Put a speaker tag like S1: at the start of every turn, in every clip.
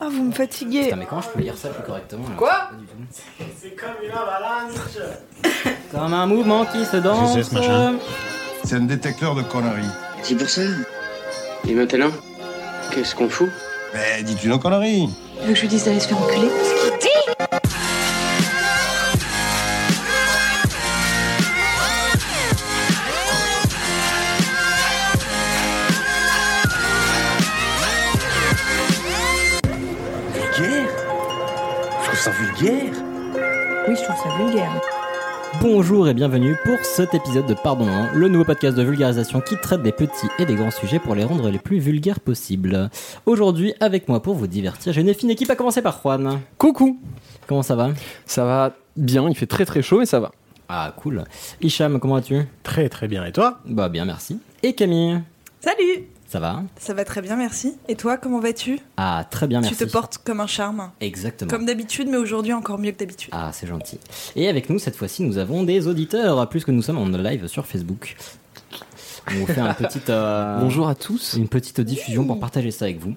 S1: Ah, vous me fatiguez.
S2: Putain, mais comment je peux lire ça plus correctement là
S3: Quoi
S2: Pas du tout.
S4: C'est comme une avalanche.
S2: Comme un mouvement qui se danse.
S5: GGS, machin.
S6: C'est un détecteur de conneries.
S7: C'est pour ça.
S8: Et maintenant Qu'est-ce qu'on fout
S6: Mais dites une connerie.
S1: Tu veux que je lui dise d'aller se faire enculer
S9: Vulgaire Je trouve ça vulgaire
S1: Oui, je trouve ça vulgaire.
S2: Bonjour et bienvenue pour cet épisode de Pardon, hein, le nouveau podcast de vulgarisation qui traite des petits et des grands sujets pour les rendre les plus vulgaires possibles. Aujourd'hui, avec moi pour vous divertir, j'ai une fine équipe à commencer par Juan.
S10: Coucou
S2: Comment ça va
S10: Ça va bien, il fait très très chaud et ça va.
S2: Ah, cool. Hicham, comment vas-tu
S5: Très très bien. Et toi
S2: Bah, bien, merci. Et Camille
S1: Salut
S2: Ça va
S1: Ça va très bien, merci. Et toi, comment vas-tu
S2: Ah, très bien,
S1: Tu
S2: merci.
S1: te portes comme un charme.
S2: Exactement.
S1: Comme d'habitude, mais aujourd'hui encore mieux que d'habitude.
S2: Ah, c'est gentil. Et avec nous, cette fois-ci, nous avons des auditeurs, puisque nous sommes en live sur Facebook. On vous fait un petit, euh,
S10: Bonjour à tous.
S2: une petite diffusion pour partager ça avec vous.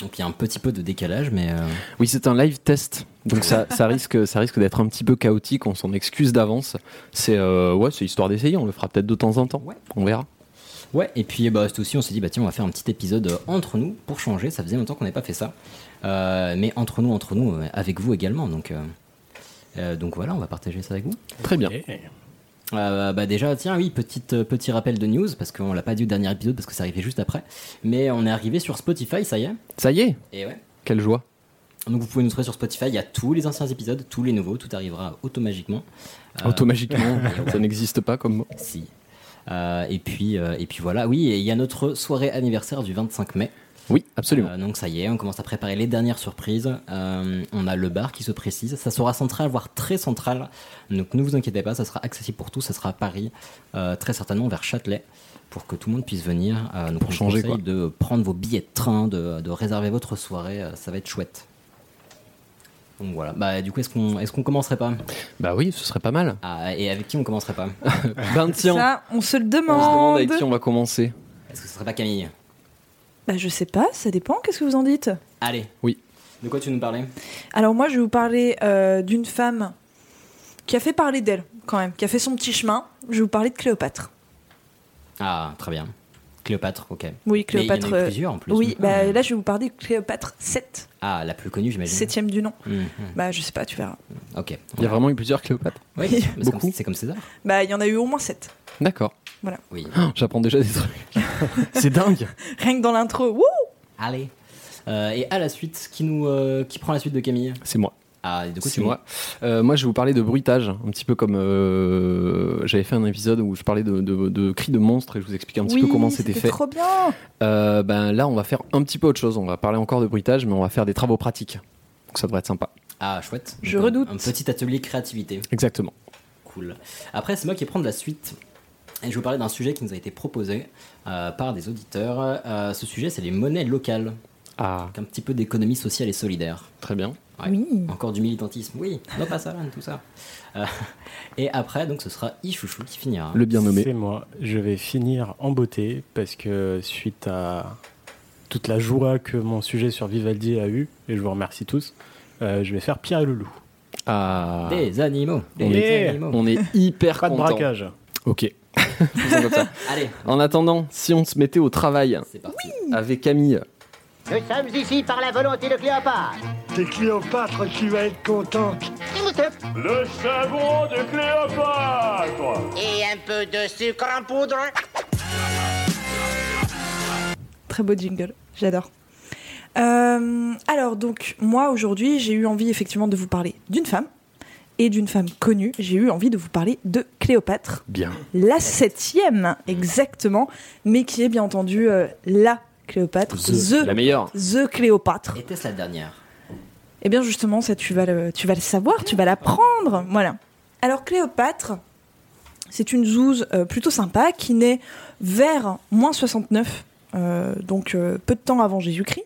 S2: Donc il y a un petit peu de décalage, mais euh,
S10: Oui, c'est un live test. Donc ça, ça risque, ça risque d'être un petit peu chaotique, on s'en excuse d'avance. C'est euh, ouais, c'est histoire d'essayer, on le fera peut-être de temps en temps.
S2: Ouais.
S10: On verra.
S2: ouais. Et puis eh bah, c'est aussi, on s'est dit, bah tiens, on va faire un petit épisode euh, entre nous pour changer. Ça faisait longtemps qu'on n'avait pas fait ça, Euh, mais entre nous, entre nous, euh, avec vous également. Donc euh, euh, donc voilà, on va partager ça avec vous.
S10: Très bien.
S5: Eh,
S2: Euh, bah déjà, tiens, oui, petite, euh, petit rappel de news, parce qu'on l'a pas dit au dernier épisode, parce que ça arrivait juste après. Mais on est arrivé sur Spotify, ça y est.
S10: Ça y est,
S2: Et ouais.
S10: quelle joie.
S2: Donc vous pouvez nous trouver sur Spotify, il y a tous les anciens épisodes, tous les nouveaux, tout arrivera automagiquement. Euh,
S10: Automagiquement, ça n'existe pas comme mot.
S2: Si. Euh, et, puis, euh, et puis voilà, oui, et il y a notre soirée anniversaire du 25 mai.
S10: Oui, absolument.
S2: Euh, donc ça y est, on commence à préparer les dernières surprises. Euh, on a le bar qui se précise. Ça sera central, voire très central. Donc ne vous inquiétez pas, ça sera accessible pour tous. Ça sera à Paris, euh, très certainement vers Châtelet, pour que tout le monde puisse venir. Euh, donc
S10: Pour
S2: on vous
S10: changer,
S2: conseille
S10: quoi.
S2: de prendre vos billets de train, de, de réserver votre soirée. euh, ça va être chouette. Donc voilà. Bah du coup, est-ce qu'on est-ce qu'on commencerait pas
S10: Bah oui, ce serait pas mal.
S2: Ah, Et avec qui on commencerait pas
S10: Ben tiens,
S1: Ça, on se le
S10: on se demande
S1: demande.
S10: avec qui on va commencer.
S2: Est-ce que ce serait pas Camille
S1: Bah, je sais pas, ça dépend, qu'est-ce que vous en dites
S2: Allez.
S10: Oui.
S2: De quoi tu nous parlais
S1: Alors, moi, je vais vous parler euh, d'une femme qui a fait parler d'elle, quand même, qui a fait son petit chemin. Je vais vous parler de Cléopâtre.
S2: Ah, très bien. Cléopâtre, ok.
S1: Oui,
S2: Mais il y en a eu
S1: Cléopâtre. euh,
S2: plusieurs en plus.
S1: Oui, bah,
S2: Ah.
S1: là, je vais vous parler de Cléopâtre 7,
S2: Ah, la plus connue, j'imagine.
S1: septième du nom.
S2: Mhm.
S1: Bah, je sais pas, tu verras.
S2: Ok.
S10: Mm-hmm. Il y a vraiment eu plusieurs Cléopâtre.
S2: Ouais, mais c'est comme-
S10: beaucoup.
S2: C'est comme César.
S1: Bah, il y en a eu au moins 7.
S10: D'accord.
S2: Oui.
S10: J'apprends déjà des trucs.
S5: C'est dingue.
S1: Rien que dans l'intro, wouh
S2: Allez. Euh, et à la suite, qui nous, euh, qui prend la suite de Camille
S10: C'est moi.
S2: Ah, et du coup,
S10: c'est
S2: tu-
S10: moi. Euh, moi, je vais vous parler de bruitage, un petit peu comme euh, j'avais fait un épisode où je parlais de, de, de cris de monstres et je vous expliquais un petit
S1: oui,
S10: peu comment c'était fait.
S1: trop bien
S10: Euh, ben, là, on va faire un petit peu autre chose. On va parler encore de bruitage, mais on va faire des travaux pratiques. Donc ça devrait être sympa.
S2: Ah, chouette.
S1: Je
S2: un-
S1: redoute.
S2: Un petit atelier créativité.
S10: Exactement.
S2: Cool. Après, c'est moi qui vais prendre la suite. Et je vais vous parler d'un sujet qui nous a été proposé euh, par des auditeurs. Euh, ce sujet, c'est les monnaies locales.
S10: Ah,
S2: Donc, un petit peu d'économie sociale et solidaire.
S10: très bien.
S2: Ouais. Encore du militantisme, oui. Non, pas ça, là, tout ça. Euh, et après, donc, ce sera Ichouchou qui finira.
S10: Le bien nommé.
S5: C'est moi. Je vais finir en beauté parce que suite à toute la joie que mon sujet sur Vivaldi a eu, et je vous remercie tous, euh, je vais faire Pierre et le loup.
S10: Ah,
S2: Des animaux. Des
S5: On est-
S2: animaux.
S10: on est hyper
S5: Pas de
S10: content.
S5: braquage.
S10: Ok. Faisons comme ça.
S2: Allez,
S10: en attendant, si on se mettait au travail
S2: c'est parti.
S10: avec Camille,
S4: Nous sommes ici par la volonté de Cléopâtre.
S9: C'est Cléopâtre qui va être contente.
S4: Le savon de Cléopâtre.
S8: Et un peu de sucre en poudre
S1: Très beau jingle, j'adore. Euh, alors donc moi aujourd'hui j'ai eu envie effectivement de vous parler d'une femme et d'une femme connue. J'ai eu envie de vous parler de Cléopâtre,
S10: bien.
S1: la septième exactement, mais qui est bien entendu euh, la Cléopâtre, the
S10: La meilleure.
S1: the Cléopâtre.
S2: Était-ce la dernière
S1: Eh bien justement, ça tu vas le, tu vas le savoir, tu vas l'apprendre. Voilà. Alors Cléopâtre, c'est une zouze euh, plutôt sympa qui naît vers moins 69, euh, donc euh, peu de temps avant Jésus-Christ.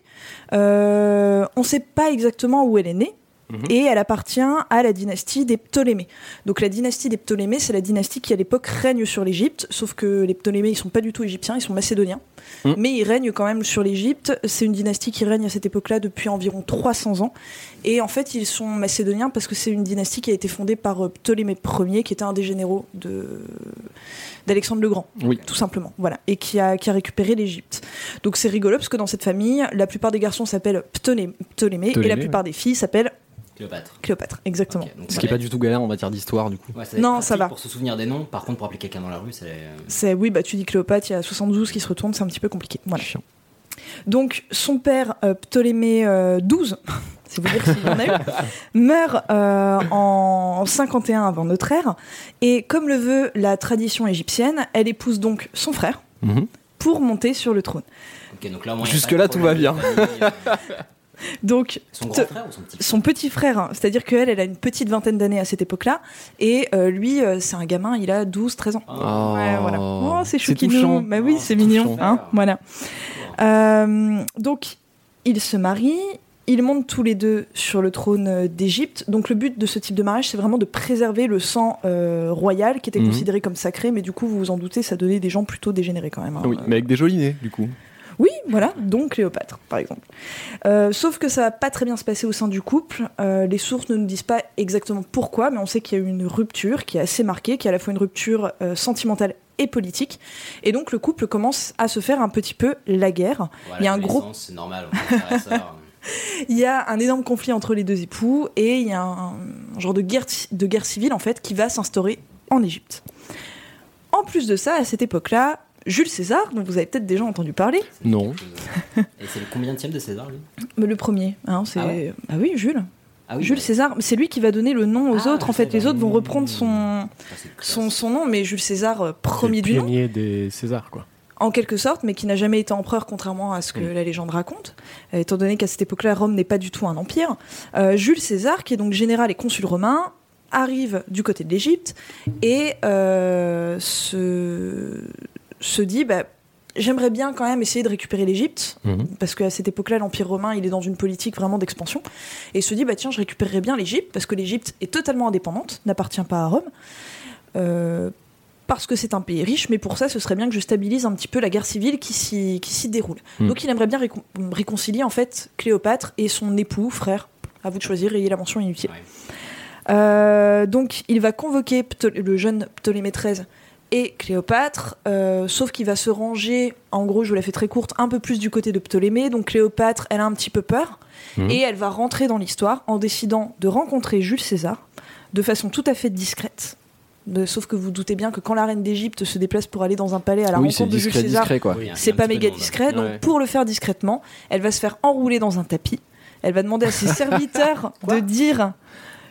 S1: Euh, on ne sait pas exactement où elle est née.
S10: Mhm.
S1: et elle appartient à la dynastie des Ptolémées. Donc la dynastie des Ptolémées, c'est la dynastie qui à l'époque règne sur l'Égypte, sauf que les Ptolémées, ils sont pas du tout égyptiens, ils sont macédoniens.
S10: Mhm.
S1: Mais ils règnent quand même sur l'Égypte. C'est une dynastie qui règne à cette époque-là depuis environ 300 ans. Et en fait, ils sont macédoniens parce que c'est une dynastie qui a été fondée par euh, Ptolémée Ier, qui était un des généraux de- d'Alexandre le Grand
S10: Oui.
S1: tout simplement. Voilà, et qui a, qui a récupéré l'Égypte. Donc c'est rigolo parce que dans cette famille, la plupart des garçons s'appellent Ptoné- Ptolémée, et la
S10: Ptolémée,
S1: plupart des filles s'appellent
S2: Cléopâtre.
S1: Cléopâtre. Exactement.
S2: Ok, donc
S10: Ce
S2: ça
S10: qui est
S2: va
S10: pas du tout galère en matière d'histoire, du coup.
S2: être- ouais, va être
S1: Non,
S2: pratique
S1: ça va.
S2: Pour se souvenir des noms, par contre, pour appeler quelqu'un dans la rue, c'est.
S1: C'est oui, bah tu dis Cléopâtre, il y a 72 qui se retournent, c'est un petit peu compliqué. Voilà.
S10: Chiant.
S1: Donc son père euh, Ptolémée euh, XII, c'est vous dire s'il y en a eu, meurt euh, en 51 avant notre ère et comme le veut la tradition égyptienne, elle épouse donc son frère
S2: Mm-hmm.
S10: Mhm.
S1: pour monter sur le trône.
S2: Ok, donc là, au moins, il y a
S10: Jusque
S2: pas de
S10: là, tout va
S2: problème de famille, euh,
S1: Donc
S2: Son
S1: Te-
S2: grand frère ou son petit frère
S1: son petit frère, hein. c'est-à-dire qu'elle, elle a une petite vingtaine d'années à cette époque-là, et euh, lui, euh, c'est un gamin, il a 12, 13 ans.
S2: Ah,
S1: Ouais, voilà. Oh, c'est chouquinou.
S10: touchant.
S1: Bah oui,
S2: Oh,
S1: c'est
S2: c'est
S1: mignon.
S10: touchant.
S1: hein, voilà. Euh, donc, ils se marient. Ils montent tous les deux sur le trône euh, d'Égypte. Donc, le but de ce type de mariage, c'est vraiment de préserver le sang euh, royal qui était
S10: Mhm.
S1: considéré comme sacré. Mais du coup, vous vous en doutez, ça donnait des gens plutôt dégénérés quand même. hein.
S10: Ah oui, mais avec des jolis nez, du coup.
S1: Oui, voilà, donc Cléopâtre, par exemple. Euh, sauf que ça va pas très bien se passer au sein du couple. Euh, les sources ne nous disent pas exactement pourquoi, mais on sait qu'il y a eu une rupture qui est assez marquée, qui est à la fois une rupture euh, sentimentale et politique. Et donc le couple commence à se faire un petit peu la guerre.
S2: Voilà,
S1: Il y a un gros-
S2: l'adolescence, C'est normal. on fait ça, hein. ça,
S1: Il y a un énorme conflit entre les deux époux et il y a un, un genre de guerre, de guerre civile en fait qui va s'instaurer en Égypte. En plus de ça, à cette époque-là, Jules César, dont vous avez peut-être déjà entendu parler,
S2: c'est
S10: Non.
S2: quelque chose, euh. Et c'est le combien de César, lui
S1: mais le premier, hein, c'est
S2: Ah ouais
S1: ah oui Jules.
S2: Ah
S1: Jules
S2: bah,
S1: César, c'est lui qui va donner le nom aux
S2: Ah,
S1: autres. En
S2: je
S1: fait,
S2: savais.
S1: les autres vont reprendre son,
S2: ça, c'est classe.
S1: son, son nom, mais Jules César, euh,
S5: C'est le
S1: premier du nom,
S5: pionnier des Césars, quoi.
S1: en quelque sorte, mais qui n'a jamais été empereur, contrairement à ce que
S10: Mm.
S1: la légende raconte, euh, étant donné qu'à cette époque-là, Rome n'est pas du tout un empire. Euh, Jules César, qui est donc général et consul romain, arrive du côté de l'Égypte et euh, se, se dit bah, j'aimerais bien quand même essayer de récupérer l'Égypte,
S10: Mhm.
S1: parce qu'à cette époque-là, l'Empire romain, il est dans une politique vraiment d'expansion, et se dit bah tiens, je récupérerais bien l'Égypte, parce que l'Égypte est totalement indépendante, n'appartient pas à Rome, euh, parce que c'est un pays riche, mais pour ça, ce serait bien que je stabilise un petit peu la guerre civile qui s'y qui s'y déroule.
S10: Mhm.
S1: Donc il aimerait bien récon- réconcilier en fait Cléopâtre et son époux, frère, à vous de choisir, ayez la mention inutile.
S2: Ouais.
S1: Euh, donc, il va convoquer Pto- le jeune Ptolémée XIII et Cléopâtre, euh, sauf qu'il va se ranger, en gros, je vous la fais très courte, un peu plus du côté de Ptolémée. Donc, Cléopâtre, elle a un petit peu peur
S10: Mhm.
S1: et elle va rentrer dans l'histoire en décidant de rencontrer Jules César de façon tout à fait discrète. De- sauf que vous doutez bien que quand la reine d'Égypte se déplace pour aller dans un palais à la
S10: oui, c'est
S1: rencontre de Jules
S10: discret,
S1: César,
S10: discret, quoi.
S2: Oui, il y a un
S1: c'est
S2: petit
S1: pas
S2: peu de
S1: méga
S2: monde.
S1: discret, donc
S10: Ouais.
S1: pour le faire discrètement, elle va se faire enrouler dans un tapis. Elle va demander à ses serviteurs de dire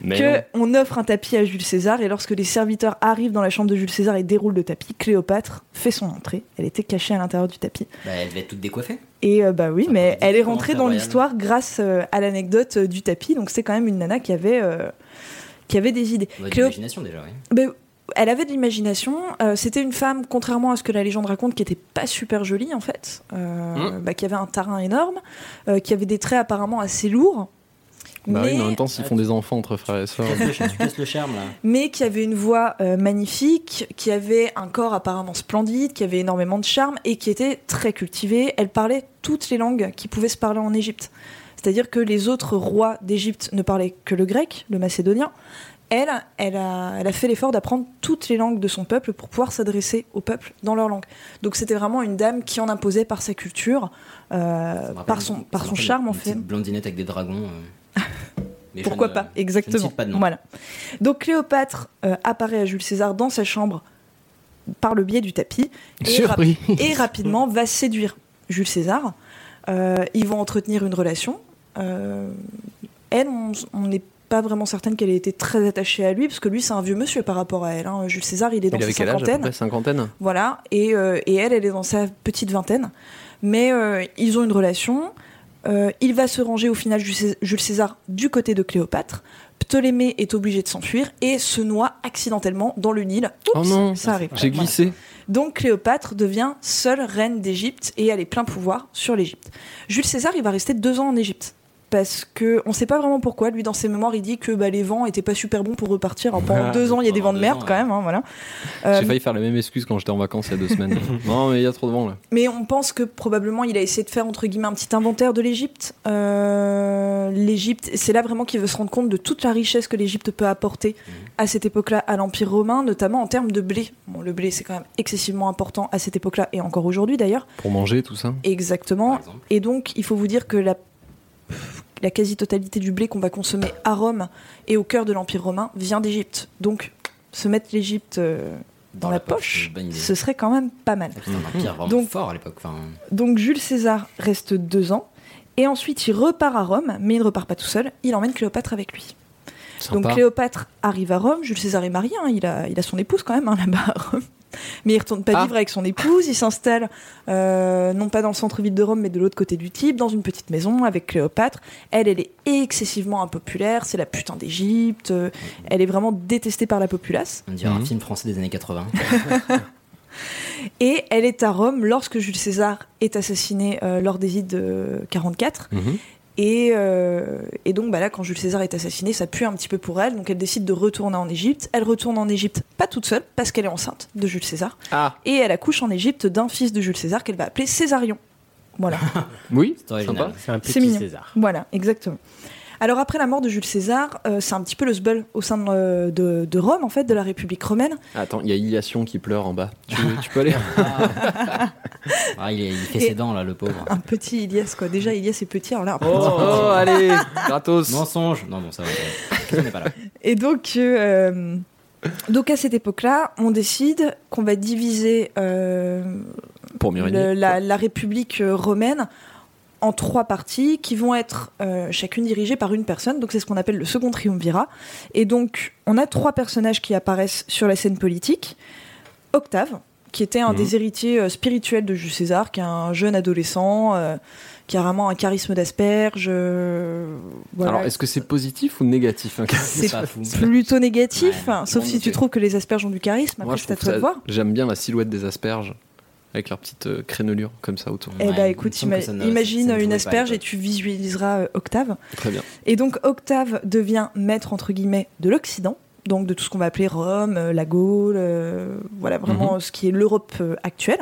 S10: Mais
S1: que on offre un tapis à Jules César et lorsque les serviteurs arrivent dans la chambre de Jules César et déroulent le tapis, Cléopâtre fait son entrée. Elle était cachée à l'intérieur du tapis.
S2: Bah, elle devait être toute décoiffée.
S1: Et euh, bah oui,
S2: Ça
S1: mais
S2: peut
S1: elle est
S2: être
S1: rentrée
S2: vraiment
S1: dans
S2: royal.
S1: l'histoire grâce euh, à l'anecdote euh, du tapis. Donc c'est quand même une nana qui avait euh, qui avait des idées.
S2: Ouais,
S1: Cléo-
S2: d'imagination, déjà, oui.
S1: ben, elle avait de l'imagination. euh, C'était une femme, contrairement à ce que la légende raconte, qui était pas super jolie en fait, euh, bah, qui avait un tarin énorme, euh, qui avait des traits apparemment assez lourds,
S10: Bah oui,
S1: mais,
S10: mais en même temps, s'ils font des enfants entre frères et sœurs.
S2: Tu casses- Tu casses le charme, là.
S1: mais qui avait une voix euh, magnifique, qui avait un corps apparemment splendide, qui avait énormément de charme et qui était très cultivée. Elle parlait toutes les langues qui pouvaient se parler en Égypte. C'est-à-dire que les autres rois d'Égypte ne parlaient que le grec, le macédonien. Elle, elle a, elle a fait l'effort d'apprendre toutes les langues de son peuple pour pouvoir s'adresser au peuple dans leur langue. Donc c'était vraiment une dame qui en imposait par sa culture, euh,
S2: Ça me rappelle
S1: par
S2: une-
S1: son,
S2: ça me
S1: par son
S2: rappelle une-
S1: charme en
S2: une
S1: fait.
S2: petite blondinette avec des dragons. euh. Mais je
S1: Pourquoi
S2: ne-
S1: pas,
S2: Je ne
S1: exactement.
S2: cite pas de nom.
S1: Voilà. Donc Cléopâtre euh, apparaît à Jules César dans sa chambre par le biais du tapis et, rap-
S10: Surpris
S1: et rapidement va séduire Jules César. Euh, ils vont entretenir une relation. Euh, elle, on on n'est pas vraiment certaine qu'elle ait été très attachée à lui parce que lui c'est un vieux monsieur par rapport à elle. hein. Jules César il est dans
S10: Il
S1: sa
S10: avait quel âge à peu
S1: cinquantaine.
S10: près Cinquantaine
S1: Voilà, et, euh, et elle, elle est dans sa petite vingtaine. Mais euh, ils ont une relation. Euh, il va se ranger au final, Jules Cés- Jules César, du côté de Cléopâtre. Ptolémée est obligé de s'enfuir et se noie accidentellement dans le Nil.
S10: Oh
S1: Oups,
S10: non,
S1: ça arrive.
S10: J'ai
S1: Voilà.
S10: glissé.
S1: Donc Cléopâtre devient seule reine d'Égypte et elle est plein pouvoir sur l'Égypte. Jules César, il va rester deux ans en Égypte. parce que on sait pas vraiment pourquoi. Lui, dans ses mémoires, il dit que bah, les vents étaient pas super bons pour repartir. Alors, pendant
S10: Ah,
S1: deux ans, il y a des
S2: pendant
S1: vents de
S2: deux
S1: merde
S2: ans,
S1: quand
S2: ouais.
S1: même. hein, voilà. Euh,
S10: J'ai failli faire la même excuse quand j'étais en vacances il y a deux semaines. non, mais il y a trop de vent là.
S1: mais on pense que probablement il a essayé de faire entre guillemets un petit inventaire de l'Égypte. Euh, L'Égypte, c'est là vraiment qu'il veut se rendre compte de toute la richesse que l'Égypte peut apporter à cette époque-là à l'Empire romain, notamment en termes de blé. Bon, le blé, c'est quand même excessivement important à cette époque-là et encore aujourd'hui d'ailleurs.
S10: Pour manger, tout ça.
S1: Exactement.
S2: par exemple.
S1: Et donc, il faut vous dire que la, la quasi-totalité du blé qu'on va consommer à Rome et au cœur de l'Empire romain vient d'Égypte. Donc, se mettre l'Égypte euh, dans, la, poche,
S2: bonne idée.
S1: ce serait quand même pas mal.
S2: C'est un empire vraiment
S1: Donc-
S2: fort à l'époque. Enfin,
S1: Donc, Jules César reste deux ans. Et ensuite, il repart à Rome, mais il ne repart pas tout seul. Il emmène Cléopâtre avec lui.
S10: Sympa.
S1: Donc, Cléopâtre arrive à Rome. Jules César est marié. hein, il, a, il a son épouse quand même, hein, là-bas à Rome. Mais il retourne pas
S10: Ah.
S1: vivre avec son épouse. Il s'installe, euh, non pas dans le centre-ville de Rome, mais de l'autre côté du Tibre, dans une petite maison avec Cléopâtre. Elle, elle est excessivement impopulaire. C'est la putain d'Égypte. euh, Elle est vraiment détestée par la populace.
S2: on dirait
S10: Mhm.
S2: un film français des années 80.
S1: Et elle est à Rome lorsque Jules César est assassiné euh, lors des îles de 44.
S10: Mhm.
S1: Et, euh, et donc bah là, quand Jules César est assassiné, ça pue un petit peu pour elle. Donc elle décide de retourner en Égypte. Elle retourne en Égypte pas toute seule parce qu'elle est enceinte de Jules César.
S10: Ah.
S1: Et elle accouche en Égypte d'un fils de Jules César qu'elle va appeler Césarion. Voilà.
S10: Oui,
S2: C'est original.
S10: sympa.
S5: C'est un
S1: C'est
S5: petit
S1: mignon.
S5: César.
S1: Voilà, exactement. Alors après la mort de Jules César, euh, c'est un petit peu le sbel au sein de, euh, de- de Rome, en fait, de la République romaine.
S10: Attends, il y a Iliation qui pleure en bas. Tu, tu peux aller
S2: Ah, il, est- il fait
S1: Et-
S2: ses dents là, le pauvre.
S1: Un petit Ilias, quoi. Déjà, Ilias est petit, alors là, un
S10: Oh, oh, allez, gratos.
S2: Mensonge Non, bon, ça va. On n'est pas là.
S1: Et donc, euh, donc à cette époque-là, on décide qu'on va diviser euh,
S10: Pour
S1: le-
S10: Myrine.
S1: la, la République euh, romaine en trois parties qui vont être euh, chacune dirigées par une personne. Donc c'est ce qu'on appelle le second triumvirat. Et donc on a trois personnages qui apparaissent sur la scène politique. Octave, qui était un
S10: Mhm.
S1: des héritiers euh, spirituels de Jules César, qui est un jeune adolescent, euh, qui a vraiment un charisme d'asperge. euh, voilà.
S10: Alors, est-ce que c'est positif ou négatif hein, un charisme
S1: C'est
S2: pas fou.
S1: plutôt négatif,
S2: Ouais,
S1: hein, sauf
S10: bon,
S1: si tu
S10: c'est-
S1: trouves que les asperges ont du charisme. Après,
S10: Moi, je
S1: c'est à
S10: trouve
S1: toi de
S10: ça-
S1: voir.
S10: J'aime bien la silhouette des asperges avec leur petite euh, crénelure comme ça autour.
S1: Eh
S2: Ouais,
S1: bah
S2: il me
S1: écoute,
S2: semble que
S1: ima-
S2: ça ne- ça-
S1: imagine
S2: ça ne
S1: une
S2: jouait pas à
S1: asperge et
S2: l'époque.
S1: tu visualiseras euh, Octave.
S10: Très bien.
S1: Et donc Octave devient maître entre guillemets de l'Occident, donc de tout ce qu'on va appeler Rome, euh, la Gaule, euh, voilà vraiment
S10: Mhm.
S1: euh, ce qui est l'Europe euh, actuelle.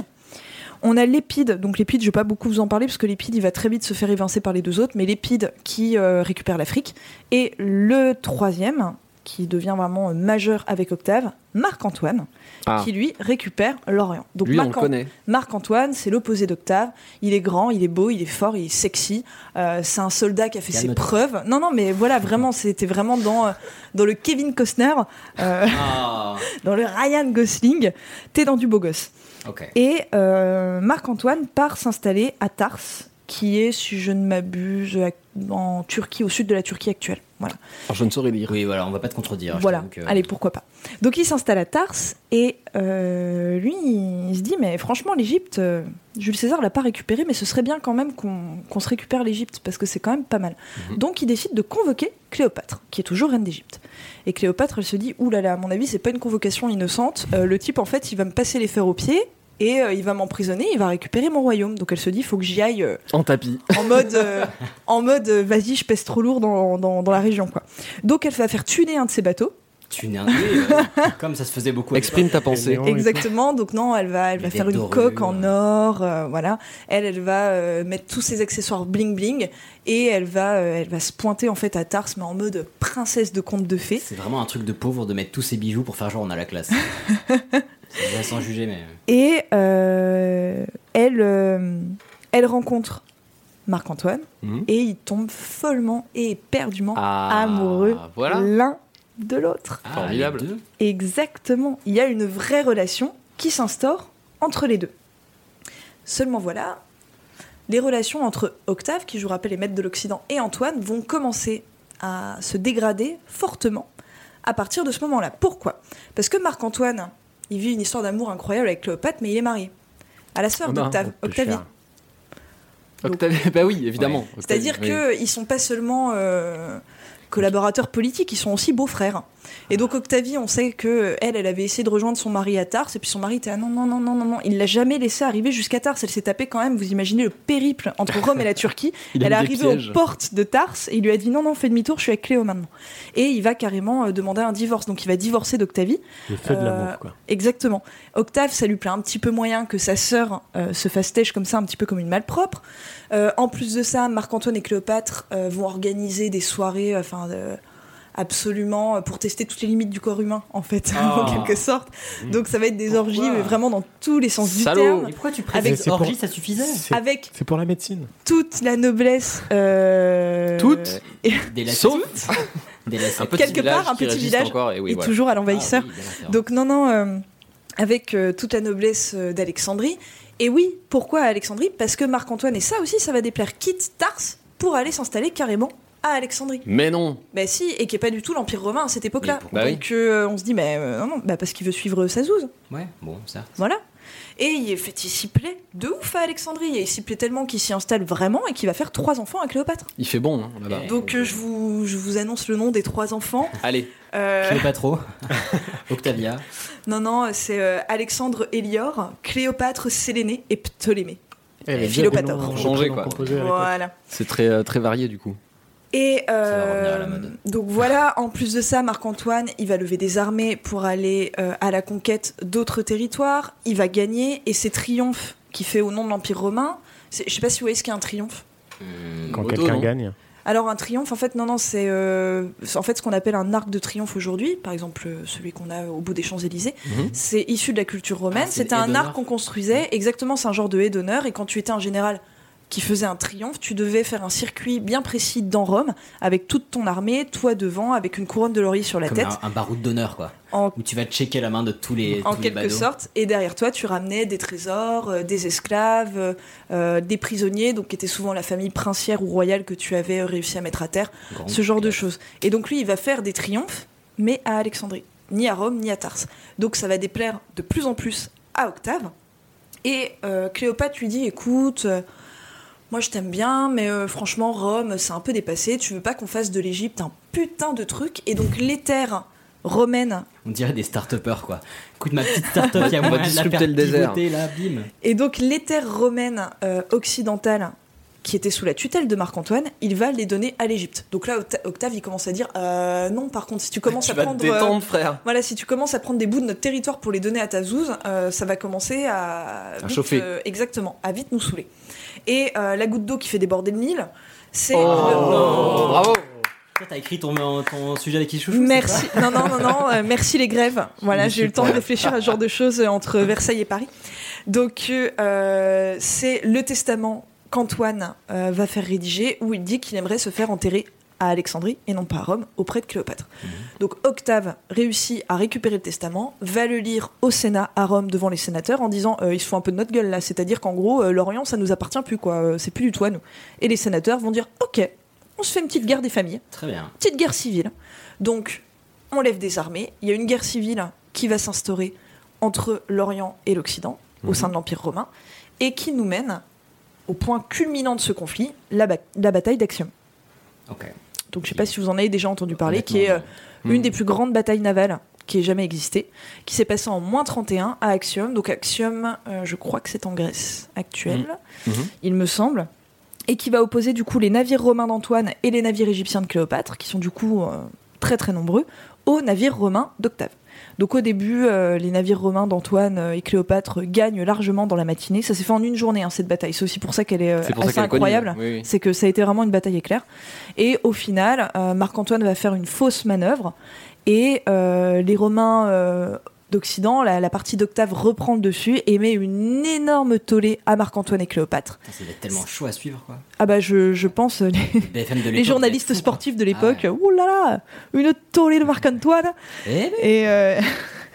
S1: On a Lépide, donc Lépide, je vais pas beaucoup vous en parler parce que Lépide, il va très vite se faire évincer par les deux autres, mais Lépide qui euh, récupère l'Afrique et le troisième qui devient vraiment euh, majeur avec Octave, Marc-Antoine,
S10: Ah.
S1: qui lui récupère l'Orient. Donc
S10: Lui, on le
S1: Marc-Antoine-
S10: connaît.
S1: Marc-Antoine, c'est l'opposé d'Octave. Il est grand, il est beau, il est fort, il est sexy. Euh, c'est un soldat qui a fait ses
S2: Calme-toi.
S1: preuves. Non, non, mais voilà, vraiment, c'était vraiment dans, euh, dans le Kevin Costner, euh,
S2: Ah,
S1: dans le Ryan Gosling. T'es dans du beau gosse.
S2: ok.
S1: Et euh, Marc-Antoine part s'installer à Tars, qui est, si je ne m'abuse, à- en Turquie, au sud de la Turquie actuelle. Voilà.
S10: Alors, je ne saurais lire.
S2: Oui, voilà, on va pas te contredire. je
S1: Voilà,
S2: t'avoue que-
S1: allez, pourquoi pas. Donc il s'installe à Tars et euh, lui, il se dit, mais franchement, l'Égypte, euh, Jules César l'a pas récupérée, mais ce serait bien quand même qu'on qu'on se récupère l'Égypte, parce que c'est quand même pas mal.
S2: Mhm.
S1: Donc il décide de convoquer Cléopâtre, qui est toujours reine d'Égypte. Et Cléopâtre, elle se dit, oulala, à mon avis, c'est pas une convocation innocente, Euh, le type, en fait, il va me passer les fers aux pieds. Et euh, il va m'emprisonner, il va récupérer mon royaume. Donc elle se dit, faut que j'y aille euh,
S10: En tapis.
S1: en mode, euh, en mode, euh, vas-y, je pèse trop lourd dans, dans- dans la région, quoi. Donc elle va faire tuner un de ses bateaux.
S2: Tu n'es un- oui, euh, comme ça se faisait beaucoup. à
S10: Exprime ta pensée.
S5: Génial.
S1: Exactement. Donc non, elle va, elle
S2: Les
S1: va
S2: bêtes
S1: faire une
S2: dorues,
S1: coque en
S2: ouais.
S1: or, euh, voilà. Elle, elle va euh, mettre tous ses accessoires bling bling et elle va, euh, elle va se pointer en fait à Tars, mais en mode princesse de conte de fées.
S2: C'est vraiment un truc de pauvre de mettre tous ses bijoux pour faire genre on a la classe. C'est bien sans juger, mais.
S1: Et euh, elle, euh, elle rencontre Marc Antoine
S10: Mhm.
S1: et ils tombent follement et éperdument
S10: Ah,
S1: amoureux
S10: voilà.
S1: l'un de l'autre.
S2: Ah,
S10: Formidable.
S2: les deux
S1: Exactement. Il y a une vraie relation qui s'instaure entre les deux. Seulement voilà, les relations entre Octave, qui je vous rappelle est maître de l'Occident, et Antoine vont commencer à se dégrader fortement à partir de ce moment-là. Pourquoi Parce que Marc-Antoine, il vit une histoire d'amour incroyable avec Cléopâtre, mais il est marié à la sœur
S10: Ah bah,
S1: d'Octave,
S5: on peut
S1: Octavie.
S5: faire.
S10: Octavie- bah oui, évidemment. Octavie,
S1: C'est-à-dire
S10: oui.
S1: qu'ils ne sont pas seulement euh, collaborateurs politiques, ils sont aussi beaux-frères. Et donc Octavie, on sait que elle, elle avait essayé de rejoindre son mari à Tars, et puis son mari était ah non non non non non non, il l'a jamais laissé arriver jusqu'à Tars. Elle s'est tapée quand même. Vous imaginez le périple entre Rome et la Turquie.
S5: Il a
S1: elle est
S5: mis des
S1: arrivée aux
S5: pièges.
S1: portes de Tars et il lui a dit non non, fais demi-tour, je suis avec Cléo maintenant. Et il va carrément euh, demander un divorce. Donc il va divorcer d'Octavie.
S5: Le feu de
S1: Euh,
S5: l'amour, quoi.
S1: Exactement. Octave, ça lui plaît un petit peu moyen que sa sœur euh, se fasse têche comme ça, un petit peu comme une malpropre. Euh, en plus de ça, Marc-Antoine et Cléopâtre euh, vont organiser des soirées, euh, enfin, euh, absolument, euh, pour tester toutes les limites du corps humain, en fait,
S10: Ah.
S1: en quelque sorte. Donc ça va être des orgies, mais vraiment dans tous les sens du
S10: Mm. Salaud.
S1: terme.
S2: Mais pourquoi tu
S1: Avec-
S2: précises
S5: C'est pour-
S2: orgie, ça suffisait
S5: C'est-
S1: Avec
S5: C'est pour la médecine.
S1: toute la noblesse. euh,
S10: Toute
S2: Des latis-
S10: Sauf
S2: des latis-
S10: un petit
S1: Quelque
S10: village
S1: part, un
S10: qui
S1: petit
S10: résiste
S1: village
S10: encore, et oui,
S1: et
S10: voilà.
S1: toujours à
S2: Ah
S1: l'envahisseur.
S2: oui, bien sûr.
S1: Donc non, non, euh, avec euh, toute la noblesse euh, d'Alexandrie. Et oui, pourquoi Alexandrie Parce que Marc-Antoine, et ça aussi, ça va déplaire, quitte Tars pour aller s'installer carrément à Alexandrie.
S10: Mais non
S1: Bah si, et qui est pas du tout l'Empire romain à cette époque-là.
S2: Mais pourquoi
S10: Bah oui.
S1: Donc euh, on se dit, mais euh, non, non, bah parce qu'il veut suivre sa zouze.
S2: Ouais, bon, certes.
S1: Voilà. Et il, est fait, il s'y plaît de ouf à Alexandrie. Et il s'y plaît tellement qu'il s'y installe vraiment et qu'il va faire trois enfants à Cléopâtre.
S10: Il fait bon, hein,
S2: Ah bah. Eh,
S10: là-bas.
S1: Donc euh, je, vous, je vous annonce le nom des trois enfants.
S10: Allez,
S1: Euh,
S2: Je sais pas trop. Octavia.
S1: Non, non, c'est euh, Alexandre Élior, Cléopâtre Sélénée et Ptolémée. Philopator.
S10: Changer, quoi.
S1: Voilà.
S10: c'est très, euh, très varié du coup.
S1: Et
S2: va revenir à la
S1: euh,
S2: mode.
S1: donc voilà, en plus de ça, Marc-Antoine, il va lever des armées pour aller euh, à la conquête d'autres territoires, il va gagner, et c'est triomphe qu'il fait au nom de l'Empire romain. C'est- Je sais pas si vous voyez ce qu'est un triomphe.
S2: Hum,
S5: Quand
S10: Moto,
S5: quelqu'un
S10: non
S5: gagne.
S1: Alors un triomphe, en fait, non, non, c'est euh, c'est en fait ce qu'on appelle un arc de triomphe aujourd'hui, par exemple euh, celui qu'on a au bout des Champs-Élysées.
S10: Mhm.
S1: C'est issu de la culture romaine.
S2: Ah, c'est
S1: C'était
S2: le haie
S1: un
S2: d'honneur. Mhm.
S1: arc qu'on construisait. Exactement, c'est un genre de haie d'honneur. Et quand tu étais un général qui faisait un triomphe, tu devais faire un circuit bien précis dans Rome, avec toute ton armée, toi devant, avec une couronne de laurier sur la
S2: Comme
S1: tête,
S2: un, un baroud d'honneur, quoi.
S1: en,
S2: Où tu vas checker la main de tous les.
S1: en
S2: tous les
S1: quelque
S2: badauds.
S1: sorte. Et derrière toi, tu ramenais des trésors, euh, des esclaves, euh, euh, des prisonniers, donc qui étaient souvent la famille princière ou royale que tu avais euh, réussi à mettre à terre
S2: Grand
S1: ce genre de
S2: classe.
S1: choses. Et donc lui, il va faire des triomphes, mais à Alexandrie, ni à Rome, ni à Tarse. Donc ça va déplaire de plus en plus à Octave. Et euh, Cléopâtre lui dit, écoute, euh, moi je t'aime bien, mais euh, franchement, Rome, c'est un peu dépassé, tu veux pas qu'on fasse de l'Égypte un putain de truc. Et donc les terres romaines
S2: On dirait des start-upers, quoi. Écoute, ma petite start-up, il y a
S10: On va
S2: moyen de la
S10: disrupter
S2: faire
S10: le désert.
S2: pivoter, là, bim.
S1: Et donc les terres romaines euh, occidentales qui étaient sous la tutelle de Marc-Antoine, il va les donner à l'Égypte. Donc là, Octa- Octave, il commence à dire euh, non. Par contre, si tu commences à prendre, euh,
S10: frère
S1: voilà, si tu commences à prendre des bouts de notre territoire pour les donner à ta zouze, euh, ça va commencer à, vite,
S10: chauffer.
S1: euh, exactement, à vite nous saouler. Et euh, la goutte d'eau qui fait déborder le Nil, c'est
S10: Oh, Bravo
S2: Toi, t'as écrit ton, ton sujet avec Ichouchou, c'est
S1: Merci. Non, non, non, non. euh, merci les grèves. Voilà, j'ai eu le temps de réfléchir à ce genre de choses euh, entre Versailles et Paris. Donc, euh, euh, c'est le testament qu'Antoine euh, va faire rédiger où il dit qu'il aimerait se faire enterrer à Alexandrie et non pas à Rome auprès de Cléopâtre. Donc Octave réussit à récupérer le testament, va le lire au Sénat à Rome devant les sénateurs en disant euh, ils se font un peu de notre gueule là, c'est-à-dire qu'en gros euh, l'Orient ça nous appartient plus quoi, Euh, c'est plus du tout à nous. Et les sénateurs vont dire ok, on se fait une petite guerre des familles
S2: Très bien.
S1: petite guerre civile. Donc, on lève des armées. Il y a une guerre civile qui va s'instaurer entre l'Orient et l'Occident, au sein de l'Empire romain, et qui nous mène au point culminant de ce conflit, la, ba- la bataille d'Actium.
S2: Ok.
S1: Donc, je sais pas si vous en avez déjà entendu parler,
S2: Honnêtement,
S1: qui est euh,
S10: non.
S1: une
S10: Mm.
S1: des plus grandes batailles navales qui ait jamais existé, qui s'est passée en moins 31 à Actium. Donc, Actium, euh, je crois que c'est en Grèce actuelle,
S10: Mhm.
S1: il me semble. Et qui va opposer du coup les navires romains d'Antoine et les navires égyptiens de Cléopâtre, qui sont du coup euh, très très nombreux, aux navires romains d'Octave. Donc au début, euh, les navires romains d'Antoine euh, et Cléopâtre gagnent largement dans la matinée. Ça s'est fait en une journée hein, cette bataille. C'est aussi pour ça qu'elle est euh,
S10: Ah, C'est pour ça
S1: assez
S10: qu'elle est connue.
S1: incroyable
S10: Oui, oui.
S1: c'est que ça a été vraiment une bataille éclair. Et au final, euh, Marc-Antoine va faire une fausse manœuvre et euh, les Romains euh, d'Occident, la, la partie d'Octave reprend le dessus et met une énorme tollée à Marc-Antoine et Cléopâtre.
S2: Putain, Ça va être tellement chaud à suivre, quoi.
S1: Ah bah je, je pense euh, les,
S2: Les BFM de l'époque,
S1: les
S2: ils
S1: journalistes
S2: étaient fous, quoi.
S1: sportifs de l'époque,
S2: Ah
S1: ouh là là, une tollée de Marc-Antoine.
S2: Eh ben,
S1: Et, euh,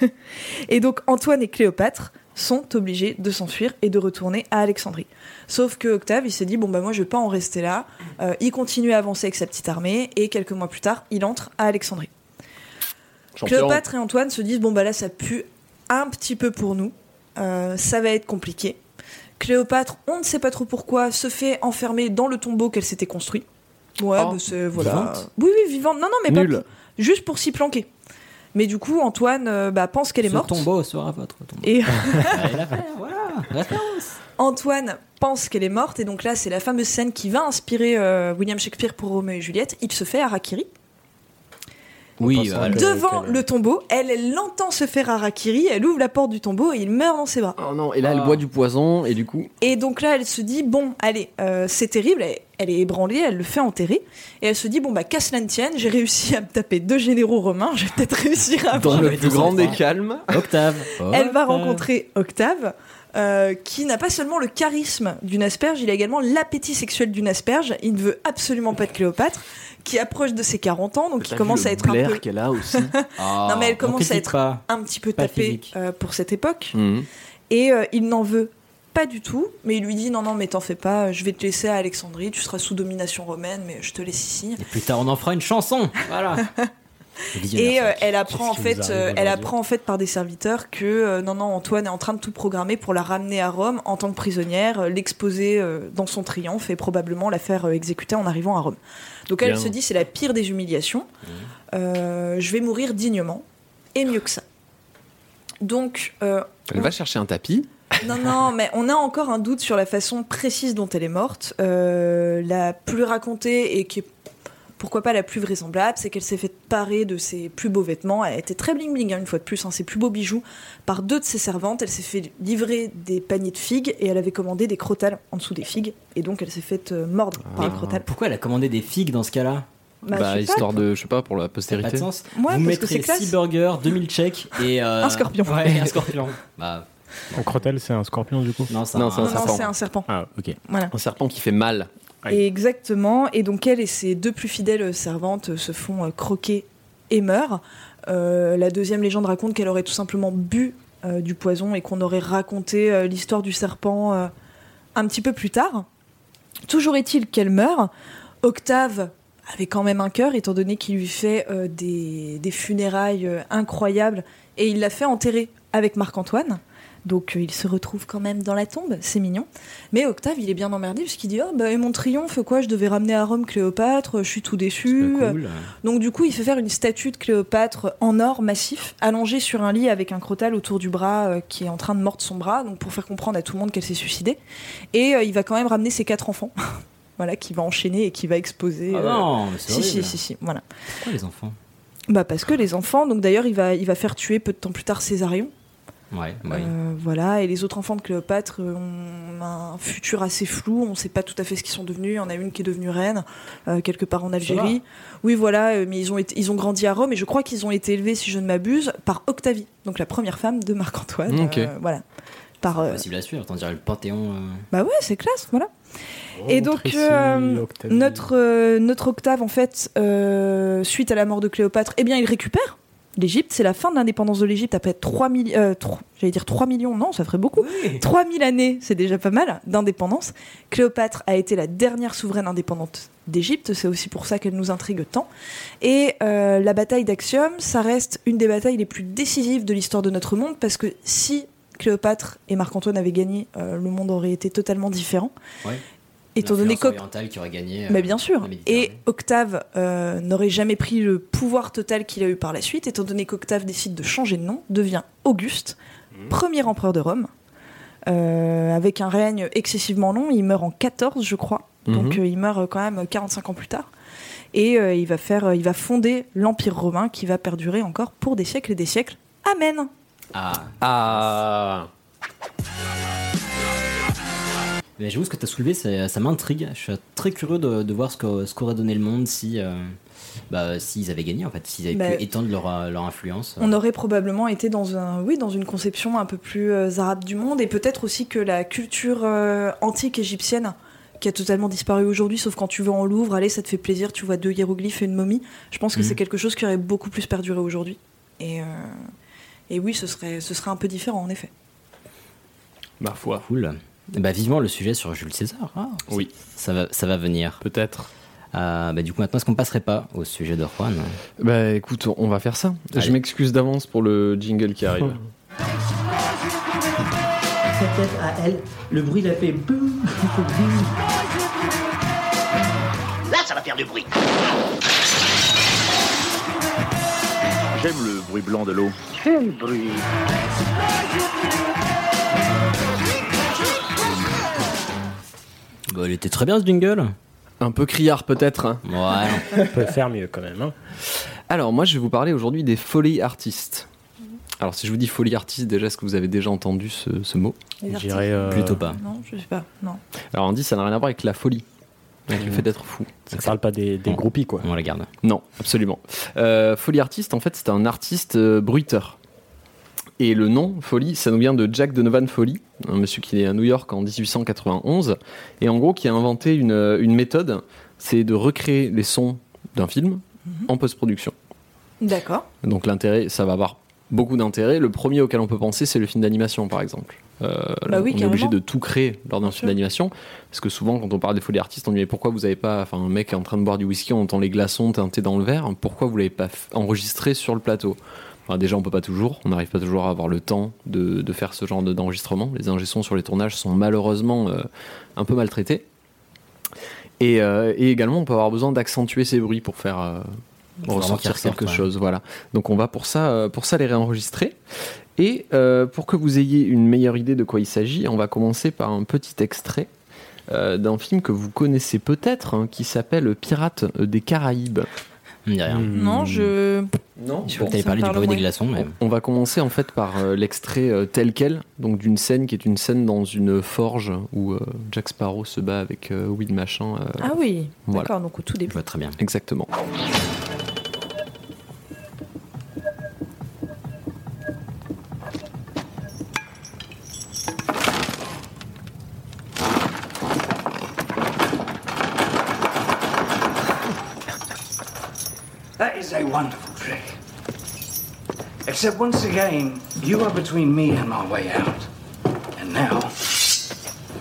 S1: et donc Antoine et Cléopâtre sont obligés de s'enfuir et de retourner à Alexandrie. Sauf que Octave, il s'est dit bon bah moi je vais pas en rester là. Euh, il continue à avancer avec sa petite armée et quelques mois plus tard, il entre à Alexandrie.
S10: Champion.
S1: Cléopâtre et Antoine se disent bon bah là ça pue un petit peu pour nous, Euh, ça va être compliqué. Cléopâtre, on ne sait pas trop pourquoi, se fait enfermer dans le tombeau qu'elle s'était construit. Ouais,
S10: Ah,
S1: bah, c'est voilà.
S2: vivante
S1: Oui, oui, vivante. Non, non, mais
S10: Nul.
S1: pas pour- juste pour s'y planquer. Mais du coup, Antoine euh, bah, pense qu'elle est
S2: Ce
S1: morte. Eh,
S2: tombeau sera votre tombeau.
S1: Et
S2: Ah, elle a fait, voilà. Référence.
S1: Antoine pense qu'elle est morte. Et donc là, c'est la fameuse scène qui va inspirer euh, William Shakespeare pour Roméo et Juliette. Il se fait harakiri.
S2: Oui,
S5: pensant
S2: voilà.
S5: que-
S1: Devant
S5: Ah, quel-
S1: le tombeau, elle, elle l'entend se faire harakiri. Elle ouvre la porte du tombeau et il meurt dans ses bras.
S10: Oh non, et là, elle
S2: Ah.
S10: boit du poison, et du coup.
S1: Et donc là, elle se dit bon, allez, euh, c'est terrible. Elle, elle est ébranlée, elle le fait enterrer, et elle se dit bon bah qu'à cela ne tienne, j'ai réussi à me taper deux généraux romains, je vais peut-être réussir à.
S10: Dans
S2: le
S10: le plus grand des
S2: 203.
S10: calmes.
S2: Octave.
S1: Elle va
S2: Octave.
S1: rencontrer Octave, euh, qui n'a pas seulement le charisme d'une asperge, il a également l'appétit sexuel d'une asperge. Il ne veut absolument pas de Cléopâtre, qui approche de ses 40 ans, donc il commence à être un peu
S10: qu'elle a aussi.
S2: Ah,
S1: Non, mais elle
S2: on
S1: commence à
S2: critique
S1: être-
S2: pas.
S1: un petit peu
S2: Pas
S1: tapé
S2: physique.
S1: euh, pour cette époque. Et euh, il n'en veut pas du tout, mais il lui dit non, non, mais t'en fais pas, je vais te laisser à Alexandrie, tu seras sous domination romaine, mais je te laisse ici.
S2: Et plus tard, on en fera une chanson. Voilà.
S1: Et
S2: Visionnaire,
S1: euh,
S2: ça.
S1: elle apprend en
S5: Qu'est-ce qui nous
S1: fait,
S5: arrive
S1: euh, elle
S5: aujourd'hui
S1: apprend en fait par des serviteurs que euh, non, non, Antoine est en train de tout programmer pour la ramener à Rome en tant que prisonnière, euh, l'exposer euh, dans son triomphe et probablement la faire euh, exécuter en arrivant à Rome. Donc elle
S5: Bien.
S1: se dit c'est la pire des humiliations. Euh, je vais mourir dignement et mieux que ça. Donc euh,
S10: Elle va chercher un tapis.
S1: non, non, mais on a encore un doute sur la façon précise dont elle est morte. Euh, la plus racontée et qui est pourquoi pas la plus vraisemblable, c'est qu'elle s'est fait parer de ses plus beaux vêtements. Elle était très bling bling, une fois de plus, hein, ses plus beaux bijoux, par deux de ses servantes. Elle s'est fait livrer des paniers de figues et elle avait commandé des crotales en dessous des figues. Et donc elle s'est fait euh, mordre par
S2: Ah.
S1: les crotales.
S2: Pourquoi elle a commandé des figues dans ce cas-là
S1: Bah, je sais pas.
S10: histoire de, je sais pas, pour
S2: Ça
S10: la
S2: n'a pas de
S10: postérité.
S2: sens.
S1: Ouais,
S2: Vous
S1: parce que c'est
S2: mettrez
S1: classe.
S2: 6 burgers, 2000 chèques et. euh,
S1: Un scorpion.
S2: Ouais, un scorpion. bah,
S5: Un crotel, c'est un scorpion du coup
S2: non, ça.
S10: Non, ça,
S1: Non, non,
S10: serpent.
S1: c'est un serpent.
S5: Ah, ok.
S1: Voilà.
S10: Un serpent qui fait mal.
S5: Ouais.
S1: Et exactement. Et donc elle et ses deux plus fidèles servantes se font euh, croquer et meurent. Euh, la deuxième légende raconte qu'elle aurait tout simplement bu euh, du poison et qu'on aurait raconté euh, l'histoire du serpent euh, un petit peu plus tard. Toujours est-il qu'elle meurt. Octave avait quand même un cœur, étant donné qu'il lui fait euh, des, des funérailles euh, incroyables et il l'a fait enterrer avec Marc-Antoine. Donc euh, il se retrouve quand même dans la tombe, c'est mignon. Mais Octave, il est bien emmerdé parce qu'il dit Oh, bah, et mon triomphe, quoi, je devais ramener à Rome Cléopâtre, je suis tout déçu.
S2: C'est pas cool. hein.
S1: Donc, du coup, il fait faire une statue de Cléopâtre en or massif, allongée sur un lit avec un crotal autour du bras euh, qui est en train de mordre son bras, donc pour faire comprendre à tout le monde qu'elle s'est suicidée. Et euh, il va quand même ramener ses quatre enfants, voilà, qui va enchaîner et qui va exposer.
S2: Ah
S1: euh,
S2: non, mais c'est
S1: si, si,
S2: horrible.
S1: si, si, voilà.
S2: Pourquoi les enfants
S1: Bah, parce que les enfants, donc d'ailleurs, il va, il va faire tuer peu de temps plus tard Césarion.
S2: Ouais, bah oui.
S1: Euh, voilà, et les autres enfants de Cléopâtre euh, ont un futur assez flou, on ne sait pas tout à fait ce qu'ils sont devenus. Il y en a une qui est devenue reine, euh, quelque part en Algérie. Oui, voilà, euh, mais ils ont, été- ils ont grandi à Rome et je crois qu'ils ont été élevés, si je ne m'abuse, par Octavie, donc la première femme de Marc-Antoine.
S10: Ok.
S1: euh, voilà. Par, euh,
S2: Possible à suivre, on dirait le Panthéon. euh,
S1: bah ouais, c'est classe, voilà. Et donc,
S5: Tracy,
S1: euh,
S5: Octavie.
S1: Notre, euh, notre Octave, en fait, euh, suite à la mort de Cléopâtre, eh bien, il récupère l'Égypte. C'est la fin de l'indépendance de l'Égypte après 3 000, euh, trois- j'allais dire 3 millions, non, ça ferait beaucoup. 3000 années, c'est déjà pas mal, d'indépendance. Cléopâtre a été la dernière souveraine indépendante d'Égypte, c'est aussi pour ça qu'elle nous intrigue tant. Et euh, la bataille d'Axiom, ça reste une des batailles les plus décisives de l'histoire de notre monde, parce que si Cléopâtre et Marc-Antoine avaient gagné, euh, le monde aurait été totalement différent.
S2: Ouais.
S1: Étant donné
S2: l'influence
S1: qu'Oc-
S2: orientale qui aurait gagné. euh,
S1: mais Bah, bien sûr.
S2: la Méditerranée.
S1: Et Octave euh, n'aurait jamais pris le pouvoir total qu'il a eu par la suite, étant donné qu'Octave décide de changer de nom, devient Auguste, premier empereur de Rome, euh, avec un règne excessivement long. Il meurt en 14, je crois. Donc
S10: Mhm.
S1: euh, il meurt euh, quand même 45 ans plus tard. Et euh, il, va faire, euh, il va fonder l'Empire romain qui va perdurer encore pour des siècles et des siècles. Amen.
S2: Ah,
S10: Ah
S2: mais j'avoue, ce que tu as soulevé, c'est- ça m'intrigue. Je suis très curieux de, de voir ce que- ce qu'aurait donné le monde si. euh, bah, s'ils avaient gagné en fait, s'ils avaient
S1: Bah,
S2: pu étendre leur, euh, leur influence.
S1: On aurait probablement été dans, un, oui, dans une conception un peu plus euh, arabe du monde et peut-être aussi que la culture euh, antique égyptienne qui a totalement disparu aujourd'hui, sauf quand tu vas en Louvre, allez, ça te fait plaisir, tu vois deux hiéroglyphes et une momie. Je pense que
S2: Mhm.
S1: c'est quelque chose qui aurait beaucoup plus perduré aujourd'hui. Et, euh, et oui, ce serait, ce serait un peu différent, en effet.
S10: Ma foi.
S2: Cool. Bah, vivement le sujet sur Jules César. Ah,
S10: Oui.
S2: Ça va, ça va venir.
S10: Peut-être.
S2: Euh, bah, du coup, maintenant, est-ce qu'on passerait pas au sujet de Juan
S10: Bah écoute, on- on va faire ça. Je
S2: Allez.
S10: m'excuse d'avance pour le jingle qui arrive.
S3: Sa tête à elle, le bruit l'a fait boum, boum.
S4: La
S3: ça va faire du bruit.
S7: J'aime le bruit blanc de l'eau.
S3: Quel bruit
S2: Bah, elle était très bien ce jingle.
S10: Un peu criard peut-être. hein.
S2: Ouais.
S5: On peut faire mieux quand même. hein.
S10: Alors moi je vais vous parler aujourd'hui des folies artistes. Alors si je vous dis folie artiste, déjà est-ce que vous avez déjà entendu ce, ce mot
S1: Les artistes.
S5: J'irais, euh,
S2: Plutôt pas.
S1: Non, je sais pas. Non.
S10: Alors on dit ça n'a rien à voir avec la folie, avec le fait d'être fou.
S5: Ça parle pas des, des groupies quoi.
S2: On la garde.
S10: Non, absolument. Euh, folie artiste, en fait, c'est un artiste euh, bruiteur. Et le nom, Folie, ça nous vient de Jack Donovan Foley, un monsieur qui est à New York en 1891, et en gros qui a inventé une, euh, une méthode, c'est de recréer les sons d'un film en post-production.
S1: D'accord.
S10: Donc l'intérêt, ça va avoir beaucoup d'intérêt. Le premier auquel on peut penser, c'est le film d'animation, par exemple. Euh,
S1: Bah
S10: on
S1: oui,
S10: est
S1: carrément.
S10: obligé de tout créer lors d'un
S1: Bien sûr.
S10: film d'animation, parce que souvent, quand on parle des folies artistes, on dit mais pourquoi vous avez pas, enfin un mec est en train de boire du whisky, on entend les glaçons teintés dans le verre, pourquoi vous l'avez pas f- enregistré sur le plateau Enfin, Déjà, on peut pas toujours, on n'arrive pas toujours à avoir le temps de, de faire ce genre de- d'enregistrement. Les ingé-sons sur les tournages sont malheureusement euh, un peu maltraités. Et, euh, et également, on peut avoir besoin d'accentuer ces bruits pour faire euh,
S2: vraiment qu'ils
S10: ressortir
S2: ressortent,
S10: quelque
S2: ouais.
S10: chose. Voilà. Donc, on va pour ça, euh, pour ça les réenregistrer. Et euh, pour que vous ayez une meilleure idée de quoi il s'agit, on va commencer par un petit extrait euh, d'un film que vous connaissez peut-être, hein, qui s'appelle Pirates des Caraïbes.
S2: On dirait rien.
S5: Hmm.
S1: Non, je.
S10: Non.
S2: Je crois que
S1: Bon,
S2: t'avais
S1: ça
S2: parlé
S1: me
S2: du
S1: parle
S2: bruit des
S1: moins.
S2: glaçons, mais.
S10: On va commencer en fait par euh, l'extrait euh, tel quel, donc d'une scène qui est une scène dans une forge où euh, Jack Sparrow se bat avec euh, Will Machin. euh,
S1: Ah oui.
S10: Voilà.
S1: D'accord, donc au tout
S2: Je
S1: début.
S2: vois très bien.
S10: Exactement.
S9: That is a wonderful trick. Except once again, you are between me and my way out. And now,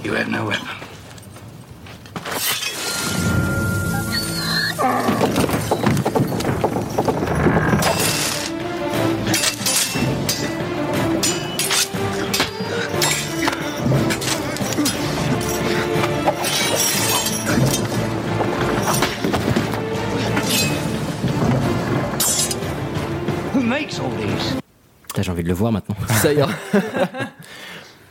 S9: you have no weapon. Who makes all these?
S2: Putain, j'ai envie de le voir maintenant.
S10: Ça y est.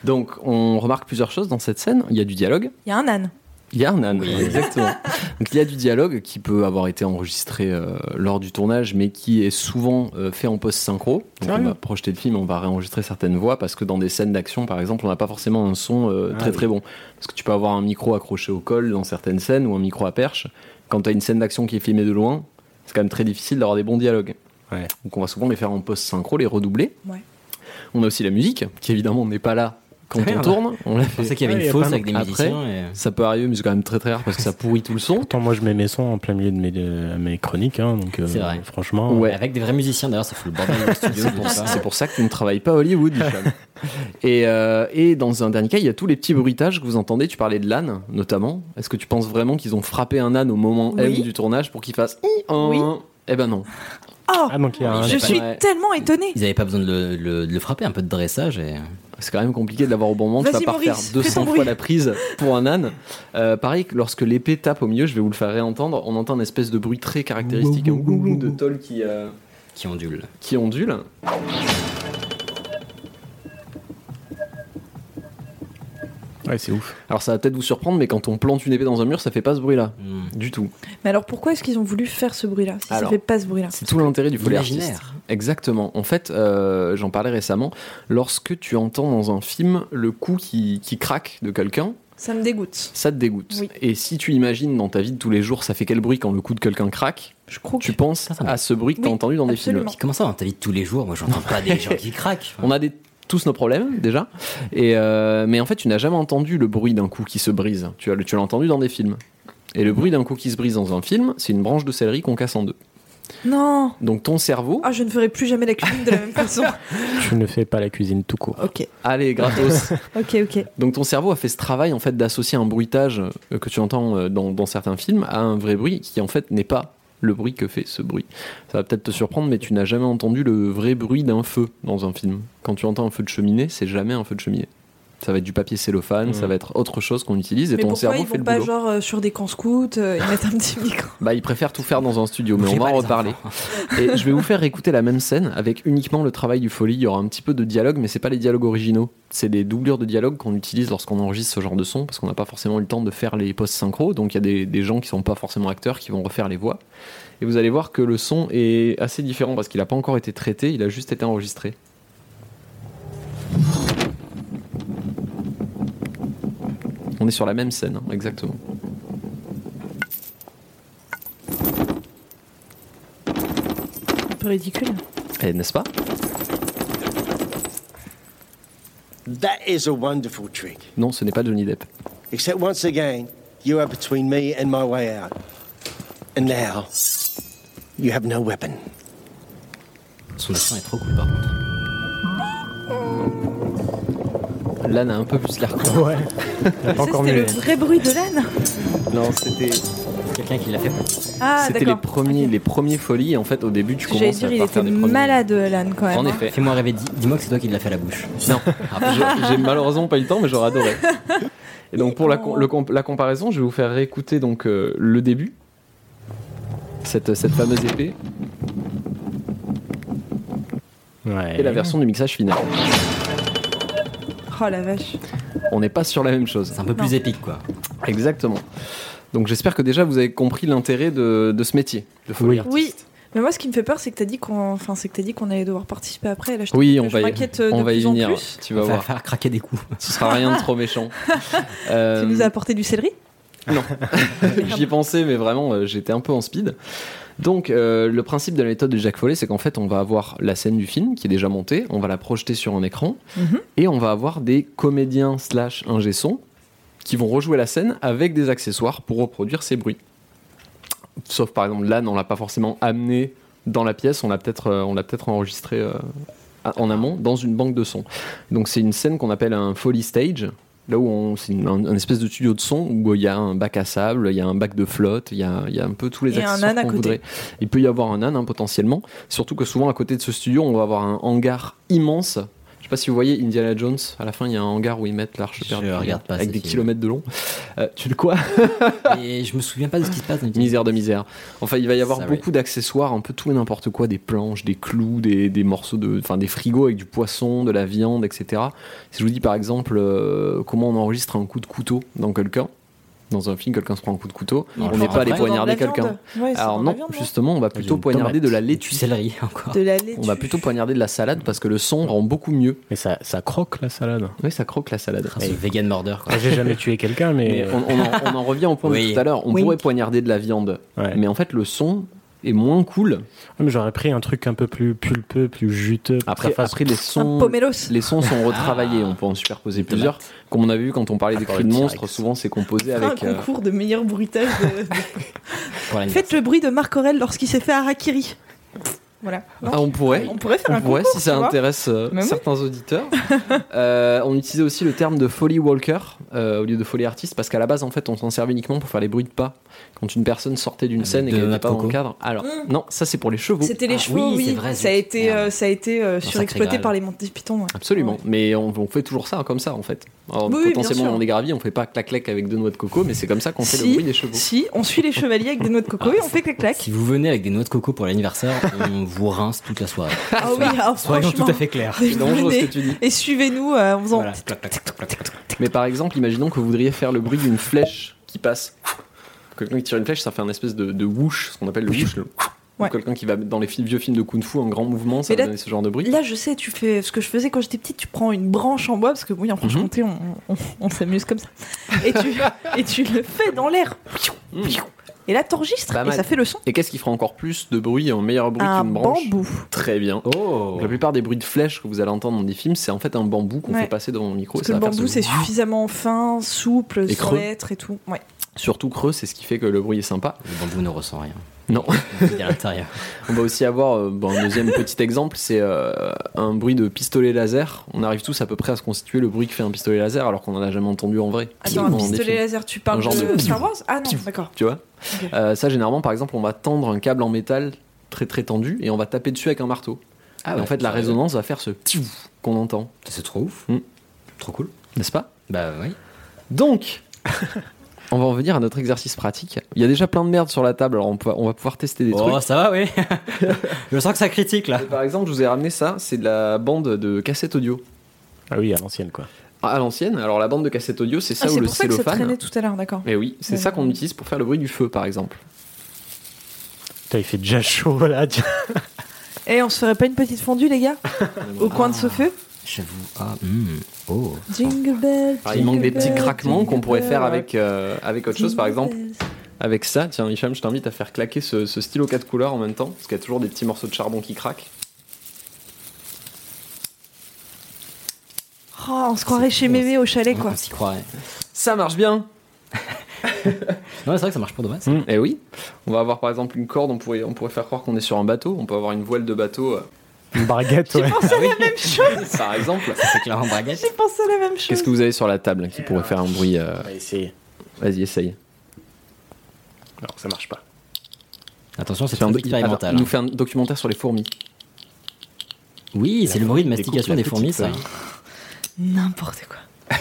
S10: donc on remarque plusieurs choses dans cette scène. Il y a du dialogue.
S1: Il y a un âne.
S10: Il y a un âne, exactement. Donc il y a du dialogue qui peut avoir été enregistré euh, lors du tournage, mais qui est souvent euh, fait en post-synchro. Donc on
S5: Sérieux
S10: va projeter le film, on va réenregistrer certaines voix, parce que dans des scènes d'action, par exemple, on n'a pas forcément un son euh,
S5: Ah
S10: très
S5: oui.
S10: très bon. Parce que tu peux avoir un micro accroché au col dans certaines scènes, ou un micro à perche. Quand tu as une scène d'action qui est filmée de loin, c'est quand même très difficile d'avoir des bons dialogues.
S5: Ouais.
S10: Donc on va souvent les faire en post-synchro, les redoubler.
S1: Ouais.
S10: On a aussi la musique, qui évidemment n'est pas là quand on
S2: Merde.
S10: tourne. On l'a
S2: Je pensais qu'il y
S5: Ouais,
S2: avait
S5: il
S2: une
S5: y a
S2: fausse
S5: pas
S2: avec des
S10: longtemps.
S2: musiciens. Et...
S10: Ça peut arriver, mais c'est quand même très très rare parce que ça pourrit tout le son.
S5: Pourtant, moi je mets mes sons en plein milieu de mes, de mes chroniques, hein, donc euh,
S2: C'est vrai.
S5: franchement,
S10: Ouais.
S2: Avec des vrais musiciens, d'ailleurs, ça fout le bordel au studio.
S10: C'est pour ça- C'est pour ça que tu ne travailles pas à Hollywood, Hicham. et, euh, et dans un dernier cas, il y a tous les petits bruitages que vous entendez. Tu parlais de l'âne, notamment. Est-ce que tu penses vraiment qu'ils ont frappé un âne au moment
S1: Oui.
S10: M du tournage pour qu'il fasse Hi, un
S1: Oui.
S10: Eh ben non.
S1: Oh
S5: ah donc il y a un-
S1: Je
S2: Ouais.
S1: suis tellement étonnée.
S2: Ils avaient pas besoin de le, le- de le frapper, un peu de dressage. Et...
S10: C'est quand même compliqué de l'avoir au bon moment. Tu vas
S1: Vas-y,
S10: pas refaire
S1: Maurice, fais ton
S10: 200 fois
S1: bruit.
S10: la prise pour un âne. Euh, pareil, que lorsque l'épée tape au milieu, je vais vous le faire réentendre. On entend une espèce de bruit très caractéristique, un glou glou de tôle qui, euh,
S2: Qui ondule.
S10: qui ondule.
S5: ouais, c'est ouf.
S10: Alors ça va peut-être vous surprendre, mais quand on plante une épée dans un mur, ça fait pas ce bruit-là.
S2: Hmm.
S10: Du tout.
S1: Mais alors pourquoi est-ce qu'ils ont voulu faire ce bruit-là si ça
S10: Alors,
S1: fait pas ce bruit-là
S10: C'est tout l'intérêt du foley
S2: L'imaginaire.
S10: artiste. Exactement. En fait, euh, j'en parlais récemment. Lorsque tu entends dans un film le coup qui, qui craque de quelqu'un,
S1: Ça me dégoûte.
S10: ça te dégoûte.
S1: Oui.
S10: Et si tu imagines dans ta vie de tous les jours, ça fait quel bruit quand le coup de quelqu'un craque,
S1: Je crois
S10: tu penses
S2: Ça, ça me-
S10: à ce bruit que tu as
S1: Oui,
S10: entendu dans des
S1: absolument.
S10: films.
S2: Comment ça, dans ta vie de tous les jours Moi, j'entends pas des gens qui craquent.
S10: On a des- tous nos problèmes déjà, et euh, mais en fait tu n'as jamais entendu le bruit d'un coup qui se brise. Tu as- tu l'as entendu dans des films. Et le bruit d'un coup qui se brise dans un film, c'est une branche de céleri qu'on casse en deux.
S1: Non
S10: Donc ton cerveau,
S1: Ah, je ne ferai plus jamais la cuisine de la même façon.
S5: Tu ne fais pas la cuisine tout court.
S1: Ok,
S10: allez gratos,
S1: ok, ok.
S10: Donc ton cerveau a fait ce travail en fait d'associer un bruitage euh, que tu entends euh, dans, dans certains films à un vrai bruit qui en fait n'est pas le bruit que fait ce bruit. Ça va peut-être te surprendre, mais tu n'as jamais entendu le vrai bruit d'un feu dans un film. Quand tu entends un feu de cheminée, c'est jamais un feu de cheminée. Ça va être du papier cellophane,
S5: Mhm.
S10: ça va être autre chose qu'on utilise et
S1: Mais
S10: ton
S1: pourquoi
S10: cerveau
S1: ils
S10: fait
S1: vont
S10: le
S1: pas
S10: boulot.
S1: genre euh, sur des camps scouts euh, et mettre un petit micro
S10: Bah, ils préfèrent tout faire dans un studio, mais
S2: Bougez
S10: on va
S2: pas,
S10: en
S2: les
S10: reparler. Et je vais vous faire écouter la même scène avec uniquement le travail du folie. Il y aura un petit peu de dialogue, mais c'est pas les dialogues originaux. C'est des doublures de dialogue qu'on utilise lorsqu'on enregistre ce genre de son, parce qu'on n'a pas forcément eu le temps de faire les post-synchro. Donc il y a des, des gens qui sont pas forcément acteurs qui vont refaire les voix. Et vous allez voir que le son est assez différent parce qu'il n'a pas encore été traité, il a juste été enregistré. On est sur la même scène, hein, exactement.
S1: Un peu ridicule.
S10: Et n'est-ce pas
S4: That is a wonderful trick.
S10: Non, ce n'est pas Johnny Depp.
S4: Except once again, you are between me and my way out. And now, you have no weapon.
S2: Son accent est trop cool par contre.
S10: L'âne a un peu plus l'air con.
S5: Ouais. T'as pas
S1: Ça,
S5: encore
S1: C'était
S5: mieux.
S1: le vrai bruit de l'âne.
S10: Non, c'était
S2: Quelqu'un qui l'a fait.
S1: Ah,
S10: c'était les
S1: d'accord.
S10: premiers,
S1: Ok.
S10: les premiers folies. Et en fait, au début, tu
S1: Parce que J'allais
S10: commences
S1: dire,
S10: à
S1: il
S10: par
S1: était
S10: faire des premiers-
S1: malade, l'âne, quand même.
S10: En
S1: hein.
S10: effet.
S2: Fais-moi rêver, dis- dis-moi que c'est toi qui l'a fait à la bouche.
S10: Non, Je- j'ai malheureusement pas eu le temps, mais j'aurais adoré. Et donc pour la, com- le com- la comparaison, je vais vous faire réécouter donc euh, le début, cette, cette fameuse épée,
S5: Ouais.
S10: et la version du mixage final.
S1: Oh la vache.
S10: On n'est pas sur la même chose.
S2: C'est un peu plus épique quoi.
S10: Exactement. Donc j'espère que déjà vous avez compris l'intérêt de, de ce métier. De
S5: Oui.
S10: folie.
S1: Oui. Mais moi, ce qui me fait peur, c'est que t'as dit qu'on, enfin, c'est que t'as dit qu'on allait devoir participer après. Là, je
S10: Oui,
S1: t'avoue
S10: on
S1: que
S10: va y-
S1: je m'inquiète euh, de
S10: on va y
S1: plus en
S10: venir.
S1: plus.
S10: Tu vas
S2: On va
S10: voir.
S2: faire craquer des coups.
S10: Ce sera rien de trop méchant. Euh,
S1: Tu nous as apporté du céleri
S10: J'y ai pensé, mais vraiment, euh, j'étais un peu en speed. Donc, euh, le principe de la méthode de Jack Follet, c'est qu'en fait, on va avoir la scène du film qui est déjà montée, on va la projeter sur un écran,
S1: Mhm.
S10: et on va avoir des comédiens slash ingé son qui vont rejouer la scène avec des accessoires pour reproduire ces bruits. Sauf par exemple, l'âne, on l'a pas forcément amené dans la pièce, on l'a peut-être euh, on l'a peut-être enregistré euh, à- en amont dans une banque de sons. Donc, c'est une scène qu'on appelle un Foley Stage, Là où on, c'est une- un, un espèce de studio de son où il y a un bac à sable, il y a un bac de flotte, il y a, il y a un peu tous les
S1: Et un
S10: accessoires
S1: âne à
S10: qu'on
S1: côté.
S10: voudrait. Il peut y avoir un âne hein, potentiellement, surtout que souvent à côté de ce studio, on va avoir un hangar immense. Je sais pas si vous voyez Indiana Jones, à la fin il y a un hangar où ils mettent l'arche
S2: Je
S10: perdue
S2: regarde pas
S10: avec
S2: ces
S10: des
S2: films.
S10: kilomètres de long. Euh, tu le quoi
S2: Et je me souviens pas de ce qui se passe dans l'épisode.
S10: Misère de misère. Enfin, il va y avoir
S2: Ça,
S10: beaucoup d'accessoires, un peu tout et n'importe quoi, des planches, des clous, des, des morceaux de, enfin, des frigos avec du poisson, de la viande, etc. Si je vous dis par exemple euh, comment on enregistre un coup de couteau dans quelqu'un, dans un film, quelqu'un se prend un coup de couteau,
S2: Dans
S10: on
S2: le
S10: n'est
S2: genre
S10: pas allé
S2: après.
S10: poignarder quelqu'un. Alors non,
S1: hein.
S10: justement, on va plutôt
S2: une
S10: poignarder
S2: tomate.
S10: de la
S2: Du
S10: laitue.
S2: céleri encore.
S1: De la laitue.
S10: On va plutôt poignarder de la salade parce que le son rend beaucoup mieux.
S5: Mais ça, ça croque la salade.
S10: Oui, ça croque la salade.
S2: Ah, ce vegan murder quoi.
S5: Enfin, J'ai jamais tué quelqu'un, mais. euh,
S10: Mais on, on en, on en revient au point de
S2: Oui.
S10: tout à l'heure. On
S2: Oui.
S10: pourrait poignarder de la viande,
S5: Ouais.
S10: mais en fait le son est moins cool.
S5: Mais J'aurais pris un truc un peu plus pulpeux, plus juteux. pour que
S10: Après, Ah.
S5: ça fasse-
S10: après les
S1: Un
S10: sons,
S1: pomelos.
S10: les sons sont retravaillés. On peut en superposer plusieurs. Comme on a vu quand on parlait des
S5: Encore
S10: cris de
S5: le
S10: monstres,
S5: T-Rex.
S10: souvent c'est composé
S1: Fera
S10: avec.
S1: un
S10: euh,
S1: concours de meilleur bruitage. de-
S2: Pour la
S1: Faites le bruit de Marc Aurel lorsqu'il s'est fait harakiri. Voilà. Non
S10: Ah, on pourrait.
S1: on pourrait faire
S10: On
S1: un
S10: pourrait,
S1: concours.
S10: si
S1: tu
S10: ça
S1: vois.
S10: intéresse euh,
S1: Mais oui.
S10: certains auditeurs. Euh, on utilisait aussi le terme de folly walker euh, au lieu de folly artiste parce qu'à la base, en fait, on s'en servait uniquement pour faire les bruits de pas. Quand une personne sortait d'une
S2: Avec
S10: scène et
S2: deux
S10: qu'elle n'était
S2: noix Ah, de
S10: pas dans le
S2: coco.
S10: cadre. Alors,
S1: Mm.
S10: non, ça c'est pour les chevaux.
S1: C'était les
S2: Ah
S1: chevaux,
S2: oui,
S1: oui.
S2: c'est vrai,
S1: ça a
S2: zut.
S1: été, euh,
S2: Merde.
S1: ça a été
S10: Oh,
S1: euh,
S2: sacré
S1: surexploité
S2: Graal.
S1: par les Monty Python. ouais.
S10: Absolument,
S1: Ouais.
S10: mais on, on fait toujours ça hein, comme ça en fait. Alors,
S1: Oui, oui, bien
S10: potentiellement,
S1: sûr.
S10: on est gravi, on fait pas clac-clac avec deux noix de coco, mais c'est comme ça qu'on fait
S1: Si.
S10: le bruit des chevaux.
S1: Si, on suit les chevaliers avec des noix de coco
S2: Ah,
S1: et on fait clac-clac.
S2: Si vous venez avec des noix de coco pour l'anniversaire, on vous rince toute la soirée.
S1: Ah oui, alors
S2: Soyons tout
S1: franchement.
S2: à fait clairs.
S10: C'est dangereux ce que tu dis.
S1: Et suivez-nous euh, en faisant.
S2: Voilà. Clac, clac, clac, clac, clac.
S10: Mais par exemple, imaginons que vous voudriez faire le bruit d'une flèche qui passe. Quelqu'un qui tire une flèche, ça fait un espèce de, de whoosh, ce qu'on appelle le whoosh. le whoosh.
S1: Ouais.
S10: Ou Quelqu'un qui va dans les fi- vieux films de kung-fu, un grand mouvement, ça
S1: Mais
S10: va
S1: là-
S10: donner ce genre de bruit.
S1: Là, je sais, tu fais ce que je faisais quand j'étais petite, tu prends une branche en bois, parce que oui, en
S10: Mhm.
S1: Franche-Comté, on, on- on s'amuse comme ça. Et tu, et tu le fais dans l'air.
S10: Mm.
S1: Et là, t'enregistres,
S10: Pas
S1: et
S10: mal.
S1: ça fait le son.
S10: Et qu'est-ce qui fera encore plus de bruit, un meilleur bruit
S1: Un
S10: qu'une branche
S1: bambou.
S10: Très bien.
S2: Oh
S10: Donc, La plupart des bruits de flèches que vous allez entendre dans des films, c'est en fait un bambou qu'on
S1: Ouais.
S10: fait passer devant le micro. et
S1: Parce que
S10: ça
S1: le
S10: va faire
S1: bambou,
S10: ce
S1: c'est
S10: bruit.
S1: suffisamment fin, souple,
S10: Et
S1: sans
S10: creux.
S1: être et tout. Ouais.
S10: Surtout creux, c'est ce qui fait que le bruit est sympa.
S2: Le bambou ne ressent rien.
S10: Non.
S2: Il est à l'intérieur.
S10: On va aussi avoir euh, bon, un deuxième petit exemple, c'est euh, un bruit de pistolet laser. On arrive tous à peu près à se constituer le bruit que fait un pistolet laser alors qu'on n'en a jamais entendu en vrai.
S1: Attends, Ah, un
S10: Dans des
S1: pistolet
S10: films.
S1: laser, tu parles
S10: Un genre
S1: de,
S10: de-
S1: Star Wars Ah non, d'accord.
S10: Tu vois
S1: Ok.
S10: Euh, Ça, généralement, par exemple, on va tendre un câble en métal très très tendu et on va taper dessus avec un marteau.
S2: Ah
S10: Et en fait, la résonance va faire ce ptiou qu'on entend.
S2: C'est trop ouf.
S10: Mm.
S2: Trop cool.
S10: n'est-ce pas
S2: Bah oui.
S10: Donc, on va en venir à notre exercice pratique. Il y a déjà plein de merde sur la table, alors on, peut- on va pouvoir tester des
S2: oh,
S10: trucs.
S2: ça va, oui. je sens que ça critique là.
S10: Et par exemple, je vous ai ramené ça, c'est de la bande de cassette audio.
S5: Ah oui, à l'ancienne, quoi.
S10: À à l'ancienne, alors la bande de cassette audio, c'est ça
S1: Ah,
S10: ou
S1: c'est
S10: le
S1: pour ça que ça
S10: cellophane.
S1: traînait tout à l'heure, d'accord.
S10: Et oui, c'est
S1: Ouais.
S10: ça qu'on utilise pour faire le bruit du feu, par exemple.
S5: Putain, il fait déjà chaud, là. tiens.
S1: Et Eh, on se ferait pas une petite fondue, les gars Au coin
S10: Ah.
S1: de ce feu
S2: J'avoue. Ah, hmm, oh.
S1: Jingle bell.
S10: Alors, Ah, il manque des petits
S1: jingle bell,
S10: craquements qu'on
S1: jingle
S10: pourrait
S1: bell.
S10: faire avec, euh, avec autre chose, par
S1: Jingle
S10: exemple.
S1: bells.
S10: Avec ça, tiens, Hicham, je t'invite à faire claquer ce, ce stylo quatre couleurs en même temps, parce qu'il y a toujours des petits morceaux de charbon qui craquent.
S1: Oh, on se croirait
S2: C'est
S1: chez
S2: fou,
S1: Mémé
S2: c'est-
S1: au chalet,
S2: On-
S1: quoi.
S2: On s'y croirait.
S10: Ça marche bien
S2: Non, c'est vrai que ça marche pour de vrai. ça.
S10: Eh oui, on va avoir par exemple une corde, on pourrait, on pourrait faire croire qu'on est sur un bateau, on peut avoir une voile de bateau, euh,
S5: Une barguette, ouais.
S1: pensé à la
S10: Ah
S1: même chose.
S10: par exemple.
S2: C'est clair en braguette.
S1: J'ai pensé à la même chose.
S10: Qu'est-ce que vous avez sur la table qui pourrait faire un bruit euh,
S5: On va essayer.
S10: Vas-y, essaye.
S5: Non, ça marche pas.
S2: Attention, c'est
S10: Fais un
S2: un
S10: doc- Attends,
S2: expérimental.
S10: Il nous
S2: hein.
S10: fait un documentaire sur les fourmis.
S2: Oui, c'est le bruit de
S5: Découpe
S2: mastication
S5: la
S2: des
S5: petite
S2: fourmis, ça.
S1: N'importe quoi.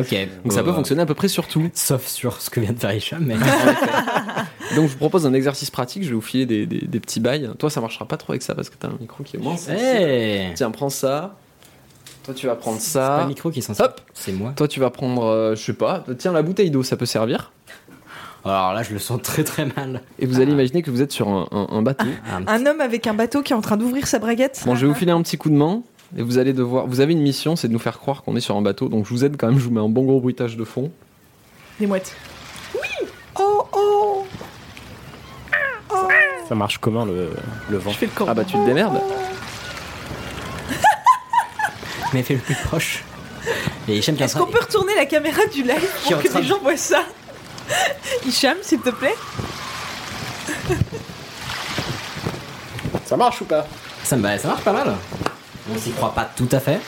S2: Ok.
S10: Donc ça peut fonctionner à peu près sur tout.
S2: Sauf sur ce que vient de faire Hicham, mais.
S10: Donc je vous propose un exercice pratique, je vais vous filer des, des- des petits bails. Toi, ça marchera pas trop avec ça parce que t'as un micro qui est moins sensible.
S2: Hey
S10: Tiens, prends ça. Toi, tu vas prendre
S2: Eh. C'est pas
S10: ça.
S2: le micro qui est censé.
S10: Hop.
S2: C'est moi.
S10: Toi, tu vas prendre, euh, je sais pas, tiens, la bouteille d'eau, ça peut servir.
S2: Alors là, je le sens très très mal.
S10: Et vous allez imaginer que vous êtes sur un, un- un bateau.
S1: Un homme avec un bateau qui est en train d'ouvrir sa braguette.
S10: Bon, je vais vous filer un petit coup de main. Et vous allez devoir. Vous avez une mission, c'est de nous faire croire qu'on est sur un bateau. Donc je vous aide quand même, je vous mets un bon gros bruitage de fond.
S1: Les mouettes. Oui Oh oh
S5: Ça marche comment, le, le vent
S10: le Ah bah tu te démerdes
S2: Mais fais le plus proche. Et Hicham qui est en
S10: Ah
S1: Est-ce
S10: bah,
S1: qu'on
S2: train-
S1: peut retourner la caméra du live
S2: Qui
S1: pour
S2: est en
S1: que
S2: train
S1: les
S2: de-
S1: gens voient ça Hicham, s'il te plaît.
S5: Ça marche ou pas
S2: Ça me- bah, ça marche pas mal. On s'y croit pas tout à fait.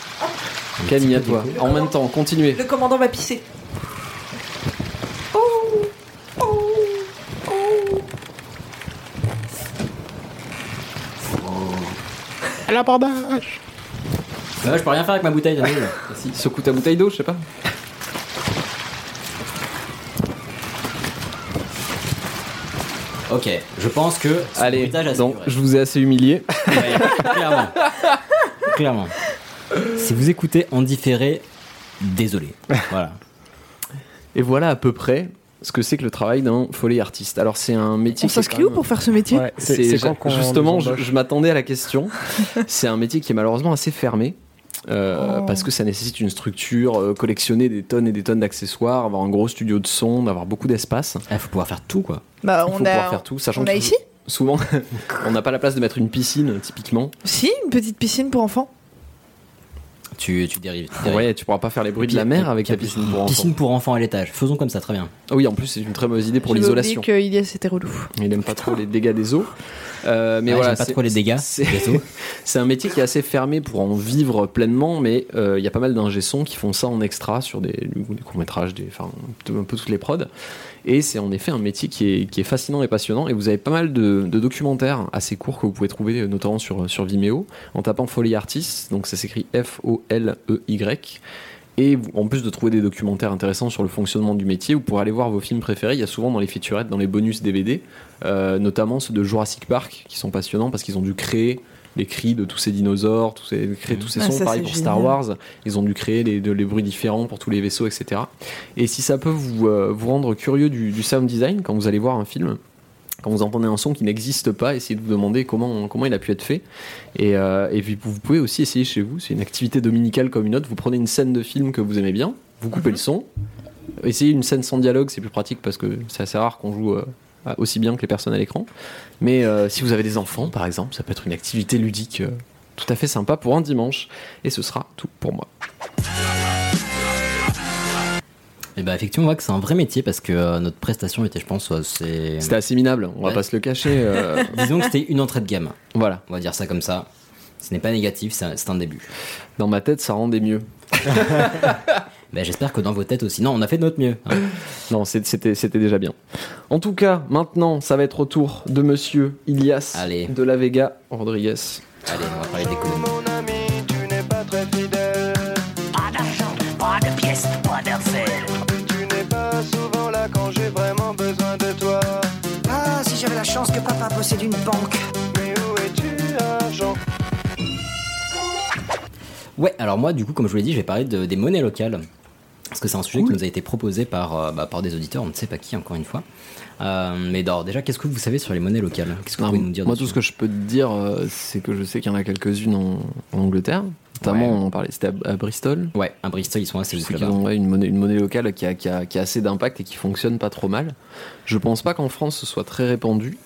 S10: Camille, à toi. En même temps, continuez.
S1: Le commandant va pisser. Oh Oh Oh
S5: L'abordage
S2: Bah, je peux rien faire avec ma bouteille, t'as vu, là.
S10: Si, secoue ta bouteille d'eau, je sais pas.
S2: Ok, je pense que. ce
S10: Allez,
S2: bruitage a
S10: donc
S2: duré.
S10: je vous ai assez humilié.
S2: Ouais, clairement. clairement. Si vous écoutez en différé, désolé. Voilà.
S10: Et voilà à peu près ce que c'est que le travail d'un follet artiste. Alors c'est un métier.
S1: On
S10: qui est
S1: s'inscrit où
S10: quand même-
S1: pour faire ce métier
S5: Ouais,
S10: C'est-
S5: c'est quand
S10: j'a-
S5: qu'on
S10: justement,
S5: nous
S10: je,
S5: embauche
S10: je m'attendais à la question. c'est un métier qui est malheureusement assez fermé. euh,
S1: Oh.
S10: Parce que ça nécessite une structure, euh, collectionner des tonnes et des tonnes d'accessoires, avoir un gros studio de son, d'avoir beaucoup d'espace.
S2: Il Eh, faut pouvoir faire tout, quoi.
S1: Bah,
S10: Il faut
S1: Ah, on
S10: pouvoir
S1: a,
S10: faire tout, sachant
S1: on a
S10: que
S1: ici
S10: souvent on n'a pas la place de mettre une piscine typiquement.
S1: Si, une petite piscine pour enfants.
S2: Tu, tu dérives. tu dérives.
S10: Ouais, tu pourras pas faire les bruits de la mer avec la piscine pour enfants.
S2: Piscine pour enfants à l'étage. Faisons comme ça, très bien.
S10: Ah oui, en plus c'est une très mauvaise idée pour
S1: J'avais oublié
S10: l'isolation.
S1: que Ilias était relou.
S10: Il n'aime pas trop les dégâts des eaux. Euh, mais
S2: Ouais, Ah,
S10: voilà,
S2: j'aime pas
S10: c'est-
S2: trop les dégâts
S10: c'est-
S2: des eaux.
S10: C'est un métier qui est assez fermé pour en vivre pleinement, mais euh, il y a pas mal d'ingé-sons qui font ça en extra sur des, des courts-métrages, des, enfin, tout- un peu toutes les prods. Et c'est en effet un métier qui est, qui est fascinant et passionnant. Et vous avez pas mal de, de documentaires assez courts que vous pouvez trouver, euh, notamment sur, sur Vimeo, en tapant Foley Artist. Donc ça s'écrit E F-O-L-E-Y. Et vous- en plus de trouver des documentaires intéressants sur le fonctionnement du métier, vous pourrez aller voir vos films préférés. Il y a souvent dans les featurettes, dans les bonus DVD, euh, notamment ceux de Jurassic Park, qui sont passionnants parce qu'ils ont dû créer les cris de tous ces dinosaures, tous ces, créer tous ces
S1: Ah,
S10: sons.
S1: ça,
S10: Pareil
S1: c'est
S10: pour Star
S1: génial.
S10: Wars, ils ont dû créer les, de- les bruits différents pour tous les vaisseaux, etc. Et si ça peut vous, euh, vous rendre curieux du, du sound design quand vous allez voir un film, quand vous entendez un son qui n'existe pas, essayez de vous demander comment, comment il a pu être fait. Et, euh, et puis vous pouvez aussi essayer chez vous, c'est une activité dominicale comme une autre, vous prenez une scène de film que vous aimez bien, vous coupez
S2: Mhm.
S10: le son, essayez une scène sans dialogue, c'est plus pratique parce que c'est assez rare qu'on joue... euh, à- aussi bien que les personnes à l'écran. Mais euh, si vous avez des enfants, par exemple, ça peut être une activité ludique euh, tout à fait sympa pour un dimanche. Et ce sera tout pour moi.
S2: Et bah, effectivement, on voit que c'est un vrai métier parce que euh, notre prestation était, je pense, euh, c'est.
S10: C'était assez minable, on va
S2: Ouais.
S10: pas se le cacher. euh,
S2: Disons que c'était une entrée de gamme.
S10: voilà,
S2: On va dire ça comme ça. Ce n'est pas négatif, c'est un- c'est un début.
S10: dans ma tête, ça rendait mieux.
S2: Bah, J'espère que dans vos têtes aussi. Non, on a fait de notre mieux. hein.
S10: Non, c'est- c'était c'était déjà bien. En tout cas, maintenant, ça va être au tour de monsieur Ilias
S2: Allez.
S10: de la Vega Rodriguez.
S2: Allez, on va parler d'économie.
S3: Pas d'argent, pas de pièces, Ah, la chance que papa possède une banque. Mais où es-tu, argent
S2: Ouais, alors moi, du coup, comme je vous l'ai dit, je vais parler de- des monnaies locales. Parce que c'est un sujet qui nous a été proposé par, euh, bah, par des auditeurs, on ne sait pas qui, encore une fois. Euh, mais d'or, déjà, qu'est-ce que vous savez sur les monnaies locales Qu'est-ce que vous
S10: Alors,
S2: pouvez nous dire
S10: Ah, moi,
S2: dessus
S10: tout ce que je peux te dire, euh, c'est que je sais qu'il y en a quelques-unes en, en Angleterre. Notamment,
S2: Ouais.
S10: on en parlait, c'était à, à Bristol.
S2: Ouais, à Bristol, ils sont assez
S10: Je sais
S2: justes
S10: qu'ils
S2: là-bas.
S10: ont ouais, une, monnaie, une monnaie locale qui a, qui a- qui a assez d'impact et qui fonctionne pas trop mal. Je pense pas qu'en France ce soit très répandu,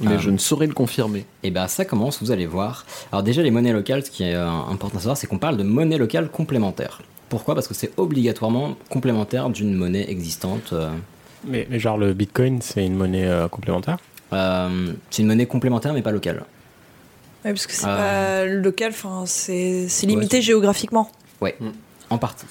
S10: mais
S2: Ah.
S10: je ne saurais le confirmer.
S2: Et bien Eh ben, ça commence, vous allez voir. Alors déjà les monnaies locales, ce qui est euh, important à savoir, c'est qu'on parle de monnaie locale complémentaire. Pourquoi Parce que c'est obligatoirement complémentaire d'une monnaie existante. euh.
S5: Mais, mais genre le bitcoin, c'est une monnaie euh, complémentaire
S2: Euh, c'est une monnaie complémentaire mais pas locale.
S1: Ouais, parce que c'est
S2: Ah.
S1: pas local, enfin, c'est c'est
S2: Ouais,
S1: limité géographiquement.
S2: Ouais, en partie.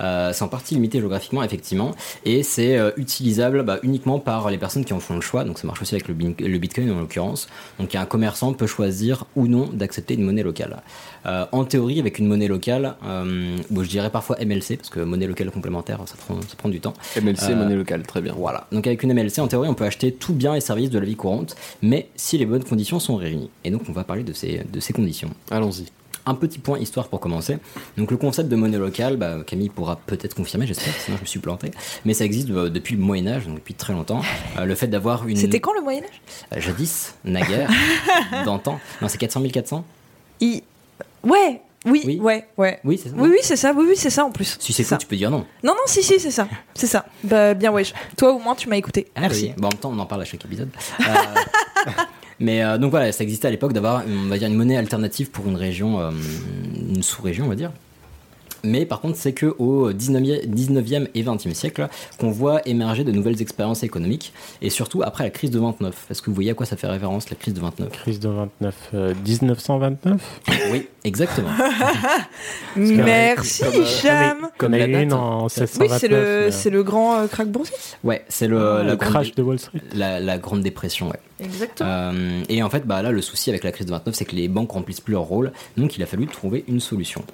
S2: Euh, c'est en partie limité géographiquement, effectivement, et c'est euh, utilisable bah, uniquement par les personnes qui en font le choix. Donc ça marche aussi avec le, bin- le Bitcoin en l'occurrence. Donc un commerçant peut choisir ou non d'accepter une monnaie locale. Euh, en théorie, avec une monnaie locale, euh, bon, je dirais parfois MLC parce que monnaie locale complémentaire, ça prend, ça prend du temps.
S10: MLC,
S2: Euh,
S10: monnaie locale, très bien.
S2: Voilà. Donc avec une MLC, en théorie, on peut acheter tout bien et services de la vie courante, mais si les bonnes conditions sont réunies. Et donc on va parler de ces, de ces conditions.
S10: Allons-y.
S2: Un petit point histoire pour commencer. Donc le concept de monnaie locale, bah, Camille pourra peut-être confirmer, j'espère, sinon je me suis planté. Mais ça existe euh, depuis le Moyen Âge, donc depuis très longtemps. Euh, le fait d'avoir une...
S1: C'était quand le Moyen-Âge
S2: Euh, Jadis, naguère, d'antan. Non, c'est 400 400
S1: Il- Ouais, oui,
S2: Oui.
S1: ouais, ouais.
S2: Oui, c'est ça.
S1: Oui, oui, c'est ça, oui, oui, c'est ça en plus.
S2: Si c'est
S1: ça.
S2: ça, tu peux dire non.
S1: Non, non, si, si, c'est ça. C'est ça. Bah, bien, wesh. Toi, au moins, tu m'as écouté.
S2: Ah
S1: Merci.
S2: oui. Bon, en même temps, on en parle à chaque épisode. Euh, mais euh, donc voilà, ça existait à l'époque d'avoir, on va dire, une monnaie alternative pour une région, euh, une sous-région, on va dire. Mais par contre, c'est que au 19e 19e et 20e siècle qu'on voit émerger de nouvelles expériences économiques, et surtout après la crise de 29. Est-ce que vous voyez à quoi ça fait référence, la crise de 29
S5: Crise de 29, euh, 1929
S2: Oui, exactement.
S1: Merci,
S5: Comme, euh,
S1: Cham.
S5: Comme
S2: Comme la
S5: la
S2: date,
S5: une
S2: hein.
S5: en
S1: Oui, c'est
S5: 1629.
S1: le,
S5: mais-
S1: c'est le grand euh, crack boursier.
S2: Ouais, c'est le,
S5: Ah,
S2: la,
S5: le
S2: grande-
S5: crash de Wall Street.
S2: la- la Grande Dépression, ouais.
S1: Exactement.
S2: Euh, et en fait, bah, là, le souci avec la crise de 29, c'est que les banques remplissent plus leur rôle, donc il a fallu trouver une solution.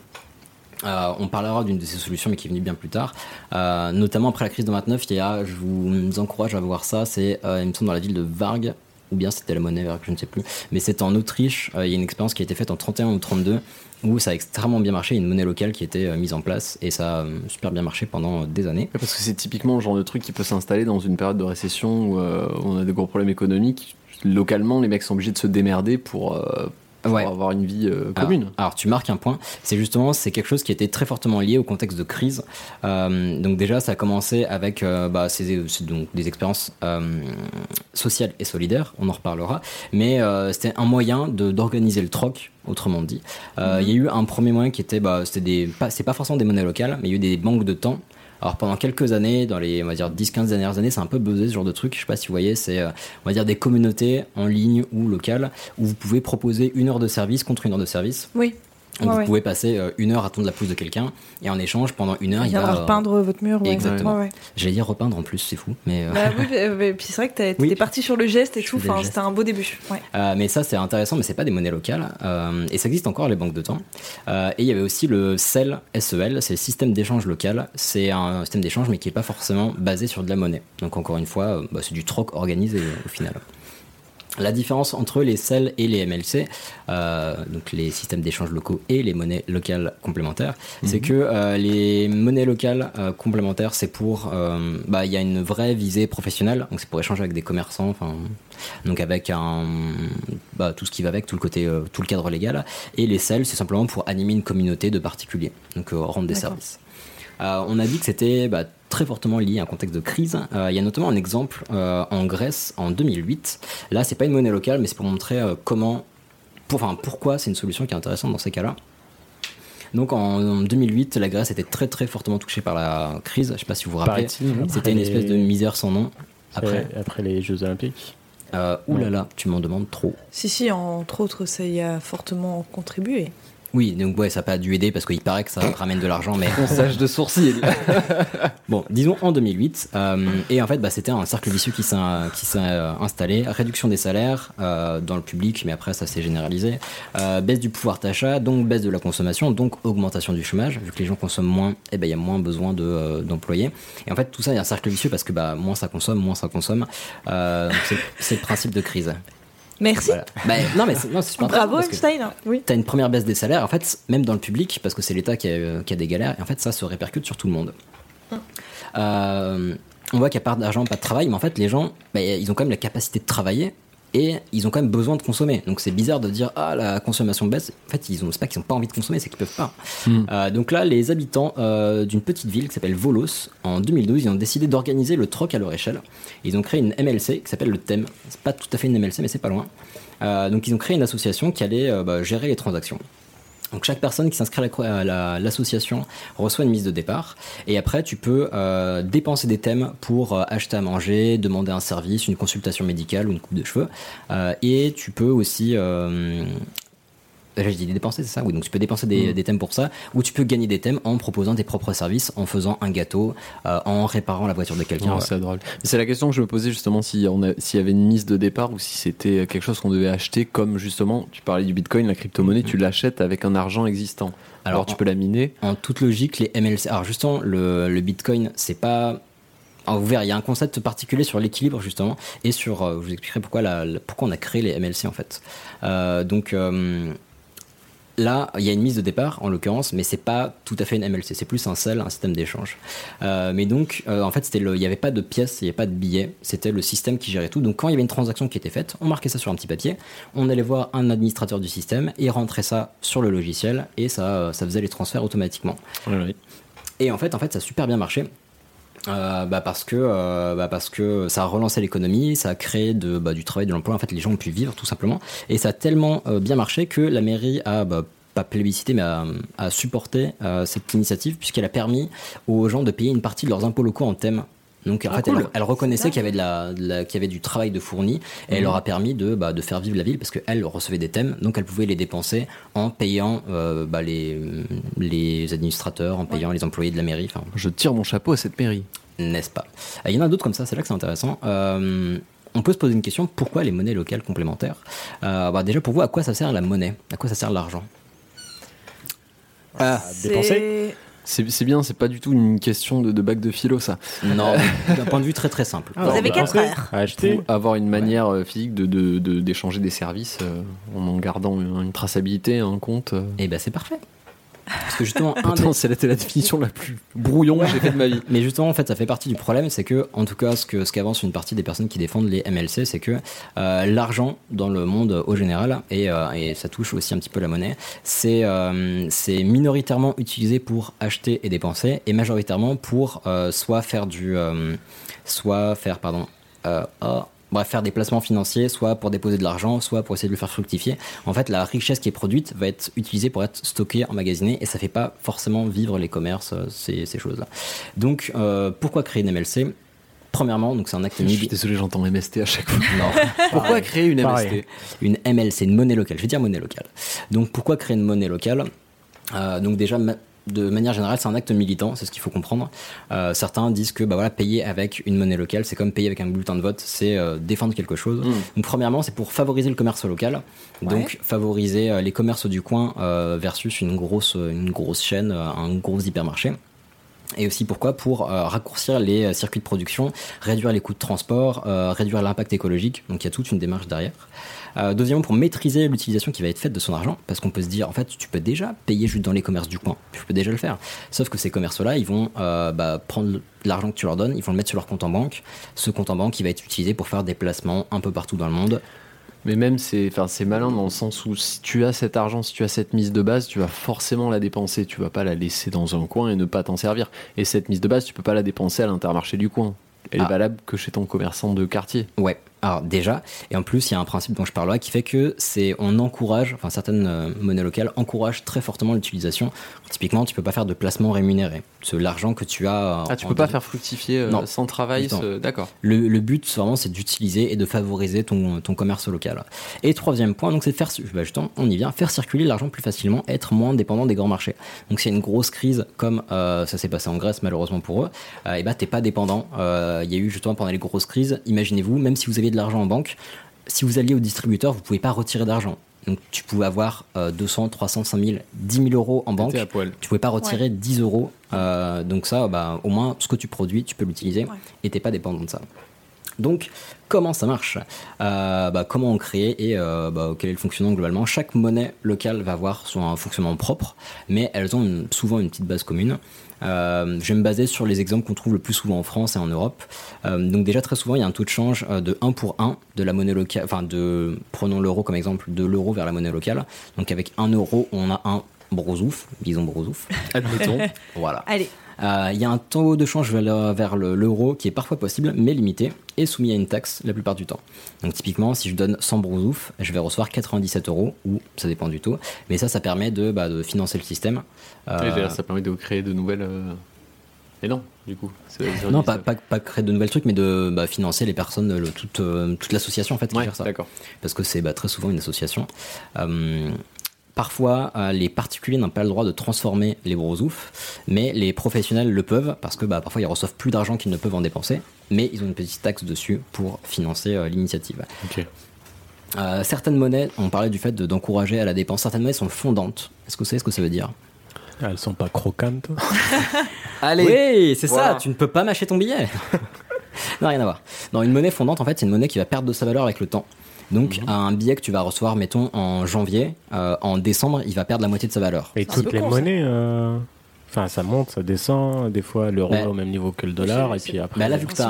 S2: Euh, on parlera d'une de ces solutions, mais qui est venue bien plus tard. Euh, notamment après la crise de 29, il y a, je vous encourage à voir ça, c'est, euh, il me semble, dans la ville de Vargue, ou bien c'était la monnaie, je ne sais plus, mais c'est en Autriche, euh, il y a une expérience qui a été faite en 31 ou 32, où ça a extrêmement bien marché, il y a une monnaie locale qui a été euh, mise en place, et ça a euh, super bien marché pendant euh, des années.
S10: Ouais, Parce que c'est typiquement le genre de truc qui peut s'installer dans une période de récession où euh, on a des gros problèmes économiques. Localement, les mecs sont obligés de se démerder pour, euh, pour
S2: Ouais.
S10: avoir une vie euh,
S2: Alors-
S10: commune.
S2: Alors, tu marques un point. C'est justement c'est quelque chose qui était très fortement lié au contexte de crise. Euh, donc déjà ça a commencé avec euh, bah, ces- ces- donc des expériences euh, sociales et solidaires. On en reparlera. Mais euh, c'était un moyen de d'organiser le troc. Autrement dit, Euh,
S1: Mhm.
S2: il y a eu un premier moyen qui était, bah, c'était des, pas- c'est pas forcément des monnaies locales, mais il y a eu des banques de temps. Alors pendant quelques années, dans les on va dire 10-15 dernières années, c'est un peu buzzé ce genre de truc. Je sais pas si vous voyez, c'est euh, on va dire des communautés en ligne ou locales où vous pouvez proposer une heure de service contre une heure de service.
S1: Oui.
S2: Donc
S1: Ouais,
S2: vous
S1: ouais.
S2: pouvez passer euh, une heure à attendre la pousse de quelqu'un et en échange pendant une heure
S1: Il
S2: il va
S1: viendra
S2: euh,
S1: repeindre votre mur. Ouais.
S2: Exactement.
S1: Ouais, ouais.
S2: J'allais dire repeindre en plus, c'est fou. Mais euh,
S1: Bah oui, mais- mais- puis c'est vrai que t'as- t'étais
S2: Oui.
S1: parti sur le geste et
S2: Je
S1: tout.
S2: faisais le
S1: Enfin,
S2: geste.
S1: c'était un beau début. Ouais.
S2: Euh, mais ça c'est intéressant, mais c'est pas des monnaies locales Euh, et ça existe encore les banques de temps. Euh, et il y avait aussi le SEL, SEL, c'est le système d'échange local. C'est un système d'échange mais qui est pas forcément basé sur de la monnaie. Donc encore une fois, euh, bah, c'est du troc organisé euh, au final. La différence entre les SEL et les MLC, euh, donc les systèmes d'échange locaux et les monnaies locales complémentaires, c'est que euh, les monnaies locales euh, complémentaires, c'est pour. euh, bah, Il y a une vraie visée professionnelle, donc c'est pour échanger avec des commerçants, enfin, donc avec un, bah, tout ce qui va avec, tout le, côté, euh, tout le cadre légal. Et les SEL, c'est simplement pour animer une communauté de particuliers, donc euh, rendre des
S1: D'accord.
S2: services. Euh, on a dit que c'était bah, très fortement lié à un contexte de crise. Euh, il y a notamment un exemple euh, en Grèce en 2008. Là, c'est pas une monnaie locale, mais c'est pour montrer euh, comment, pour- enfin, pourquoi c'est une solution qui est intéressante dans ces cas-là. Donc en, en 2008, la Grèce était très très fortement touchée par la crise. Je sais pas si vous vous rappelez.
S5: Paraît-il,
S2: C'était
S5: après
S2: une
S5: les-
S2: espèce de misère sans nom. Après,
S5: Après, après les Jeux Olympiques.
S2: euh, oulala, tu m'en demandes trop.
S1: Si, si, entre autres, ça y a fortement contribué.
S2: Oui, donc ouais, ça n'a pas dû aider parce qu'il paraît que ça ramène de l'argent, mais.
S10: On sache de sourcils.
S2: bon, disons en 2008. euh, et en fait, bah, c'était un cercle vicieux qui s'est qui s'est, euh, installé. Réduction des salaires euh, dans le public, mais après, ça s'est généralisé. Euh, baisse du pouvoir d'achat, donc baisse de la consommation, donc augmentation du chômage. Vu que les gens consomment moins, eh ben, il y a moins besoin de, euh, d'employés. et en fait, tout ça, il y a un cercle vicieux parce que bah, moins ça consomme, moins ça consomme. Euh, donc c'est, c'est le principe de crise.
S1: Merci.
S2: Voilà. Bah, non, mais c'est, non, c'est super
S1: Bravo
S2: intéressant parce que-
S1: Einstein. Oui.
S2: T'as une première baisse des salaires, en fait, même dans le public, parce que c'est l'État qui a, euh, qui a des galères, et en fait, ça se répercute sur tout le monde. Euh, on voit qu'il n'y a pas d'argent, pas de travail, mais en fait, les gens, bah, ils ont quand même la capacité de travailler, et ils ont quand même besoin de consommer. Donc c'est bizarre de dire, ah, la consommation baisse. En fait, ils ont, c'est pas qu'ils n'ont pas envie de consommer, c'est qu'ils peuvent pas. Euh, donc là, les habitants euh, d'une petite ville qui s'appelle Volos, en 2012, ils ont décidé d'organiser le troc à leur échelle. Ils ont créé une MLC qui s'appelle le Thème. C'est pas tout à fait une MLC, mais c'est pas loin. Euh, donc ils ont créé une association qui allait euh, bah, gérer les transactions. Donc chaque personne qui s'inscrit à la cro- à la- l'association reçoit une mise de départ et après tu peux euh, dépenser des thèmes pour euh, acheter à manger, demander un service, une consultation médicale ou une coupe de cheveux Euh, et tu peux aussi euh, j'ai dit dépenser, c'est ça Oui, donc tu peux dépenser des, des thèmes pour ça, ou tu peux gagner des thèmes en proposant tes propres services, en faisant un gâteau, euh, en réparant la voiture de quelqu'un.
S10: c'est drôle. Mais c'est la question que je me posais justement si on a- s'il y avait une mise de départ ou si c'était quelque chose qu'on devait acheter comme justement, tu parlais du bitcoin, la crypto-monnaie, tu l'achètes avec un argent existant. Mm-hmm. Alors,
S2: Alors,
S10: tu peux la miner.
S2: en toute logique, les MLC. Alors, justement, le, le Bitcoin, c'est pas. Alors, vous verrez, il y a un concept particulier sur l'équilibre, justement, et sur. euh, je vous expliquerai pourquoi, la- la- pourquoi on a créé les MLC, en fait. Euh, donc. euh, Là, il y a une mise de départ en l'occurrence, mais c'est pas tout à fait une MLC, c'est plus un sel, un système d'échange. Euh, mais donc, euh, en fait, c'était le- il n'y avait pas de pièces, il n'y avait pas de billets, c'était le système qui gérait tout. Donc, quand il y avait une transaction qui était faite, on marquait ça sur un petit papier, on allait voir un administrateur du système et rentrait ça sur le logiciel et ça, euh, ça faisait les transferts automatiquement. Et en fait, en fait, ça a super bien marché. Euh, bah parce que euh, bah parce que ça a relancé l'économie, ça a créé de, bah, du travail, de l'emploi. En fait, les gens ont pu vivre tout simplement, et ça a tellement euh, bien marché que la mairie a bah, pas plébiscité, mais a, a supporté euh, cette initiative puisqu'elle a permis aux gens de payer une partie de leurs impôts locaux en thème. Donc en fait, elle, elle reconnaissait qu'il y avait de la, de la- qu'il y avait du travail de fourni, et elle leur a permis de, bah, de faire vivre la ville parce qu'elle recevait des thèmes, donc elle pouvait les dépenser en payant euh, bah, les, les administrateurs, en payant les employés de la mairie. Enfin,
S10: Je tire mon chapeau à cette mairie.
S2: n'est-ce pas Euh, Il y en a d'autres comme ça, c'est là que c'est intéressant. Euh, on peut se poser une question, pourquoi les monnaies locales complémentaires Euh, bah, Déjà, pour vous, à quoi ça sert la monnaie À quoi ça sert l'argent Ah,
S5: dépenser.
S10: C'est c'est bien, c'est pas du tout une question de, de bac de philo ça.
S2: non, Euh, d'un point de vue très très simple.
S5: Ah
S1: Ah, Vous avez 4 heures.
S2: ah,
S5: Acheter.
S10: Pour avoir une manière euh, physique de- de- de- d'échanger des services euh, en en gardant une, une traçabilité, un compte. euh.
S2: Et ben c'est parfait. Parce que justement, un des-
S10: Pourtant, c'est la, c'est la définition la plus brouillon que j'ai faite de ma vie.
S2: Mais justement, en fait, ça fait partie du problème, c'est que, en tout cas, ce que ce qu'avance une partie des personnes qui défendent les MLC, c'est que euh, l'argent dans le monde euh, au général, et, euh, et ça touche aussi un petit peu la monnaie, c'est euh, c'est minoritairement utilisé pour acheter et dépenser, et majoritairement pour euh, soit faire du, euh, soit faire, pardon, euh, ah, bref, faire des placements financiers, soit pour déposer de l'argent, soit pour essayer de le faire fructifier. En fait, la richesse qui est produite va être utilisée pour être stockée, emmagasinée, et ça fait pas forcément vivre les commerces, euh, ces, ces choses-là. Donc, euh, pourquoi créer une MLC Premièrement, donc c'est un acte
S10: Je suis
S2: nibi-
S10: désolé, j'entends MST à chaque fois.
S2: Non.
S10: Pourquoi créer une
S5: Pareil.
S10: MST
S2: une MLC, une monnaie locale. Je vais dire monnaie locale. Donc pourquoi créer une monnaie locale Euh, Donc déjà, ma- de manière générale, c'est un acte militant, c'est ce qu'il faut comprendre. Euh, certains disent que bah voilà, payer avec une monnaie locale, c'est comme payer avec un bulletin de vote, c'est euh, défendre quelque chose. Donc premièrement, c'est pour favoriser le commerce local, donc favoriser euh, les commerces du coin euh, versus une grosse, une grosse chaîne, euh, un gros hypermarché. Et aussi pourquoi Pour euh, raccourcir les euh, circuits de production, réduire les coûts de transport, euh, réduire l'impact écologique. Donc il y a toute une démarche derrière. Euh, deuxièmement, pour maîtriser l'utilisation qui va être faite de son argent, parce qu'on peut se dire, en fait, tu peux déjà payer juste dans les commerces du coin, tu peux déjà le faire. Sauf que ces commerces-là, ils vont euh, bah, prendre l'argent que tu leur donnes, ils vont le mettre sur leur compte en banque. Ce compte en banque, il va être utilisé pour faire des placements un peu partout dans le monde.
S10: Mais même, c'est enfin, c'est malin dans le sens où si tu as cet argent, si tu as cette mise de base, tu vas forcément la dépenser. Tu vas pas la laisser dans un coin et ne pas t'en servir. Et cette mise de base, tu peux pas la dépenser à l'intermarché du coin. Elle
S2: Ah.
S10: est valable que chez ton commerçant de quartier.
S2: Ouais, Alors déjà, et en plus, il y a un principe dont je parle là qui fait que c'est on encourage, enfin certaines euh, monnaies locales encouragent très fortement l'utilisation. Typiquement, tu peux pas faire de placement rémunéré. C'est l'argent que tu as. euh,
S10: Ah, tu
S2: en
S10: peux pas
S2: dé-
S10: faire fructifier euh,
S2: Non.
S10: sans travail,
S2: Non.
S10: ce- d'accord.
S2: Le, le but, c'est vraiment, c'est d'utiliser et de favoriser ton, ton commerce local. Et troisième point, donc, c'est de faire, bah, justement, on y vient, faire circuler l'argent plus facilement, être moins dépendant des grands marchés. Donc, c'est une grosse crise, comme euh, ça s'est passé en Grèce, malheureusement pour eux. Euh, et bah, t'es pas dépendant. Euh, Il y a eu justement pendant les grosses crises, imaginez-vous, même si vous aviez de l'argent en banque, si vous alliez au distributeur, vous pouvez pas retirer d'argent. Donc, tu pouvais avoir euh, 200, 300, 5000, 10 000 euros en banque.
S10: T'étais à poil.
S2: Tu pouvais pas retirer 10 euros. Euh, donc ça, bah, au moins, ce que tu produis, tu peux l'utiliser et t'es pas dépendant de ça. Donc, comment ça marche Euh, bah, Comment on crée et euh, bah, quel est le fonctionnement globalement Chaque monnaie locale va avoir son un fonctionnement propre, mais elles ont une- souvent une petite base commune. Euh, je vais me baser sur les exemples qu'on trouve le plus souvent en France et en Europe. Euh, donc déjà très souvent, il y a un taux de change euh, de 1 pour 1 de la monnaie locale, enfin de prenons l'euro comme exemple, de l'euro vers la monnaie locale. Donc avec 1 euro, on a un brosouf, disons brosouf.
S10: Admettons.
S2: voilà.
S11: Allez.
S2: Euh, Il y a un taux de change vers le- vers le- l'euro qui est parfois possible, mais limité, et soumis à une taxe la plupart du temps. Donc typiquement, si je donne 100 brousouf, je vais recevoir 97 euros, ou ça dépend du taux, mais ça, ça permet de, bah, de financer le système. Euh,
S10: Et d'ailleurs, ça permet de créer de nouvelles. euh, Et non, du coup. c'est- c'est-
S2: non, pas, pas, pas créer de nouvelles trucs, mais de bah, financer les personnes, le- toute, euh, toute l'association en fait qui gère ça. Parce que c'est bah, très souvent une association. Euh, parfois, euh, les particuliers n'ont pas le droit de transformer les gros oufs, mais les professionnels le peuvent parce que bah, parfois ils reçoivent plus d'argent qu'ils ne peuvent en dépenser, mais ils ont une petite taxe dessus pour financer euh, l'initiative. Euh, certaines monnaies, on parlait du fait de- d'encourager à la dépense, certaines monnaies sont fondantes. Est-ce que vous savez ce que ça veut dire
S5: Elles sont pas croquantes.
S2: Allez, oui, c'est ça,
S5: Voilà.
S2: tu ne peux pas mâcher ton billet. non, rien à voir. Dans une monnaie fondante, en fait, c'est une monnaie qui va perdre de sa valeur avec le temps. Donc, un billet que tu vas recevoir, mettons, en janvier, euh, en décembre, il va perdre la moitié de sa valeur.
S5: Et toutes les monnaies, euh, enfin ça monte, ça descend, des fois l'euro
S2: Bah,
S5: est au même niveau que le dollar, et puis après...
S2: Bah là, vu que tu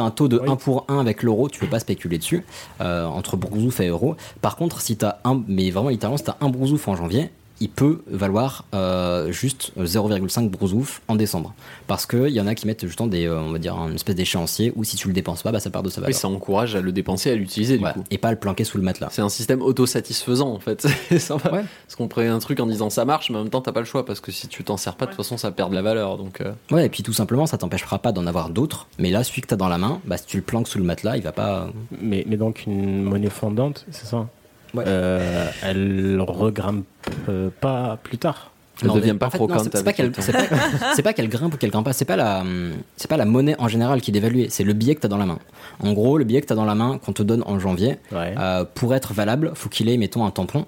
S2: as, un taux de 1 pour 1 avec l'euro, tu peux pas spéculer dessus, euh, entre brousouf et euro. Par contre, si tu as un, mais vraiment littéralement, si tu as un brousouf en janvier, il peut valoir euh, juste 0,5 brousouf en décembre. Parce qu'il y en a qui mettent justement des, euh, on va dire, une espèce d'échéancier où si tu le dépenses pas, bah, ça perd de sa valeur.
S10: Oui, ça encourage à le dépenser, à l'utiliser, du coup.
S2: Et pas à le planquer sous le matelas.
S10: C'est un système autosatisfaisant, en fait. C'est sympa. Parce qu'on crée un truc en disant ça marche, mais en même temps, t'as pas le choix, parce que si tu t'en sers pas, de toute façon, ça perd de la valeur. Donc, euh,
S2: Ouais, et puis tout simplement, ça t'empêchera pas d'en avoir d'autres. Mais là, celui que t'as dans la main, bah, si tu le planques sous le matelas, il va pas.
S5: Mais, mais donc une monnaie fondante, c'est ça
S2: Ouais.
S5: Euh, Elle regrimpe euh, pas plus tard.
S2: Non, mais- en fait, non, c'est- C'est pas qu'elle- c'est pas- c'est pas qu'elle grimpe ou qu'elle grimpe pas. C'est pas la, hum, c'est pas la monnaie en général qui est dévaluée. C'est le billet que t'as dans la main. En gros, le billet que t'as dans la main qu'on te donne en janvier, euh, pour être valable, faut qu'il ait, mettons, un tampon.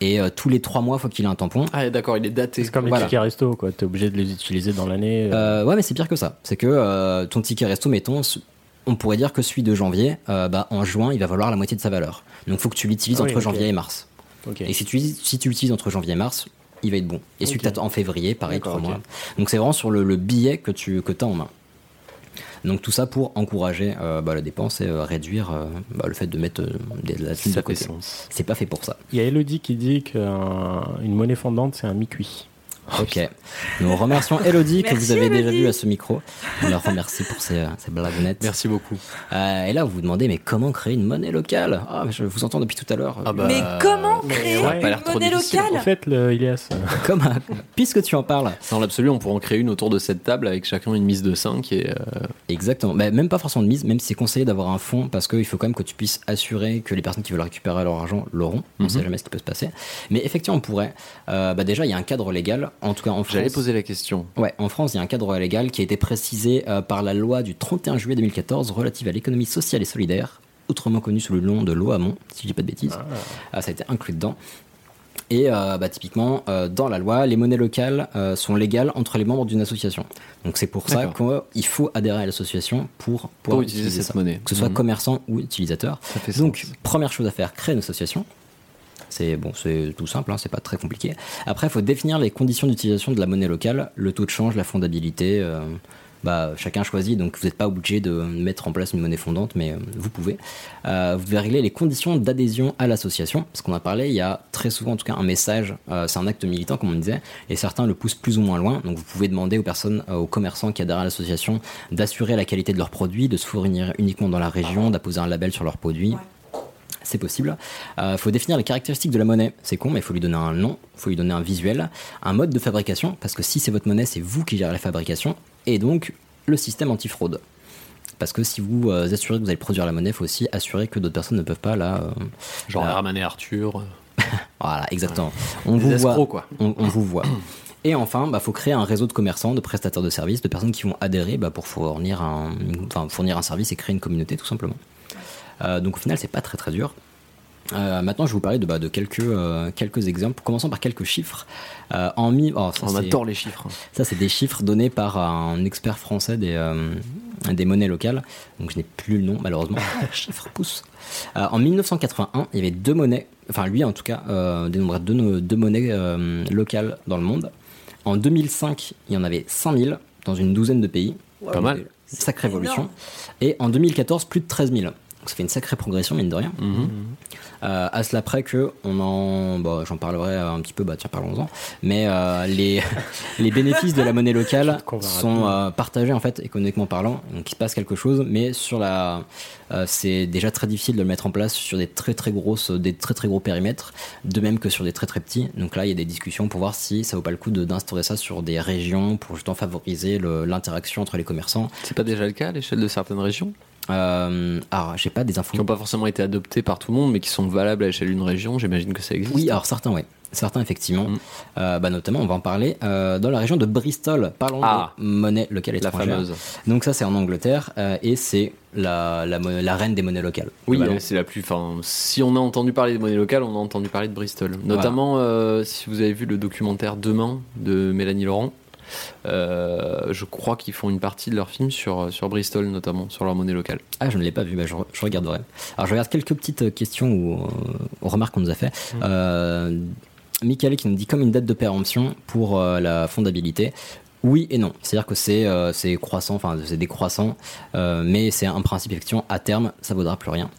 S2: Et euh, tous les trois mois, faut qu'il ait un tampon.
S10: Ah, d'accord, il est daté.
S5: C'est comme les tickets resto, quoi. T'es obligé de les utiliser dans l'année. euh,
S2: Euh, ouais, mais c'est pire que ça. C'est que euh, ton ticket resto, mettons, ce- on pourrait dire que celui de janvier, euh, bah, en juin, il va valoir la moitié de sa valeur. Donc, faut que tu l'utilises
S5: Ah oui,
S2: entre
S5: ok.
S2: janvier et mars.
S5: Ok.
S2: Euh, Et si tu, si tu l'utilises entre janvier et mars, il va être bon. Et celui que tu as en février, pareil, trois
S5: D'accord, ok.
S2: mois. Donc, c'est vraiment sur le, le billet que tu que as en main. Donc, tout ça pour encourager euh, bah, la dépense et euh, réduire euh, bah, le fait de mettre euh, des, de la thune de côté. C'est pas fait pour ça.
S5: Il y a Elodie qui dit qu'une monnaie fondante, c'est un mi-cuit.
S2: Ok. Nous remercions Elodie que
S5: Merci,
S2: vous avez déjà
S5: Élodie.
S2: vue à ce micro. On la remercie pour ses, euh, ses blagues nettes.
S10: Merci beaucoup.
S2: Euh, et là, vous vous demandez, mais comment créer une monnaie locale Ah, mais je vous entends depuis tout à l'heure.
S10: Ah bah,
S1: Mais comment
S10: euh,
S1: créer une monnaie locale
S5: le Ilias.
S2: Comment Puisque tu en parles.
S10: Dans l'absolu, on pourrait en créer une autour de cette table avec chacun une mise de 5 et. euh,
S2: Exactement. Mais même pas forcément de mise, même si c'est conseillé d'avoir un fonds parce qu'il faut quand même que tu puisses assurer que les personnes qui veulent récupérer leur argent l'auront. On
S10: Mhm.
S2: sait jamais ce qui peut se passer. Mais effectivement, on pourrait. Euh, bah déjà, il y a un cadre légal, en tout cas en France.
S10: J'allais poser la question.
S2: Ouais, en France, il y a un cadre légal qui a été précisé euh, par la loi du 31 juillet 2014 relative à l'économie sociale et solidaire, autrement connue sous le nom de loi Hamon, si je dis pas de bêtises. Ah, ça a été inclus dedans. Et euh, bah, typiquement, euh, dans la loi, les monnaies locales euh, sont légales entre les membres d'une association. Donc c'est pour ça qu'il faut adhérer à l'association pour pouvoir
S10: Pour utiliser cette
S2: ça.
S10: monnaie.
S2: Que ce soit
S10: Mhm.
S2: commerçant ou utilisateur. Donc première chose à faire, créer une association. C'est bon, c'est tout simple, hein, c'est pas très compliqué. Après, il faut définir les conditions d'utilisation de la monnaie locale, le taux de change, la fondabilité, euh, bah, chacun choisit, donc vous n'êtes pas obligé de mettre en place une monnaie fondante, mais euh, vous pouvez. Euh, vous pouvez régler les conditions d'adhésion à l'association, parce qu'on a parlé, il y a très souvent en tout cas un message, euh, c'est un acte militant comme on disait, et certains le poussent plus ou moins loin, donc vous pouvez demander aux personnes, euh, aux commerçants qui adhèrent à l'association d'assurer la qualité de leurs produits, de se fournir uniquement dans la région, d'apposer un label sur leurs produits. C'est possible. Il faut définir les caractéristiques de la monnaie. C'est con, mais il faut lui donner un nom, il faut lui donner un visuel, un mode de fabrication, parce que si c'est votre monnaie, c'est vous qui gérez la fabrication, et donc le système antifraude. Parce que si vous euh, assurez que vous allez produire la monnaie, il faut aussi assurer que d'autres personnes ne peuvent pas la. euh,
S10: Genre
S2: la-
S10: la ramener Arthur. euh,
S2: voilà, exactement. On
S10: Des
S2: vous voit.
S10: escrocs, quoi.
S2: On, on vous voit. Et enfin, bah, faut créer un réseau de commerçants, de prestataires de services, de personnes qui vont adhérer bah, pour fournir un, enfin, fournir un service et créer une communauté, tout simplement. Euh, donc au final, c'est pas très très dur. Euh, maintenant, je vais vous parler de, bah, de quelques, euh, quelques exemples. Commençons par quelques chiffres. Euh, en mi oh, ça,
S10: On
S2: c'est-
S10: adore les chiffres.
S2: ça, c'est des chiffres donnés par un expert français des, euh, des monnaies locales. Donc, je n'ai plus le nom, malheureusement. Chiffre pouce. Euh, en 1981, il y avait deux monnaies, enfin, lui en tout cas, euh, dénombrait deux, no- deux monnaies euh, locales dans le monde. En 2005, il y en avait 5000 dans une douzaine de pays.
S10: Pas mal.
S2: Donc, Sacrée
S1: énorme.
S2: évolution. Et en 2014, plus de 13 000. Donc, ça fait une sacrée progression, mine de
S10: Mm.
S2: rien. Euh, à cela près que on en, bah, j'en parlerai un petit peu, bah tiens parlons-en. Mais euh, les les bénéfices de la monnaie locale
S5: qu'on va
S2: sont euh, partagés en fait économiquement parlant. Donc il se passe quelque chose, mais sur la, euh, c'est déjà très difficile de le mettre en place sur des très très grosses, des très très gros périmètres, de même que sur des très très petits. Donc là il y a des discussions pour voir si ça vaut pas le coup de- d'instaurer ça sur des régions pour justement favoriser le- l'interaction entre les commerçants.
S10: C'est pas déjà le cas à l'échelle de certaines régions
S2: Euh, alors j'ai pas des infos
S10: qui n'ont pas forcément été adoptées par tout le monde, mais qui sont valables à l'échelle d'une région. J'imagine que ça existe.
S2: Oui, alors certains, oui. Certains, effectivement.
S10: Mm.
S2: Euh, bah, notamment, on va en parler. euh, dans la région de Bristol, parlons
S10: Ah.
S2: de monnaie locale
S10: la
S2: étrangère.
S10: fameuse.
S2: Donc ça, c'est en Angleterre euh, et c'est la, la, monnaie- la reine des monnaies locales.
S10: Oui,
S2: globalement.
S10: euh, c'est la plus. Enfin, si on a entendu parler des monnaies locales, on a entendu parler de Bristol. Notamment, euh, si vous avez vu le documentaire Demain de Mélanie Laurent, euh, je crois qu'ils font une partie de leur film sur, sur Bristol, notamment, sur leur monnaie locale.
S2: Ah, je ne l'ai pas vu, bah, je, re- je regarderai. Alors, je regarde quelques petites euh, questions ou euh, remarques qu'on nous a fait.
S10: Mmh.
S2: Euh, Michael qui nous dit comme une date de péremption pour euh, la fondabilité. Oui et non. C'est-à-dire que c'est euh, c'est croissant, enfin, c'est décroissant, euh, mais c'est un principe, effectivement, à terme, ça vaudra plus rien.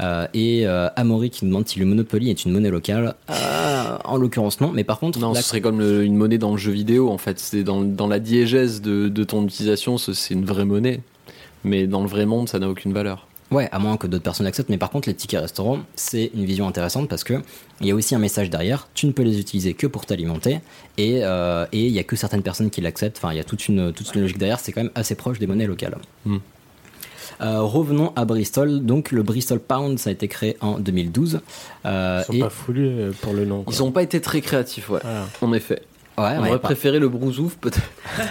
S2: Euh, et euh, Amaury qui nous demande si le Monopoly est une monnaie locale. Euh, en l'occurrence, non. Mais par contre,
S10: Ah. Non,
S2: la-
S10: ce serait comme le- une monnaie dans le jeu vidéo, en fait. C'est dans, dans la diégèse de, de ton utilisation, ce- c'est une vraie monnaie. Mais dans le vrai monde, ça n'a aucune valeur.
S2: Ouais, à moins que d'autres personnes l'acceptent. Mais par contre, les tickets restaurants, c'est une vision intéressante parce que il y a aussi un message derrière. Tu ne peux les utiliser que pour t'alimenter et euh, et il y a que certaines personnes qui l'acceptent. Enfin, il y a toute une toute une logique derrière. C'est quand même assez proche des monnaies locales.
S10: Mm.
S2: Euh, revenons à Bristol. Donc, le Bristol Pound, ça a été créé en 2012. Euh,
S5: Ils sont
S2: et
S5: pas foulus euh, pour le nom. quoi.
S10: Ils n'ont pas été très créatifs, ouais.
S5: Voilà.
S10: Ah. En effet.
S2: ouais,
S10: on
S2: ouais,
S10: aurait
S2: par-
S10: préféré le brousouf, peut-être.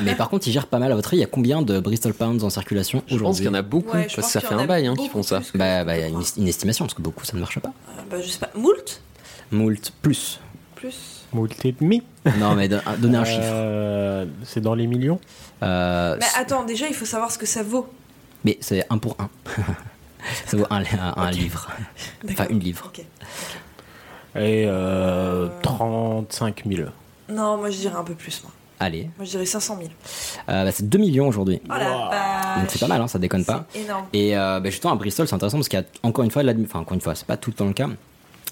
S2: mais par contre, ils gèrent pas mal. À votre avis, il y a combien de Bristol Pounds en circulation
S10: Je pense
S2: aujourd'hui
S10: qu'il y en a beaucoup,
S1: Ouais, je
S10: parce que
S1: pense
S10: ça
S1: qu'il
S10: fait
S1: y en
S10: un
S1: a
S10: bail hein, qui
S1: beaucoup
S10: font ça.
S1: plus que-
S2: Bah, bah, il y a une, une estimation parce que beaucoup, ça ne marche pas.
S1: Euh, bah, je sais pas. Moult
S2: Moult plus.
S1: Plus.
S5: Multi-mi.
S2: Non, mais don- donnez
S10: Euh,
S2: un chiffre.
S5: Euh, C'est dans les millions.
S2: Euh,
S1: Mais attends, déjà, il faut savoir ce que ça vaut.
S2: Mais c'est un pour un. ça vaut un, un- un livre. Enfin,
S1: D'accord.
S2: une livre.
S1: Ok.
S5: Et euh,
S1: Euh.
S5: 35 000.
S1: Non, moi je dirais un peu plus, moi.
S2: Allez,
S1: Moi je dirais 500 000.
S2: Euh, bah, c'est 2 millions aujourd'hui.
S1: Oh la vache.
S2: Donc c'est pas mal, hein, ça déconne pas.
S1: C'est énorme.
S2: Et euh, bah, justement, à Bristol, c'est intéressant parce qu'il y a encore une fois, l'admi- enfin, encore une fois, c'est pas tout le temps le cas.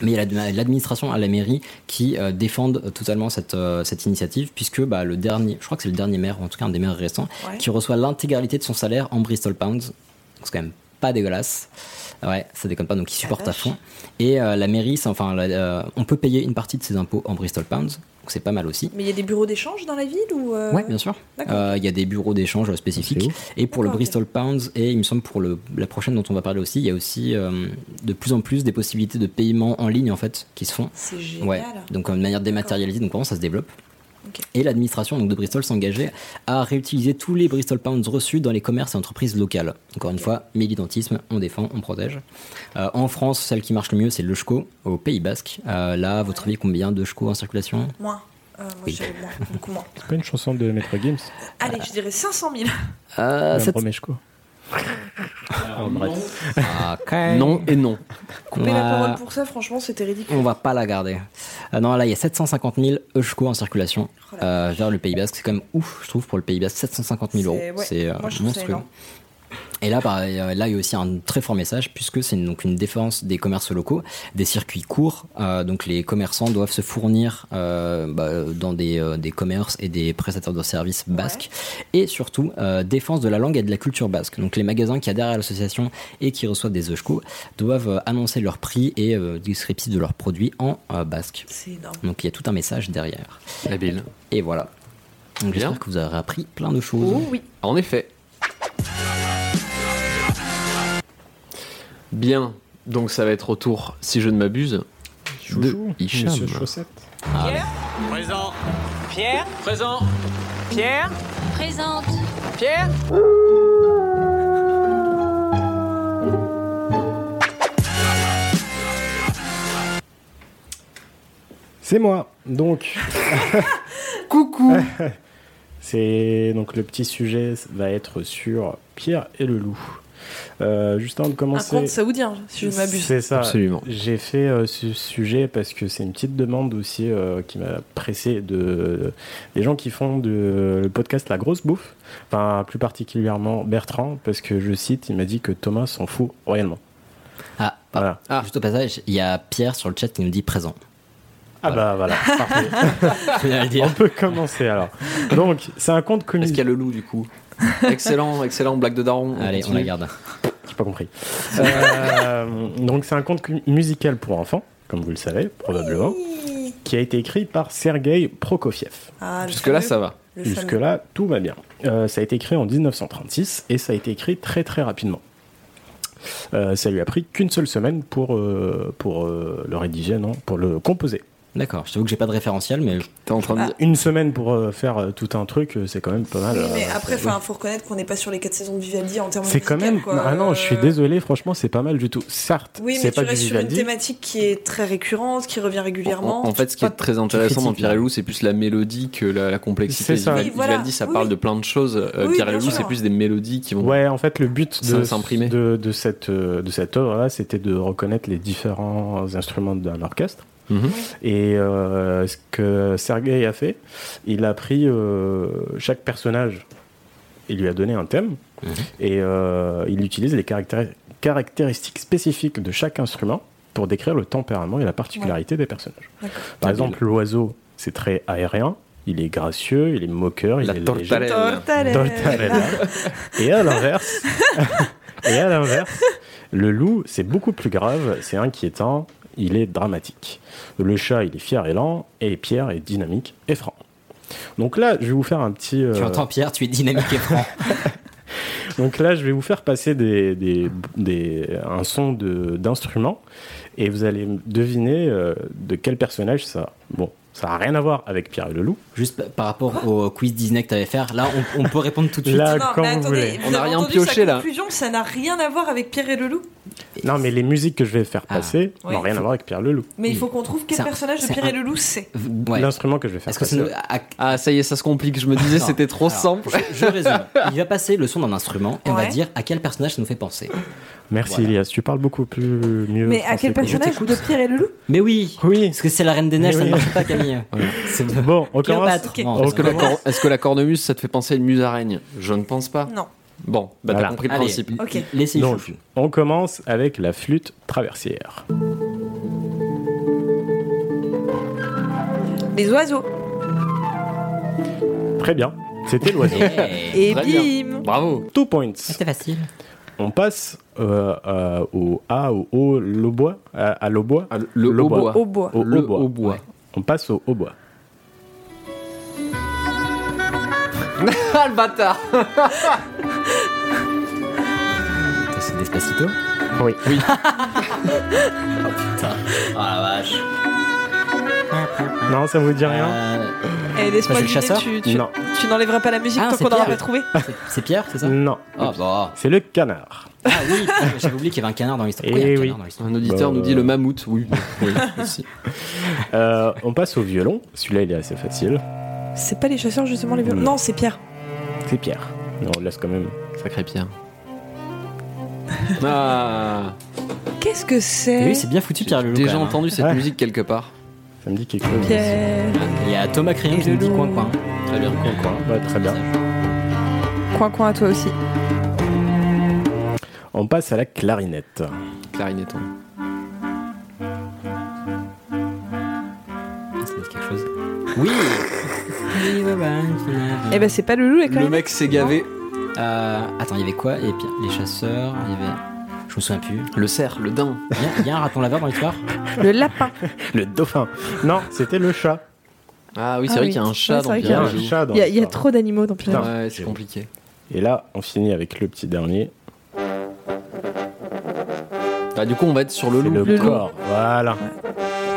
S2: Mais il y a l'admi- l'administration à la mairie qui euh, défendent totalement cette, euh, cette initiative, puisque bah, le dernier, je crois que c'est le dernier maire, ou en tout cas un des maires récents,
S1: Ouais.
S2: qui reçoit l'intégralité de son salaire en Bristol Pounds. Donc, C'est quand même pas dégueulasse. Ouais, ça déconne pas, donc il supporte à
S1: vache.
S2: fond. Et euh, la mairie, c'est- enfin, la- euh, on peut payer une partie de ses impôts en Bristol Pounds, donc c'est pas mal aussi.
S1: Mais il y a des bureaux d'échange dans la ville ou euh,
S2: Ouais, bien sûr. Euh, Il
S1: D'accord.
S2: y a des bureaux d'échange spécifiques. Et pour le
S1: D'accord, ok.
S2: Bristol Pounds, et il me semble pour le, la prochaine dont on va parler aussi, il y a aussi euh, de plus en plus des possibilités de paiement en ligne en fait qui se font.
S1: C'est génial.
S2: Ouais, donc euh, de manière dématérialisée, donc vraiment ça se développe.
S1: Ok.
S2: Et l'administration donc, de Bristol s'engageait à réutiliser tous les Bristol Pounds reçus dans les commerces et entreprises locales. Encore une fois, militantisme, on défend, on protège. Euh, en France, celle qui marche le mieux, c'est le Schco, au Pays Basque. Euh, là, à votre avis, combien de Schco en circulation
S1: Moins. Euh, moi
S2: Oui.
S1: je dirais moins, beaucoup moins.
S2: Ah,
S5: C'est pas une chanson de Maître Gims.
S1: Allez, je dirais 500 000.
S5: Euh,
S2: sept-
S5: Romeshko.
S2: Alors, non. Ok.
S10: Non et non.
S1: Couper la
S2: Ouais.
S1: parole pour ça, franchement, c'était ridicule.
S2: On va pas la garder. Euh, non, là, il y a 750 000 eusko en circulation euh, vers le Pays Basque. C'est quand même ouf, je trouve, pour le Pays Basque. 750 000 euros.
S1: C'est- ouais,
S2: C'est euh,
S1: moi, je trouve ça
S2: monstrueux.
S1: énorme.
S2: Et là, pareil, euh, là, il y a aussi un très fort message puisque c'est une- donc une défense des commerces locaux, des circuits courts. Euh, donc les commerçants doivent se fournir euh, bah, dans des, euh, des commerces et des prestataires de services basques. Et surtout, euh, défense de la langue et de la culture basque. Donc les magasins qui adhèrent à l'association et qui reçoivent des EJCO doivent euh, annoncer leur prix et euh, descriptif de leurs produits en euh, basque.
S1: C'est énorme.
S2: Donc il y a tout un message derrière.
S10: La bille.
S2: Et voilà. Donc j'espère que vous aurez appris plein de choses.
S1: Oh oui.
S10: En effet. Bien. Donc ça va être au tour, si je ne m'abuse, de Hicham.
S5: Monsieur Chaussette.
S11: Présent. Pierre. Présent. Pierre.
S12: Présente.
S11: Pierre.
S5: C'est moi. Donc. Coucou. C'est donc le petit sujet va être sur Pierre et le loup. Euh, juste avant de
S1: Un
S5: commencer.
S1: conte saoudien, si je ne m'abuse.
S5: C'est ça.
S10: Absolument.
S5: J'ai fait euh, ce sujet parce que c'est une petite demande aussi euh, qui m'a pressé de des gens qui font de, le podcast La Grosse Bouffe. Enfin, plus particulièrement Bertrand, parce que je cite, il m'a dit que Thomas s'en fout royalement.
S2: Ah,
S5: pardon.
S2: Juste au passage, il y a Pierre sur le chat qui nous dit présent.
S5: Ah bah voilà, parfait. On peut commencer alors. Donc, c'est un conte connu.
S10: Est-ce qu'il y a le loup du coup Excellent, excellent blague de daron.
S2: Allez, on
S10: Oh, continue.
S2: la garde.
S5: J'ai pas compris. Euh, donc c'est un conte cu- musical pour enfants, comme vous le savez probablement, qui a été écrit par Sergei Prokofiev.
S1: Ah, le
S10: Jusque-là,
S1: fameux-
S10: ça va.
S1: le fameux.
S5: Jusque-là, tout va bien. Euh, ça a été écrit en 1936 et ça a été écrit très très rapidement. Euh, ça lui a pris qu'une seule semaine pour, euh, pour euh, le rédiger, non, pour le composer.
S2: D'accord, je t'avoue que j'ai pas de référentiel, mais.
S10: T'es en train
S1: de Ah.
S5: Une semaine pour euh, faire euh, tout un truc, euh, c'est quand même pas mal.
S1: Oui,
S5: euh,
S1: mais après,
S5: c'est-
S1: enfin, faut reconnaître qu'on n'est pas sur les 4 saisons de Vivaldi en termes
S5: c'est quand
S1: musicales,
S5: même.
S1: quoi.
S5: Ah non, je suis
S1: Euh,
S5: désolé, franchement, c'est pas mal du tout. Certes,
S1: Oui, mais
S5: c'est
S1: tu
S5: pas du
S1: restes sur une
S5: Vivaldi.
S1: thématique qui est très récurrente, qui revient régulièrement.
S10: En, en fait, ce qui est très intéressant dans
S2: critiques,
S10: Pierre et le loup, c'est plus la mélodie que la, la complexité.
S5: C'est ça.
S10: Vivaldi,
S1: Oui, voilà.
S10: Vivaldi, ça
S1: Oui,
S10: parle
S1: oui.
S10: de plein de choses. Euh,
S1: Oui,
S10: Pierre et le
S1: bien
S10: loup,
S1: sûr.
S10: c'est plus des mélodies qui vont.
S5: Ouais, en fait, le but
S10: Ça
S5: de,
S10: s'imprimer.
S5: de, de cette, euh, de cette œuvre-là, c'était de reconnaître les différents instruments d'un orchestre.
S10: Mhm.
S5: Et euh, ce que Sergei a fait, il a pris euh, chaque personnage, il lui a donné un thème,
S10: Mhm.
S5: et euh, il utilise les caractéri- caractéristiques spécifiques de chaque instrument pour décrire le tempérament et la particularité des personnages.
S1: D'accord.
S5: Par exemple, l'oiseau, c'est très aérien, il est gracieux, il est moqueur, il
S10: La
S5: est léger.
S10: tortarelle.
S1: Tortarelle.
S5: Tortarella. Et à l'inverse, et à l'inverse, le loup, c'est beaucoup plus grave, c'est inquiétant, il est dramatique. Le chat, il est fier et lent, et Pierre est dynamique et franc. Donc là, je vais vous faire un petit. euh,
S2: Tu entends Pierre, tu es dynamique et franc.
S5: donc là, je vais vous faire passer des, des- des- un son de- d'instrument et vous allez deviner euh, de quel personnage ça. Bon, ça n'a rien à voir avec Pierre et le loup.
S2: Juste pa- par rapport au quiz Disney que t'avais faire, là, on, on peut répondre tout de suite.
S5: Là,
S1: Non,
S5: quand
S1: mais
S5: vous
S1: attendez,
S5: voulez.
S1: vous
S10: On a
S1: avez
S10: rien
S1: entendu
S10: pioché,
S1: sa
S10: là.
S1: conclusion, ça n'a rien à voir avec Pierre et le loup.
S5: Non, mais les musiques que je vais
S2: Ah.
S5: faire passer
S1: Oui.
S5: n'ont rien à voir avec Pierre le loup.
S1: Mais il faut qu'on trouve quel
S2: C'est un-
S1: personnage de
S2: c'est
S1: Pierre et
S2: un-
S1: le loup c'est.
S2: Ouais.
S5: L'instrument que je vais faire
S2: Est-ce que
S5: passer.
S2: c'est. à-
S10: Ah, ça y est, ça se complique. Je me disais,
S2: Non.
S10: c'était trop
S2: Alors,
S10: simple.
S2: Je, je résume. Il va passer le son d'un instrument et on va
S1: Ouais.
S2: dire à quel personnage ça nous fait penser.
S5: Merci
S2: Voilà.
S5: Elias, tu parles beaucoup plus mieux.
S1: Mais à
S5: français
S1: quel
S5: que moi.
S1: personnage de Pierre et le loup
S2: Mais oui
S5: Oui.
S2: Parce que c'est la Reine des Neiges,
S5: Mais
S2: ça ne
S5: oui.
S2: marche pas, Camille. C'est
S5: Bon, on commence.
S1: Ok.
S2: Non,
S5: Parce
S10: Est-ce que, la
S5: D'accord.
S10: cor- est-ce que la cornemuse, ça te fait penser à une musaraigne Je ne pense pas.
S1: Non.
S10: Bon, bah
S5: Voilà.
S10: t'as compris le
S2: Allez,
S10: principe.
S1: Ok.
S2: l- laissez
S5: Donc,
S2: chauffer.
S5: on commence avec la flûte traversière.
S1: Les oiseaux.
S5: Très bien, c'était l'oiseau.
S2: Hey.
S1: Et
S10: Très bien.
S1: bim
S10: Bravo.
S5: Two points.
S2: C'était facile.
S5: On passe euh, euh, au A, au O, l'aubois, à, à l'aubois,
S10: Ah, le- le
S5: L'aubois.
S10: hautbois.
S1: Au bois.
S5: Au
S10: Le
S5: hautbois.
S10: hautbois.
S5: Ouais. On passe au hautbois.
S10: Ah, le bâtard
S2: Putain, C'est Despacito.
S5: Oui.
S2: Oh la vache.
S5: Non, ça vous dit rien
S2: Euh,
S1: Et Eh, laisse-moi
S2: Parce que le
S1: deviner,
S2: chasseur
S1: tu, tu,
S5: Non.
S1: tu n'enlèveras pas la musique
S2: Ah,
S1: tant
S2: c'est
S1: qu'on n'aura pas
S2: Pierre.
S1: trouvé.
S2: c'est- c'est Pierre, c'est ça
S5: Non.
S2: Ah bah.
S5: C'est le canard.
S2: Ah oui, putain, j'avais oublié qu'il y avait un canard dans l'histoire. Pourquoi
S5: Eh
S2: il y a un
S5: oui.
S2: canard dans l'histoire
S10: Un auditeur
S5: Bah,
S10: nous dit
S5: euh,
S10: le mammouth. Oui, oui, aussi.
S5: Euh, on passe au violon. Celui-là, il est assez facile.
S1: C'est pas les chasseurs justement les violons.
S5: Non.
S1: Non, c'est Pierre.
S5: C'est Pierre. Mais on le laisse quand même.
S10: Sacré Pierre. Ah.
S1: Qu'est-ce que c'est
S2: Eh Oui, c'est bien foutu, Pierre Lelou.
S10: déjà
S2: quand même, hein.
S10: entendu cette
S2: Ouais.
S10: musique quelque part.
S5: Ça me dit quelque chose.
S1: Pierre.
S2: Il y a Thomas Crayon qui nous dit coin coin.
S10: Très bien.
S5: Coin, coin. Ouais, très bien.
S1: Coin coin à toi aussi.
S5: On passe à la clarinette.
S10: Clarinette.
S2: Ah, Ça me dit quelque chose. Oui
S1: Eh ben c'est pas Loulou la
S10: Le
S1: clarinette.
S10: mec s'est gavé.
S2: Euh, Attends, il y avait quoi Et puis les chasseurs, il y avait. Je me souviens plus.
S10: Le cerf, le daim.
S2: Il y a- il y, a un raton laveur dans l'histoire
S1: Le lapin.
S5: Le dauphin. Non, c'était le chat.
S10: Ah oui, c'est
S1: Ah
S10: vrai
S1: oui.
S10: qu'il y a un chat
S1: Ouais, c'est
S10: dans
S1: vrai
S10: le
S1: qu'il y a un
S10: jeu.
S5: chat dans
S1: Il y, a- il y a
S5: l'histoire.
S1: trop d'animaux dans Pierre.
S10: Ouais, c'est compliqué.
S5: Et là, on finit avec le petit dernier.
S10: Bah, du coup, on va être sur le
S5: C'est
S10: loup.
S5: le,
S1: Le loup.
S5: corps. Voilà.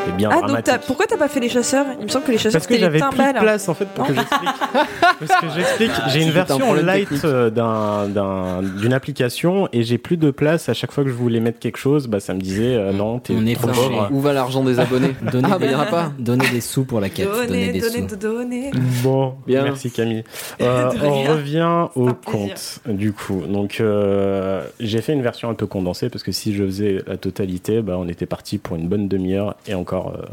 S5: C'est bien
S1: Ah donc
S5: dramatique.
S1: t'as- pourquoi t'as pas fait les chasseurs Il me semble que les chasseurs
S5: Parce que
S1: c'était
S5: j'avais
S1: les
S5: plus de
S1: timbales. hein.
S5: place en fait pour que j'explique. Parce que j'explique, j'ai
S10: c'était
S5: une
S10: un
S5: version
S10: problème
S5: light
S10: technique.
S5: euh, d'un- d'un- d'une application et j'ai plus de place. À chaque fois que je voulais mettre quelque chose, bah, ça me disait
S1: Mm.
S5: euh, non, t'es
S2: On est
S5: trop
S2: fâché.
S5: pauvre.
S10: Où va l'argent des abonnés
S2: Donnez
S10: Ah, bah,
S2: des-
S10: il n'y en a pas.
S2: Donner des sous pour la quête. Donner des sous.
S1: donner.
S5: Bon,
S10: Bien.
S5: merci Camille. Euh,
S1: De
S5: on
S1: rien.
S5: revient au
S1: un plaisir.
S5: compte du coup. Donc euh, j'ai fait une version un peu condensée parce que si je faisais la totalité, bah, on était parti pour une bonne demi-heure et encore euh,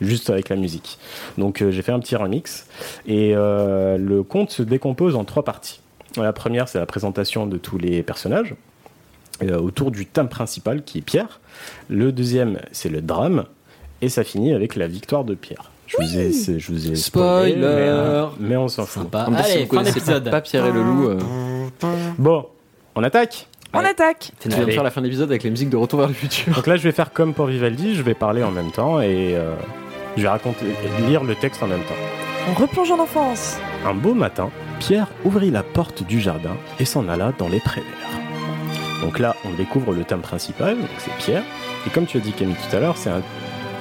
S5: juste avec la musique. Donc euh, j'ai fait un petit remix et euh, le conte se décompose en trois parties. La première, c'est la présentation de tous les personnages euh, autour du thème principal qui est Pierre. Le deuxième, c'est le drame et ça finit avec la victoire de Pierre. Je vous ai, c'est- je vous ai spoilé, mais, euh,
S10: Spoiler.
S5: mais, on s'en fout.
S2: Sympa.
S10: En plus, si
S2: Allez,
S10: vous
S2: fin
S10: connaissez
S2: d'épisode.
S10: pas- pas Pierre et le loup. euh,
S5: Bon, on attaque.
S1: On attaque.
S10: Tu viens de
S5: Allez.
S10: faire la fin de l'épisode avec la musique de Retour vers le futur.
S5: Donc là, je vais faire comme pour Vivaldi, je vais parler en même temps et euh, je vais raconter, lire le texte en même temps.
S1: On replonge en enfance.
S5: Un beau matin, Pierre ouvrit la porte du jardin et s'en alla dans les prés verts. Donc là, on découvre le thème principal, donc c'est Pierre. Et comme tu as dit Camille tout à l'heure, c'est un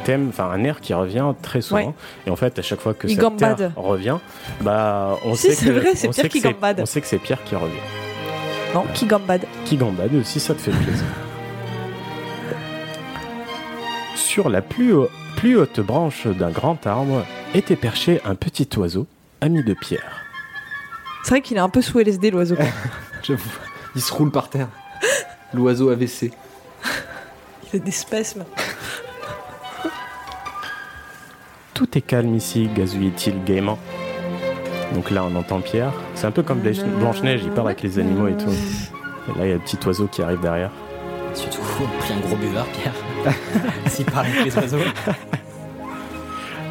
S5: thème, enfin un air qui revient très souvent.
S1: Ouais.
S5: Et en fait, à chaque fois que
S1: Il
S5: cette
S1: gambade.
S5: terre revient, bah on
S1: Si,
S5: sait
S1: c'est
S5: que
S1: vrai, c'est
S5: on
S1: Pierre
S5: sait que
S1: qui
S5: c'est-
S1: gambade.
S5: On sait que c'est Pierre qui revient.
S1: Non, qui gambade.
S5: qui gambade si ça te fait plaisir. Sur la plus, hau- plus haute branche d'un grand arbre était perché un petit oiseau, ami de Pierre.
S1: C'est vrai qu'il est un peu sous LSD l'oiseau.
S10: J'avoue. Il se roule par terre. L'oiseau AVC.
S1: Il a des spasmes.
S5: Tout est calme ici, gazouille-t-il gaiement. Donc là, on entend Pierre. C'est un peu comme Blanche-
S2: Euh,
S5: Blanche-Neige, il parle avec les animaux et tout. Et là, il y a le petit oiseau qui arrive derrière.
S2: Surtout, pris un gros buveur, Pierre. S'il parle avec les oiseaux.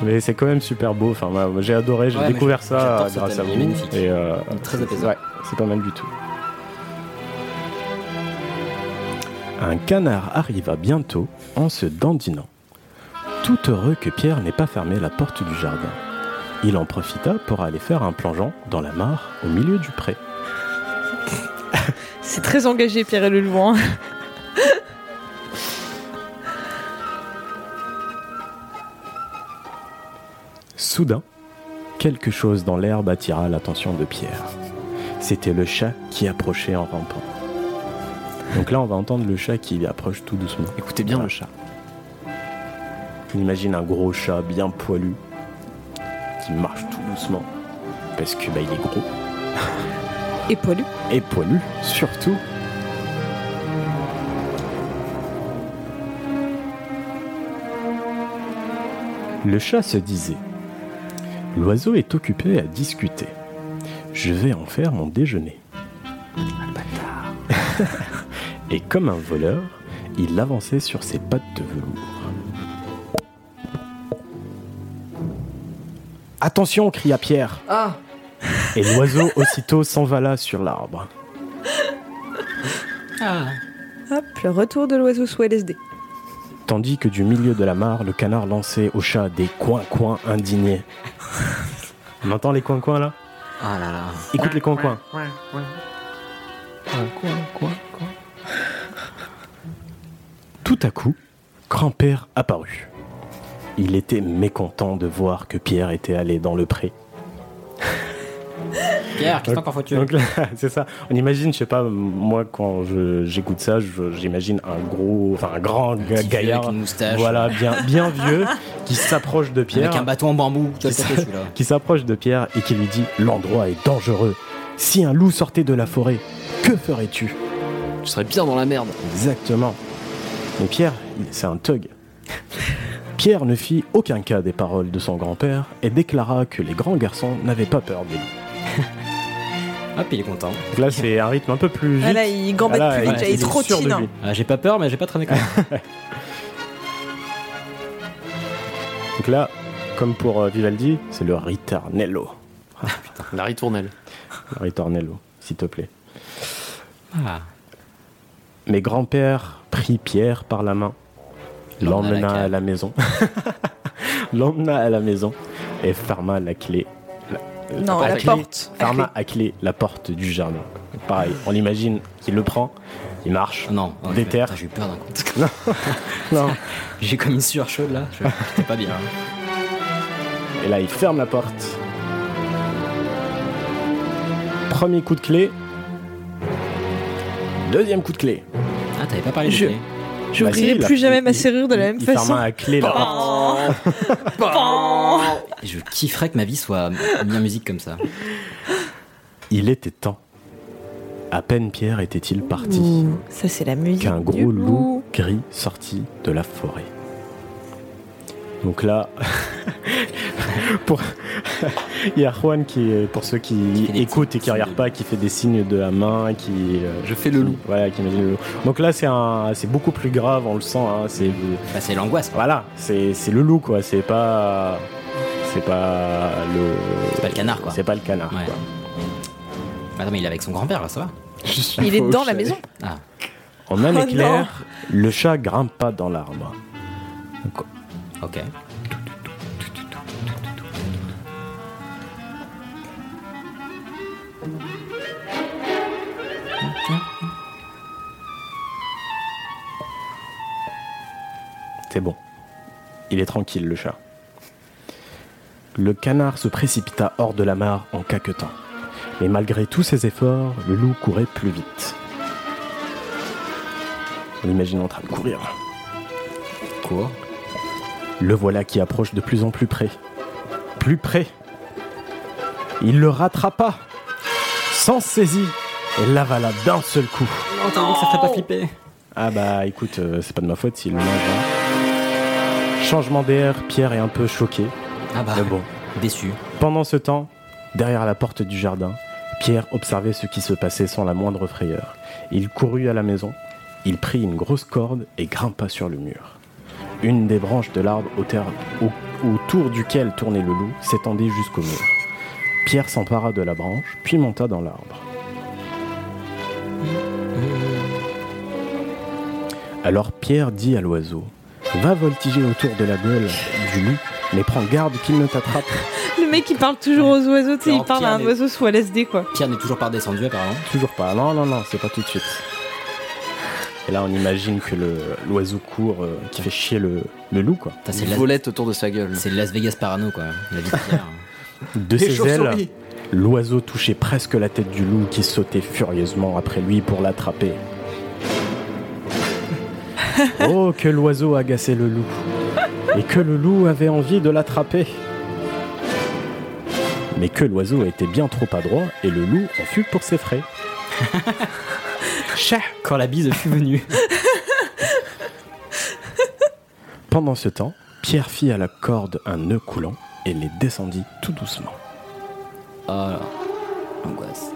S5: Mais c'est quand même super beau. Enfin, moi, j'ai adoré, j'ai
S2: Ouais, mais
S5: découvert
S2: j-
S5: ça
S2: j'adore ce
S5: grâce à
S2: thème,
S5: vous.
S2: il est magnifique.
S5: Et, euh,
S2: Il est très apaisant.
S5: Ouais, c'est pas mal du tout. Un canard arriva bientôt en se dandinant. Tout heureux que Pierre n'ait pas fermé la porte du jardin. Il en profita pour aller faire un plongeon dans la mare au milieu du pré.
S1: C'est très engagé Pierre et le loup. hein.
S5: Soudain, quelque chose dans l'herbe attira l'attention de Pierre. C'était le chat qui approchait en rampant. Donc là, on va entendre le chat qui approche tout doucement.
S10: Écoutez bien
S5: Voilà.
S10: le chat.
S5: On imagine un gros chat bien poilu qui marche tout doucement parce que bah, il est gros
S1: Et poilu.
S5: et poilu surtout. Le chat se disait L'oiseau est occupé à discuter. Je vais en faire mon déjeuner. et comme un voleur, il avançait sur ses pattes de velours. Attention cria Pierre.
S10: Ah
S5: Et l'oiseau aussitôt s'envala sur l'arbre.
S2: Ah.
S1: Hop, le retour de l'oiseau sous LSD.
S5: tandis que du milieu de la mare, le canard lançait au chat des coins-coins indignés. On entend les coins-coins là
S2: Ah là là.
S5: Écoute les coins-coins. Tout à coup, grand-père apparut. Il était mécontent de voir que Pierre était allé dans le pré.
S2: Pierre, qu'est-ce qu'encore faut-tu
S5: Donc là, c'est ça. On imagine, je sais pas, moi quand je- j'écoute ça, je- j'imagine un gros, enfin un grand ga-
S2: Petit vieux
S5: gaillard,
S2: avec une moustache.
S5: voilà, bien, bien vieux, qui s'approche de Pierre.
S2: Avec un bâton en bambou. Tu vois,
S5: qui
S2: c'est
S5: s'a-
S2: celui-là.
S5: qui s'approche de Pierre et qui lui dit L'endroit est dangereux. Si un loup sortait de la forêt, que ferais-tu
S10: tu serais bien dans la merde.
S5: Exactement. Mais Pierre, il- c'est un thug. Pierre ne fit aucun cas des paroles de son grand-père et déclara que les grands garçons n'avaient pas peur de lui.
S2: Hop, il est content.
S5: Donc là, c'est un rythme un peu plus vite.
S1: Ah là, il gambade
S5: Ah là,
S1: plus vite, il,
S5: est sûr de
S1: trottine.
S5: lui.
S2: Ah, j'ai pas peur, mais j'ai pas traîné quand même.
S5: Donc là, comme pour euh, Vivaldi, c'est le ritornello.
S10: La ritournelle.
S5: Le ritornello, s'il te plaît.
S2: Ah.
S5: Mes grands-pères prit Pierre par la main, l'emmena à la maison, l'emmena à la maison et ferma la clé. la-
S1: Non, la
S5: clé-
S1: porte.
S5: Ferma à clé la porte du jardin. Pareil, on imagine qu'il le prend, il marche,
S2: Non, oh,
S5: déterre.
S2: putain, J'ai eu peur d'un coup.
S5: Non, non.
S2: J'ai comme une sueur chaude là. Je- J'étais pas bien. hein.
S5: Et là, il ferme la porte. Premier coup de clé. Deuxième coup de clé.
S2: Ah, t'avais pas parlé de
S1: Je-
S2: clé.
S5: Bah, si,
S1: J'ouvrirai
S5: il a-
S1: plus jamais ma
S5: il-
S1: serrure de la même
S5: il ferma
S1: façon.
S5: à clé la porte.
S2: Et Je kifferais que ma vie soit bien musique comme ça.
S5: Il était temps. À peine Pierre était-il parti
S1: Ouh, ça c'est la musique.
S5: qu'un
S1: du
S5: gros loup
S1: loup.
S5: gris sortit de la forêt. Donc là, pour... il y a Juan qui, est- pour ceux qui
S2: fait des
S5: écoutent
S2: petits-
S5: et qui regardent pas, qui fait des signes de la main, qui euh,
S10: Je fais le loup.
S5: Voilà, qui imagine le loup. Donc là, c'est un, c'est beaucoup plus grave, on le sent. hein, c'est,
S2: Bah, c'est l'angoisse.
S5: voilà, c'est, c'est le loup quoi. C'est pas, c'est pas le,
S2: C'est pas le canard quoi.
S5: c'est pas le canard.
S2: Ouais.
S5: quoi.
S2: Attends, mais il est avec son grand-père là, ça va
S1: Il est dans la maison.
S2: Ah,
S5: En un
S1: Oh
S5: éclair, le chat grimpa dans l'arbre. Donc,
S2: ok.
S5: C'est bon. Il est tranquille, le chat. Le canard se précipita hors de la mare en caquetant. Mais malgré tous ses efforts, le loup courait plus vite. On l'imagine en train de courir.
S2: Cours.
S5: Le voilà qui approche de plus en plus près. Plus près. Il le rattrapa. S'en saisit et l'avala d'un seul coup.
S2: Oh, t'as vu que ça t'a pas flippé
S5: Ah bah écoute, euh, c'est pas de ma faute s'il le mange. hein. Changement d'air, Pierre est un peu choqué.
S2: Ah bah,
S5: Mais bon.
S2: déçu.
S5: Pendant ce temps, derrière la porte du jardin, Pierre observait ce qui se passait sans la moindre frayeur. Il courut à la maison, il prit une grosse corde et grimpa sur le mur. Une des branches de l'arbre au terre- au- autour duquel tournait le loup s'étendait jusqu'au mur. Pierre s'empara de la branche, puis monta dans l'arbre. Alors Pierre dit à l'oiseau Va voltiger autour de la gueule du loup, mais prends garde qu'il ne t'attrape.
S1: Le mec il parle toujours aux oiseaux, tu sais,
S2: Alors,
S1: il parle à
S2: Pierre,
S1: un
S2: mais-
S1: oiseau sous LSD quoi.
S2: Pierre n'est toujours pas redescendu apparemment.
S5: Toujours pas. Non, non, non, c'est pas tout de suite. Et là, on imagine que le- l'oiseau court euh, qui fait chier le, le loup, quoi.
S2: Putain, C'est
S10: Une
S2: Las...
S10: volette autour de sa gueule.
S2: c'est Las Vegas Parano quoi. La vie de Pierre. hein.
S5: De ses ailes, l'oiseau touchait presque la tête du loup qui sautait furieusement après lui pour l'attraper. oh, que l'oiseau agaçait le loup. Et que le loup avait envie de l'attraper. Mais que l'oiseau était bien trop adroit et le loup en fut pour ses frais.
S2: Quand la bise fut venue.
S5: Pendant ce temps, Pierre fit à la corde un nœud coulant et les descendit tout doucement.
S2: Oh là. Angoisse.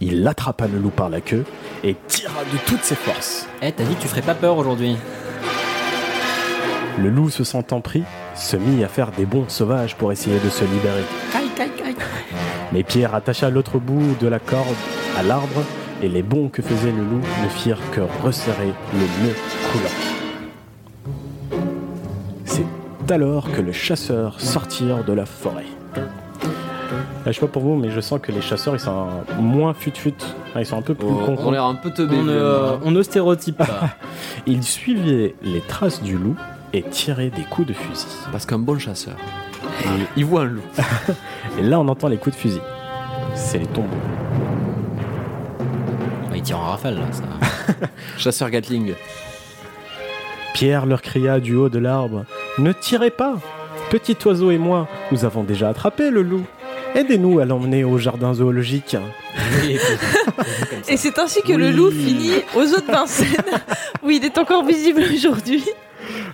S5: Il attrapa le loup par la queue et tira de toutes ses forces.
S2: Eh, t'as dit que tu ferais pas peur aujourd'hui.
S5: Le loup, se sentant pris, se mit à faire des bonds sauvages pour essayer de se libérer. Mais Pierre attacha l'autre bout de la corde à l'arbre et les bonds que faisait le loup ne firent que resserrer le nœud coulant. C'est alors que le chasseur sortirent de la forêt. Là, je sais pas pour vous, mais je sens que les chasseurs ils sont moins fut-fut. Enfin, Ils sont un peu plus
S10: Oh, on
S5: cons.
S10: a l'air un peu teubé.
S2: On, euh, ne- on ne stéréotype pas.
S5: Ils suivaient les traces du loup et tiraient des coups de fusil.
S10: Parce qu'un bon chasseur, il voit un loup.
S5: Et là, on entend les coups de fusil. C'est les tombeaux.
S2: Bah, il tire en rafale là, ça.
S10: Chasseur Gatling.
S5: Pierre leur cria du haut de l'arbre Ne tirez pas Petit oiseau et moi, nous avons déjà attrapé le loup Aidez-nous à l'emmener au jardin zoologique.
S1: Et c'est ainsi que le loup finit aux eaux de Vincennes, où il est encore visible aujourd'hui.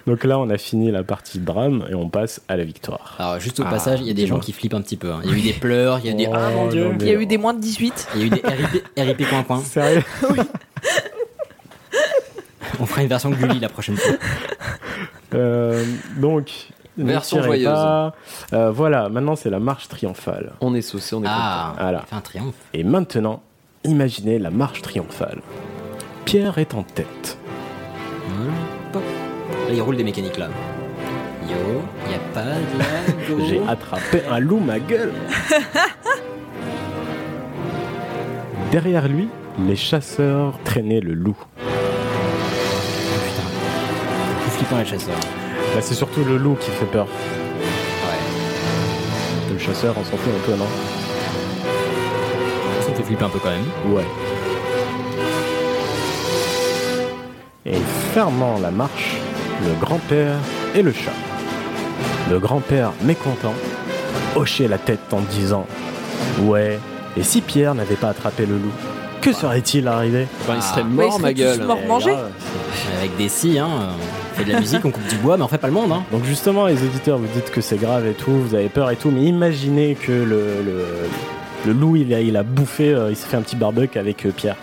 S5: Donc là, on a fini la partie drame et on passe à la victoire.
S2: Alors, juste au
S5: Ah,
S2: passage, il y a des gens
S5: dis-moi.
S2: qui flippent un petit peu. hein. Il y a eu des pleurs, il y a eu des.
S5: Oh,
S2: Ah mon dieu
S1: Il y a eu des moins de 18.
S2: Il y a eu des RIP, RIP coin coin.
S5: Sérieux
S2: On fera une version Gulli la prochaine fois.
S5: Euh, donc,
S10: Version
S5: ne tirez
S10: joyeuse.
S5: pas. Euh, voilà, maintenant c'est la marche triomphale.
S10: On est saucé, on est
S2: Ah,
S10: content.
S5: Voilà.
S2: Fait un triomphe.
S5: Et maintenant, imaginez la marche triomphale. Pierre est en tête.
S2: Voilà. Pop. Là, il roule des mécaniques là. Yo, il a pas de lago.
S5: J'ai attrapé un loup, ma gueule. Derrière lui, les chasseurs traînaient le loup.
S2: Plus flippant les chasseurs.
S5: Bah, c'est surtout le loup qui fait peur.
S2: Ouais.
S5: Le chasseur, on s'en fout un peu, non
S2: Ça fait flipper un peu quand même.
S5: Ouais. Et fermant la marche, le grand-père et le chat. Le grand-père, mécontent, hochait la tête en disant Ouais, et si Pierre n'avait pas attrapé le loup, que serait-il arrivé
S10: Enfin, Ben, il
S2: Ah.
S10: serait
S2: Ouais,
S1: il
S10: mort,
S1: serait
S10: ma
S1: tous
S10: gueule.
S1: morts. Pour
S5: Et
S1: manger
S5: Bah. Eh là,
S2: Avec des scies, hein. On fait de la musique, on coupe du bois, mais on fait pas le monde, hein.
S5: Donc justement, les auditeurs, vous dites que c'est grave et tout, vous avez peur et tout, mais imaginez que le, le, le loup, il a, il a bouffé, euh, il s'est fait un petit barbecue avec euh, Pierre.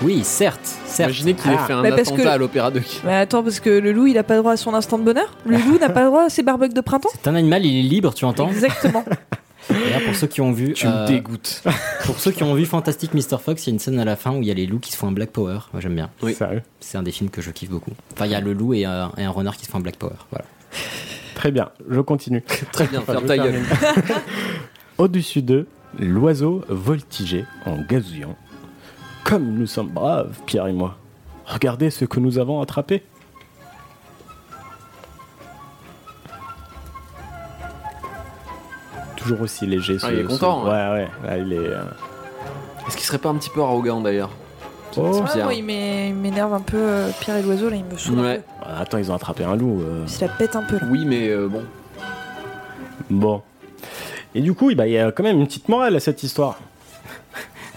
S2: Oui, certes, certes.
S10: Imaginez qu'il ait fait un
S1: Mais parce
S10: attentat
S1: que-
S10: à l'Opéra de
S1: Mais attends, parce que le loup, il a pas droit à son instant de bonheur. Le loup n'a pas droit à ses barbecues de printemps.
S2: C'est un animal, il est libre, tu entends
S1: Exactement.
S2: Et là, pour ceux qui ont vu,
S10: Tu me
S2: euh,
S10: dégoûtes.
S2: pour ceux qui ont vu Fantastic Mr Fox, il y a une scène à la fin où il y a les loups qui se font un black power. Moi, j'aime bien.
S10: Oui.
S5: Sérieux
S2: C'est un des films que je kiffe beaucoup. Enfin, il y a le loup et, euh, et un renard qui se font un black power. Voilà.
S5: Très bien, je continue.
S10: Très bien,
S5: Enfin,
S10: ferme
S5: je
S10: ta gueule.
S5: termine. Au-dessus d'eux, l'oiseau voltigeait en gazouillant. Comme nous sommes braves, Pierre et moi. Regardez ce que nous avons attrapé. Toujours aussi léger.
S10: Ah,
S5: ce-
S10: il est
S5: ce-
S10: content,
S5: Ouais, ouais. Là, il est. euh,
S10: Est-ce qu'il serait pas un petit peu arrogant d'ailleurs
S5: Oh.
S10: Pierre.
S1: moi, Ah il m'é- il m'énerve un peu, euh, Pierre et l'oiseau, là, il me saoule. un
S10: Ouais.
S1: peu.
S5: Attends, ils ont attrapé un loup. euh.
S1: Il se la pète un peu, là.
S10: Oui, mais euh, bon.
S5: Bon. Et du coup, bah, il y a quand même une petite morale à cette histoire.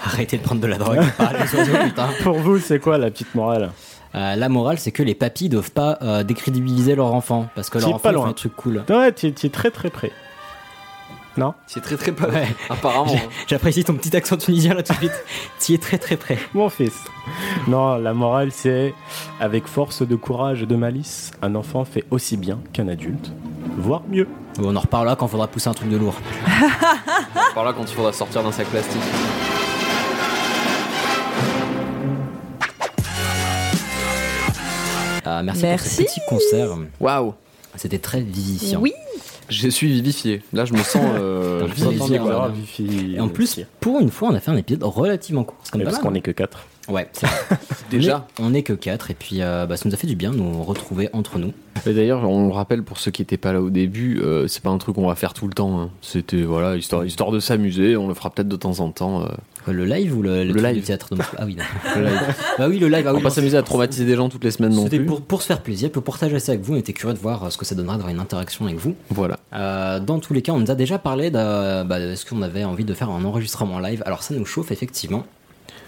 S2: Arrêtez de prendre de la drogue. parlez aux oiseaux, putain.
S5: Pour vous, c'est quoi la petite morale
S2: Euh, la morale, c'est que les papis doivent pas euh, décrédibiliser leur enfant parce que leur
S5: C'est
S2: enfant
S5: pas
S2: ils font
S5: loin.
S2: un truc cool.
S5: Ouais, tu es très très près.
S10: C'est très très pas
S2: Ouais.
S5: Ah
S10: Apparemment. hein.
S2: J'apprécie ton petit accent tunisien là tout de suite. T'y es très très près.
S5: Mon fils. Non, la morale c'est avec force de courage et de malice, un enfant fait aussi bien qu'un adulte, voire mieux.
S2: Bon, on en reparlera quand faudra pousser un truc de lourd.
S10: Par là, quand il faudra sortir d'un sac plastique.
S2: Ah, merci,
S1: Merci.
S2: pour ce petit concert.
S10: Waouh.
S2: C'était très vivifiant.
S1: Oui,
S10: Je suis vivifié. Là, je me sens euh,
S2: Je me sens
S10: vivifié.
S2: bien,
S10: quoi.
S2: là. Et en plus, pour une fois, on a fait un épisode relativement court. C'est quand
S5: Et
S2: même
S5: Eh, parce
S2: pas
S5: qu'on
S2: mal. hein.
S5: n'est que quatre.
S2: Ouais, c'est vrai.
S10: hein. Déjà.
S2: On est- On est que 4 et puis euh, bah, ça nous a fait du bien de nous retrouver entre nous.
S10: Et d'ailleurs, on le rappelle pour ceux qui n'étaient pas là au début, euh, c'est pas un truc qu'on va faire tout le temps. hein. C'était voilà, histoire, histoire de s'amuser. On le fera peut-être de temps en temps. euh.
S2: Euh, Le live ou le,
S10: Le
S2: truc
S10: live.
S2: du théâtre de Moscou Ah oui, non.
S10: Le live.
S2: bah oui, le live. Ah,
S10: on
S2: oui,
S10: va pas
S2: non,
S10: s'amuser à traumatiser des gens toutes les semaines non
S2: C'était
S10: plus.
S2: pour, pour se faire plaisir, pour partager ça avec vous. On était curieux de voir euh, ce que ça donnera d'avoir une interaction avec vous.
S10: Voilà.
S2: Euh, dans tous les cas, on nous a déjà parlé de, bah, de ce qu'on avait envie de faire un enregistrement live. Alors ça nous chauffe effectivement.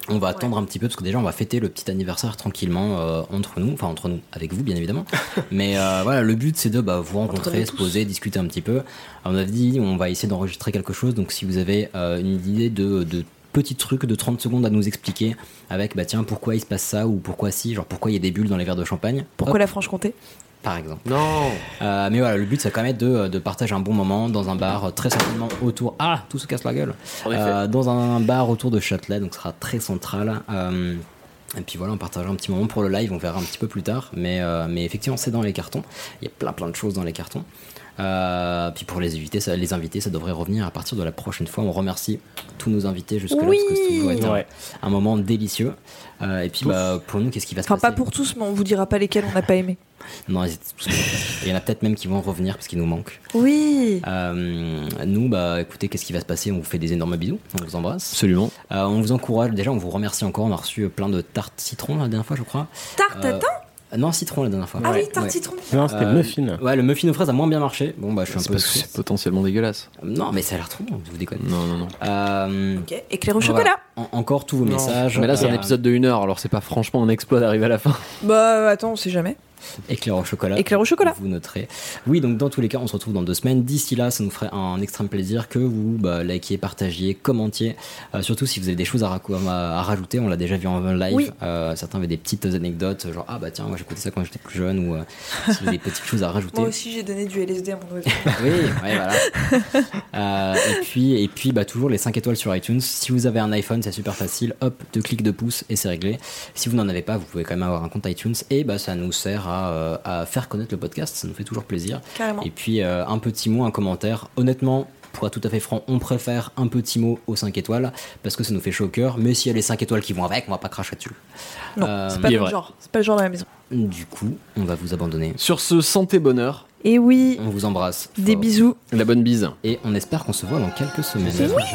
S2: On va attendre un petit peu parce que déjà on va fêter le petit anniversaire tranquillement euh, entre nous, enfin entre nous, avec vous bien évidemment. Mais euh, voilà, le but c'est de bah, vous rencontrer, se poser, discuter un petit peu. On a dit on va essayer d'enregistrer quelque chose, donc si vous avez euh, une idée de, de petits trucs de 30 secondes à nous expliquer avec bah tiens pourquoi il se passe ça ou pourquoi si, genre pourquoi il y a des bulles dans les verres de champagne,
S1: pourquoi
S2: Hop,
S1: la Franche-Comté
S2: par exemple.
S10: Non.
S2: Euh, mais voilà, le but, ça quand même être de, de partager un bon moment dans un bar euh, très certainement autour. Ah, tout se casse la gueule.
S10: En effet.
S2: Euh, dans un bar autour de Châtelet, donc ce sera très central. Euh, et puis voilà, on partagera un petit moment pour le live, on verra un petit peu plus tard. Mais, euh, mais effectivement, c'est dans les cartons. Il y a plein plein de choses dans les cartons. Euh, puis pour les éviter, ça, les invités, ça devrait revenir à partir de la prochaine fois. On remercie tous nos invités jusque-là
S1: Oui.
S2: parce que c'est toujours été un-
S5: Ouais.
S2: un, moment délicieux. Euh, et puis bah, pour nous, qu'est-ce qui va se
S1: Enfin, pas
S2: passer
S1: pour tous, mais on vous dira pas lesquels on n'a pas aimé.
S2: Non, ils étaient tous- il y en a peut-être même qui vont revenir parce qu'ils nous manquent.
S1: Oui.
S2: Euh, nous, bah, écoutez, qu'est-ce qui va se passer On vous fait des énormes bisous, on vous embrasse.
S10: Absolument.
S2: Euh, on vous encourage, déjà, on vous remercie encore. On a reçu plein de tartes citron la dernière fois, je crois.
S1: Ah, Tarte
S2: Euh,
S1: tatin
S2: Euh, Non, citron la dernière fois. Euh,
S1: Ah oui, tarte citron.
S5: Non, c'était muffin.
S2: Ouais, le muffin aux fraises a moins bien marché. Bon, bah, je suis un
S10: C'est
S2: peu.
S10: parce que
S2: déçu.
S10: c'est potentiellement dégueulasse.
S2: Non, mais ça a l'air trop bon, je vous déconne.
S10: Non, non, non.
S2: Euh,
S1: Ok, éclair au
S2: voilà.
S1: chocolat.
S2: En- encore tous vos messages.
S10: Mais là, c'est
S2: Euh,
S10: un épisode de 1 heure, alors c'est pas franchement un exploit d'arriver à la fin.
S1: Bah attends, on sait jamais.
S2: Éclair au chocolat.
S1: Éclair au chocolat.
S2: Vous noterez. Oui, donc dans tous les cas, on se retrouve dans deux semaines. D'ici là, ça nous ferait un extrême plaisir que vous bah, likiez, partagiez, commentiez. Euh, surtout si vous avez des choses à, raco- à- à rajouter. On l'a déjà vu en live.
S1: Oui.
S2: Euh, certains avaient des petites anecdotes, genre ah bah tiens, moi j'écoutais ça quand j'étais plus jeune, ou euh, si vous avez des petites choses à rajouter.
S1: Moi aussi j'ai donné du LSD à mon oiseau.
S2: Oui, ouais, voilà. Euh, et puis, et puis bah, toujours les 5 étoiles sur iTunes. Si vous avez un iPhone, c'est super facile. Hop, deux clics de pouce et c'est réglé. Si vous n'en avez pas, vous pouvez quand même avoir un compte iTunes. Et bah, ça nous sert à, euh, à faire connaître le podcast. Ça nous fait toujours plaisir.
S1: Carrément.
S2: Et puis, euh, un petit mot, un commentaire. Honnêtement, pour être tout à fait franc, on préfère un petit mot aux 5 étoiles parce que ça nous fait chaud au cœur. Mais s'il y a les 5 étoiles qui vont avec, on va pas cracher dessus.
S1: Non,
S2: Euh,
S1: c'est pas
S10: il est
S1: le
S10: vrai.
S1: genre. C'est pas le genre de la maison.
S2: Du coup, on va vous abandonner.
S10: Sur ce, santé, bonheur,
S1: Et oui,
S2: On vous embrasse.
S1: des
S2: Mmh. fort.
S1: bisous.
S10: la bonne bise.
S2: Et on espère qu'on se voit dans quelques semaines.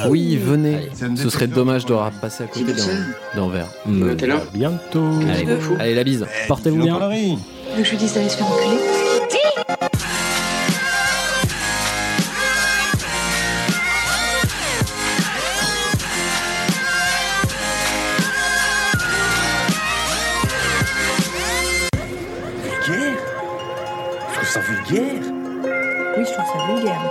S10: Oui, venez.
S6: C'est une
S10: Ce serait
S6: détecteur
S10: dommage
S6: de
S10: de
S6: conneries.
S10: passer à côté
S8: C'est
S10: d'un- d'un verre.
S8: Et
S2: Mm.
S8: maintenant,
S5: Bientôt.
S2: Allez.
S8: de fou.
S10: Allez, la bise.
S6: Eh,
S2: Portez-vous
S6: dis-tu nos
S2: bien.
S6: conneries.
S12: que je lui dise d'aller se faire enculer
S4: Vulgaire Je trouve ça vulgaire.
S1: Oui, je trouve ça vulgaire.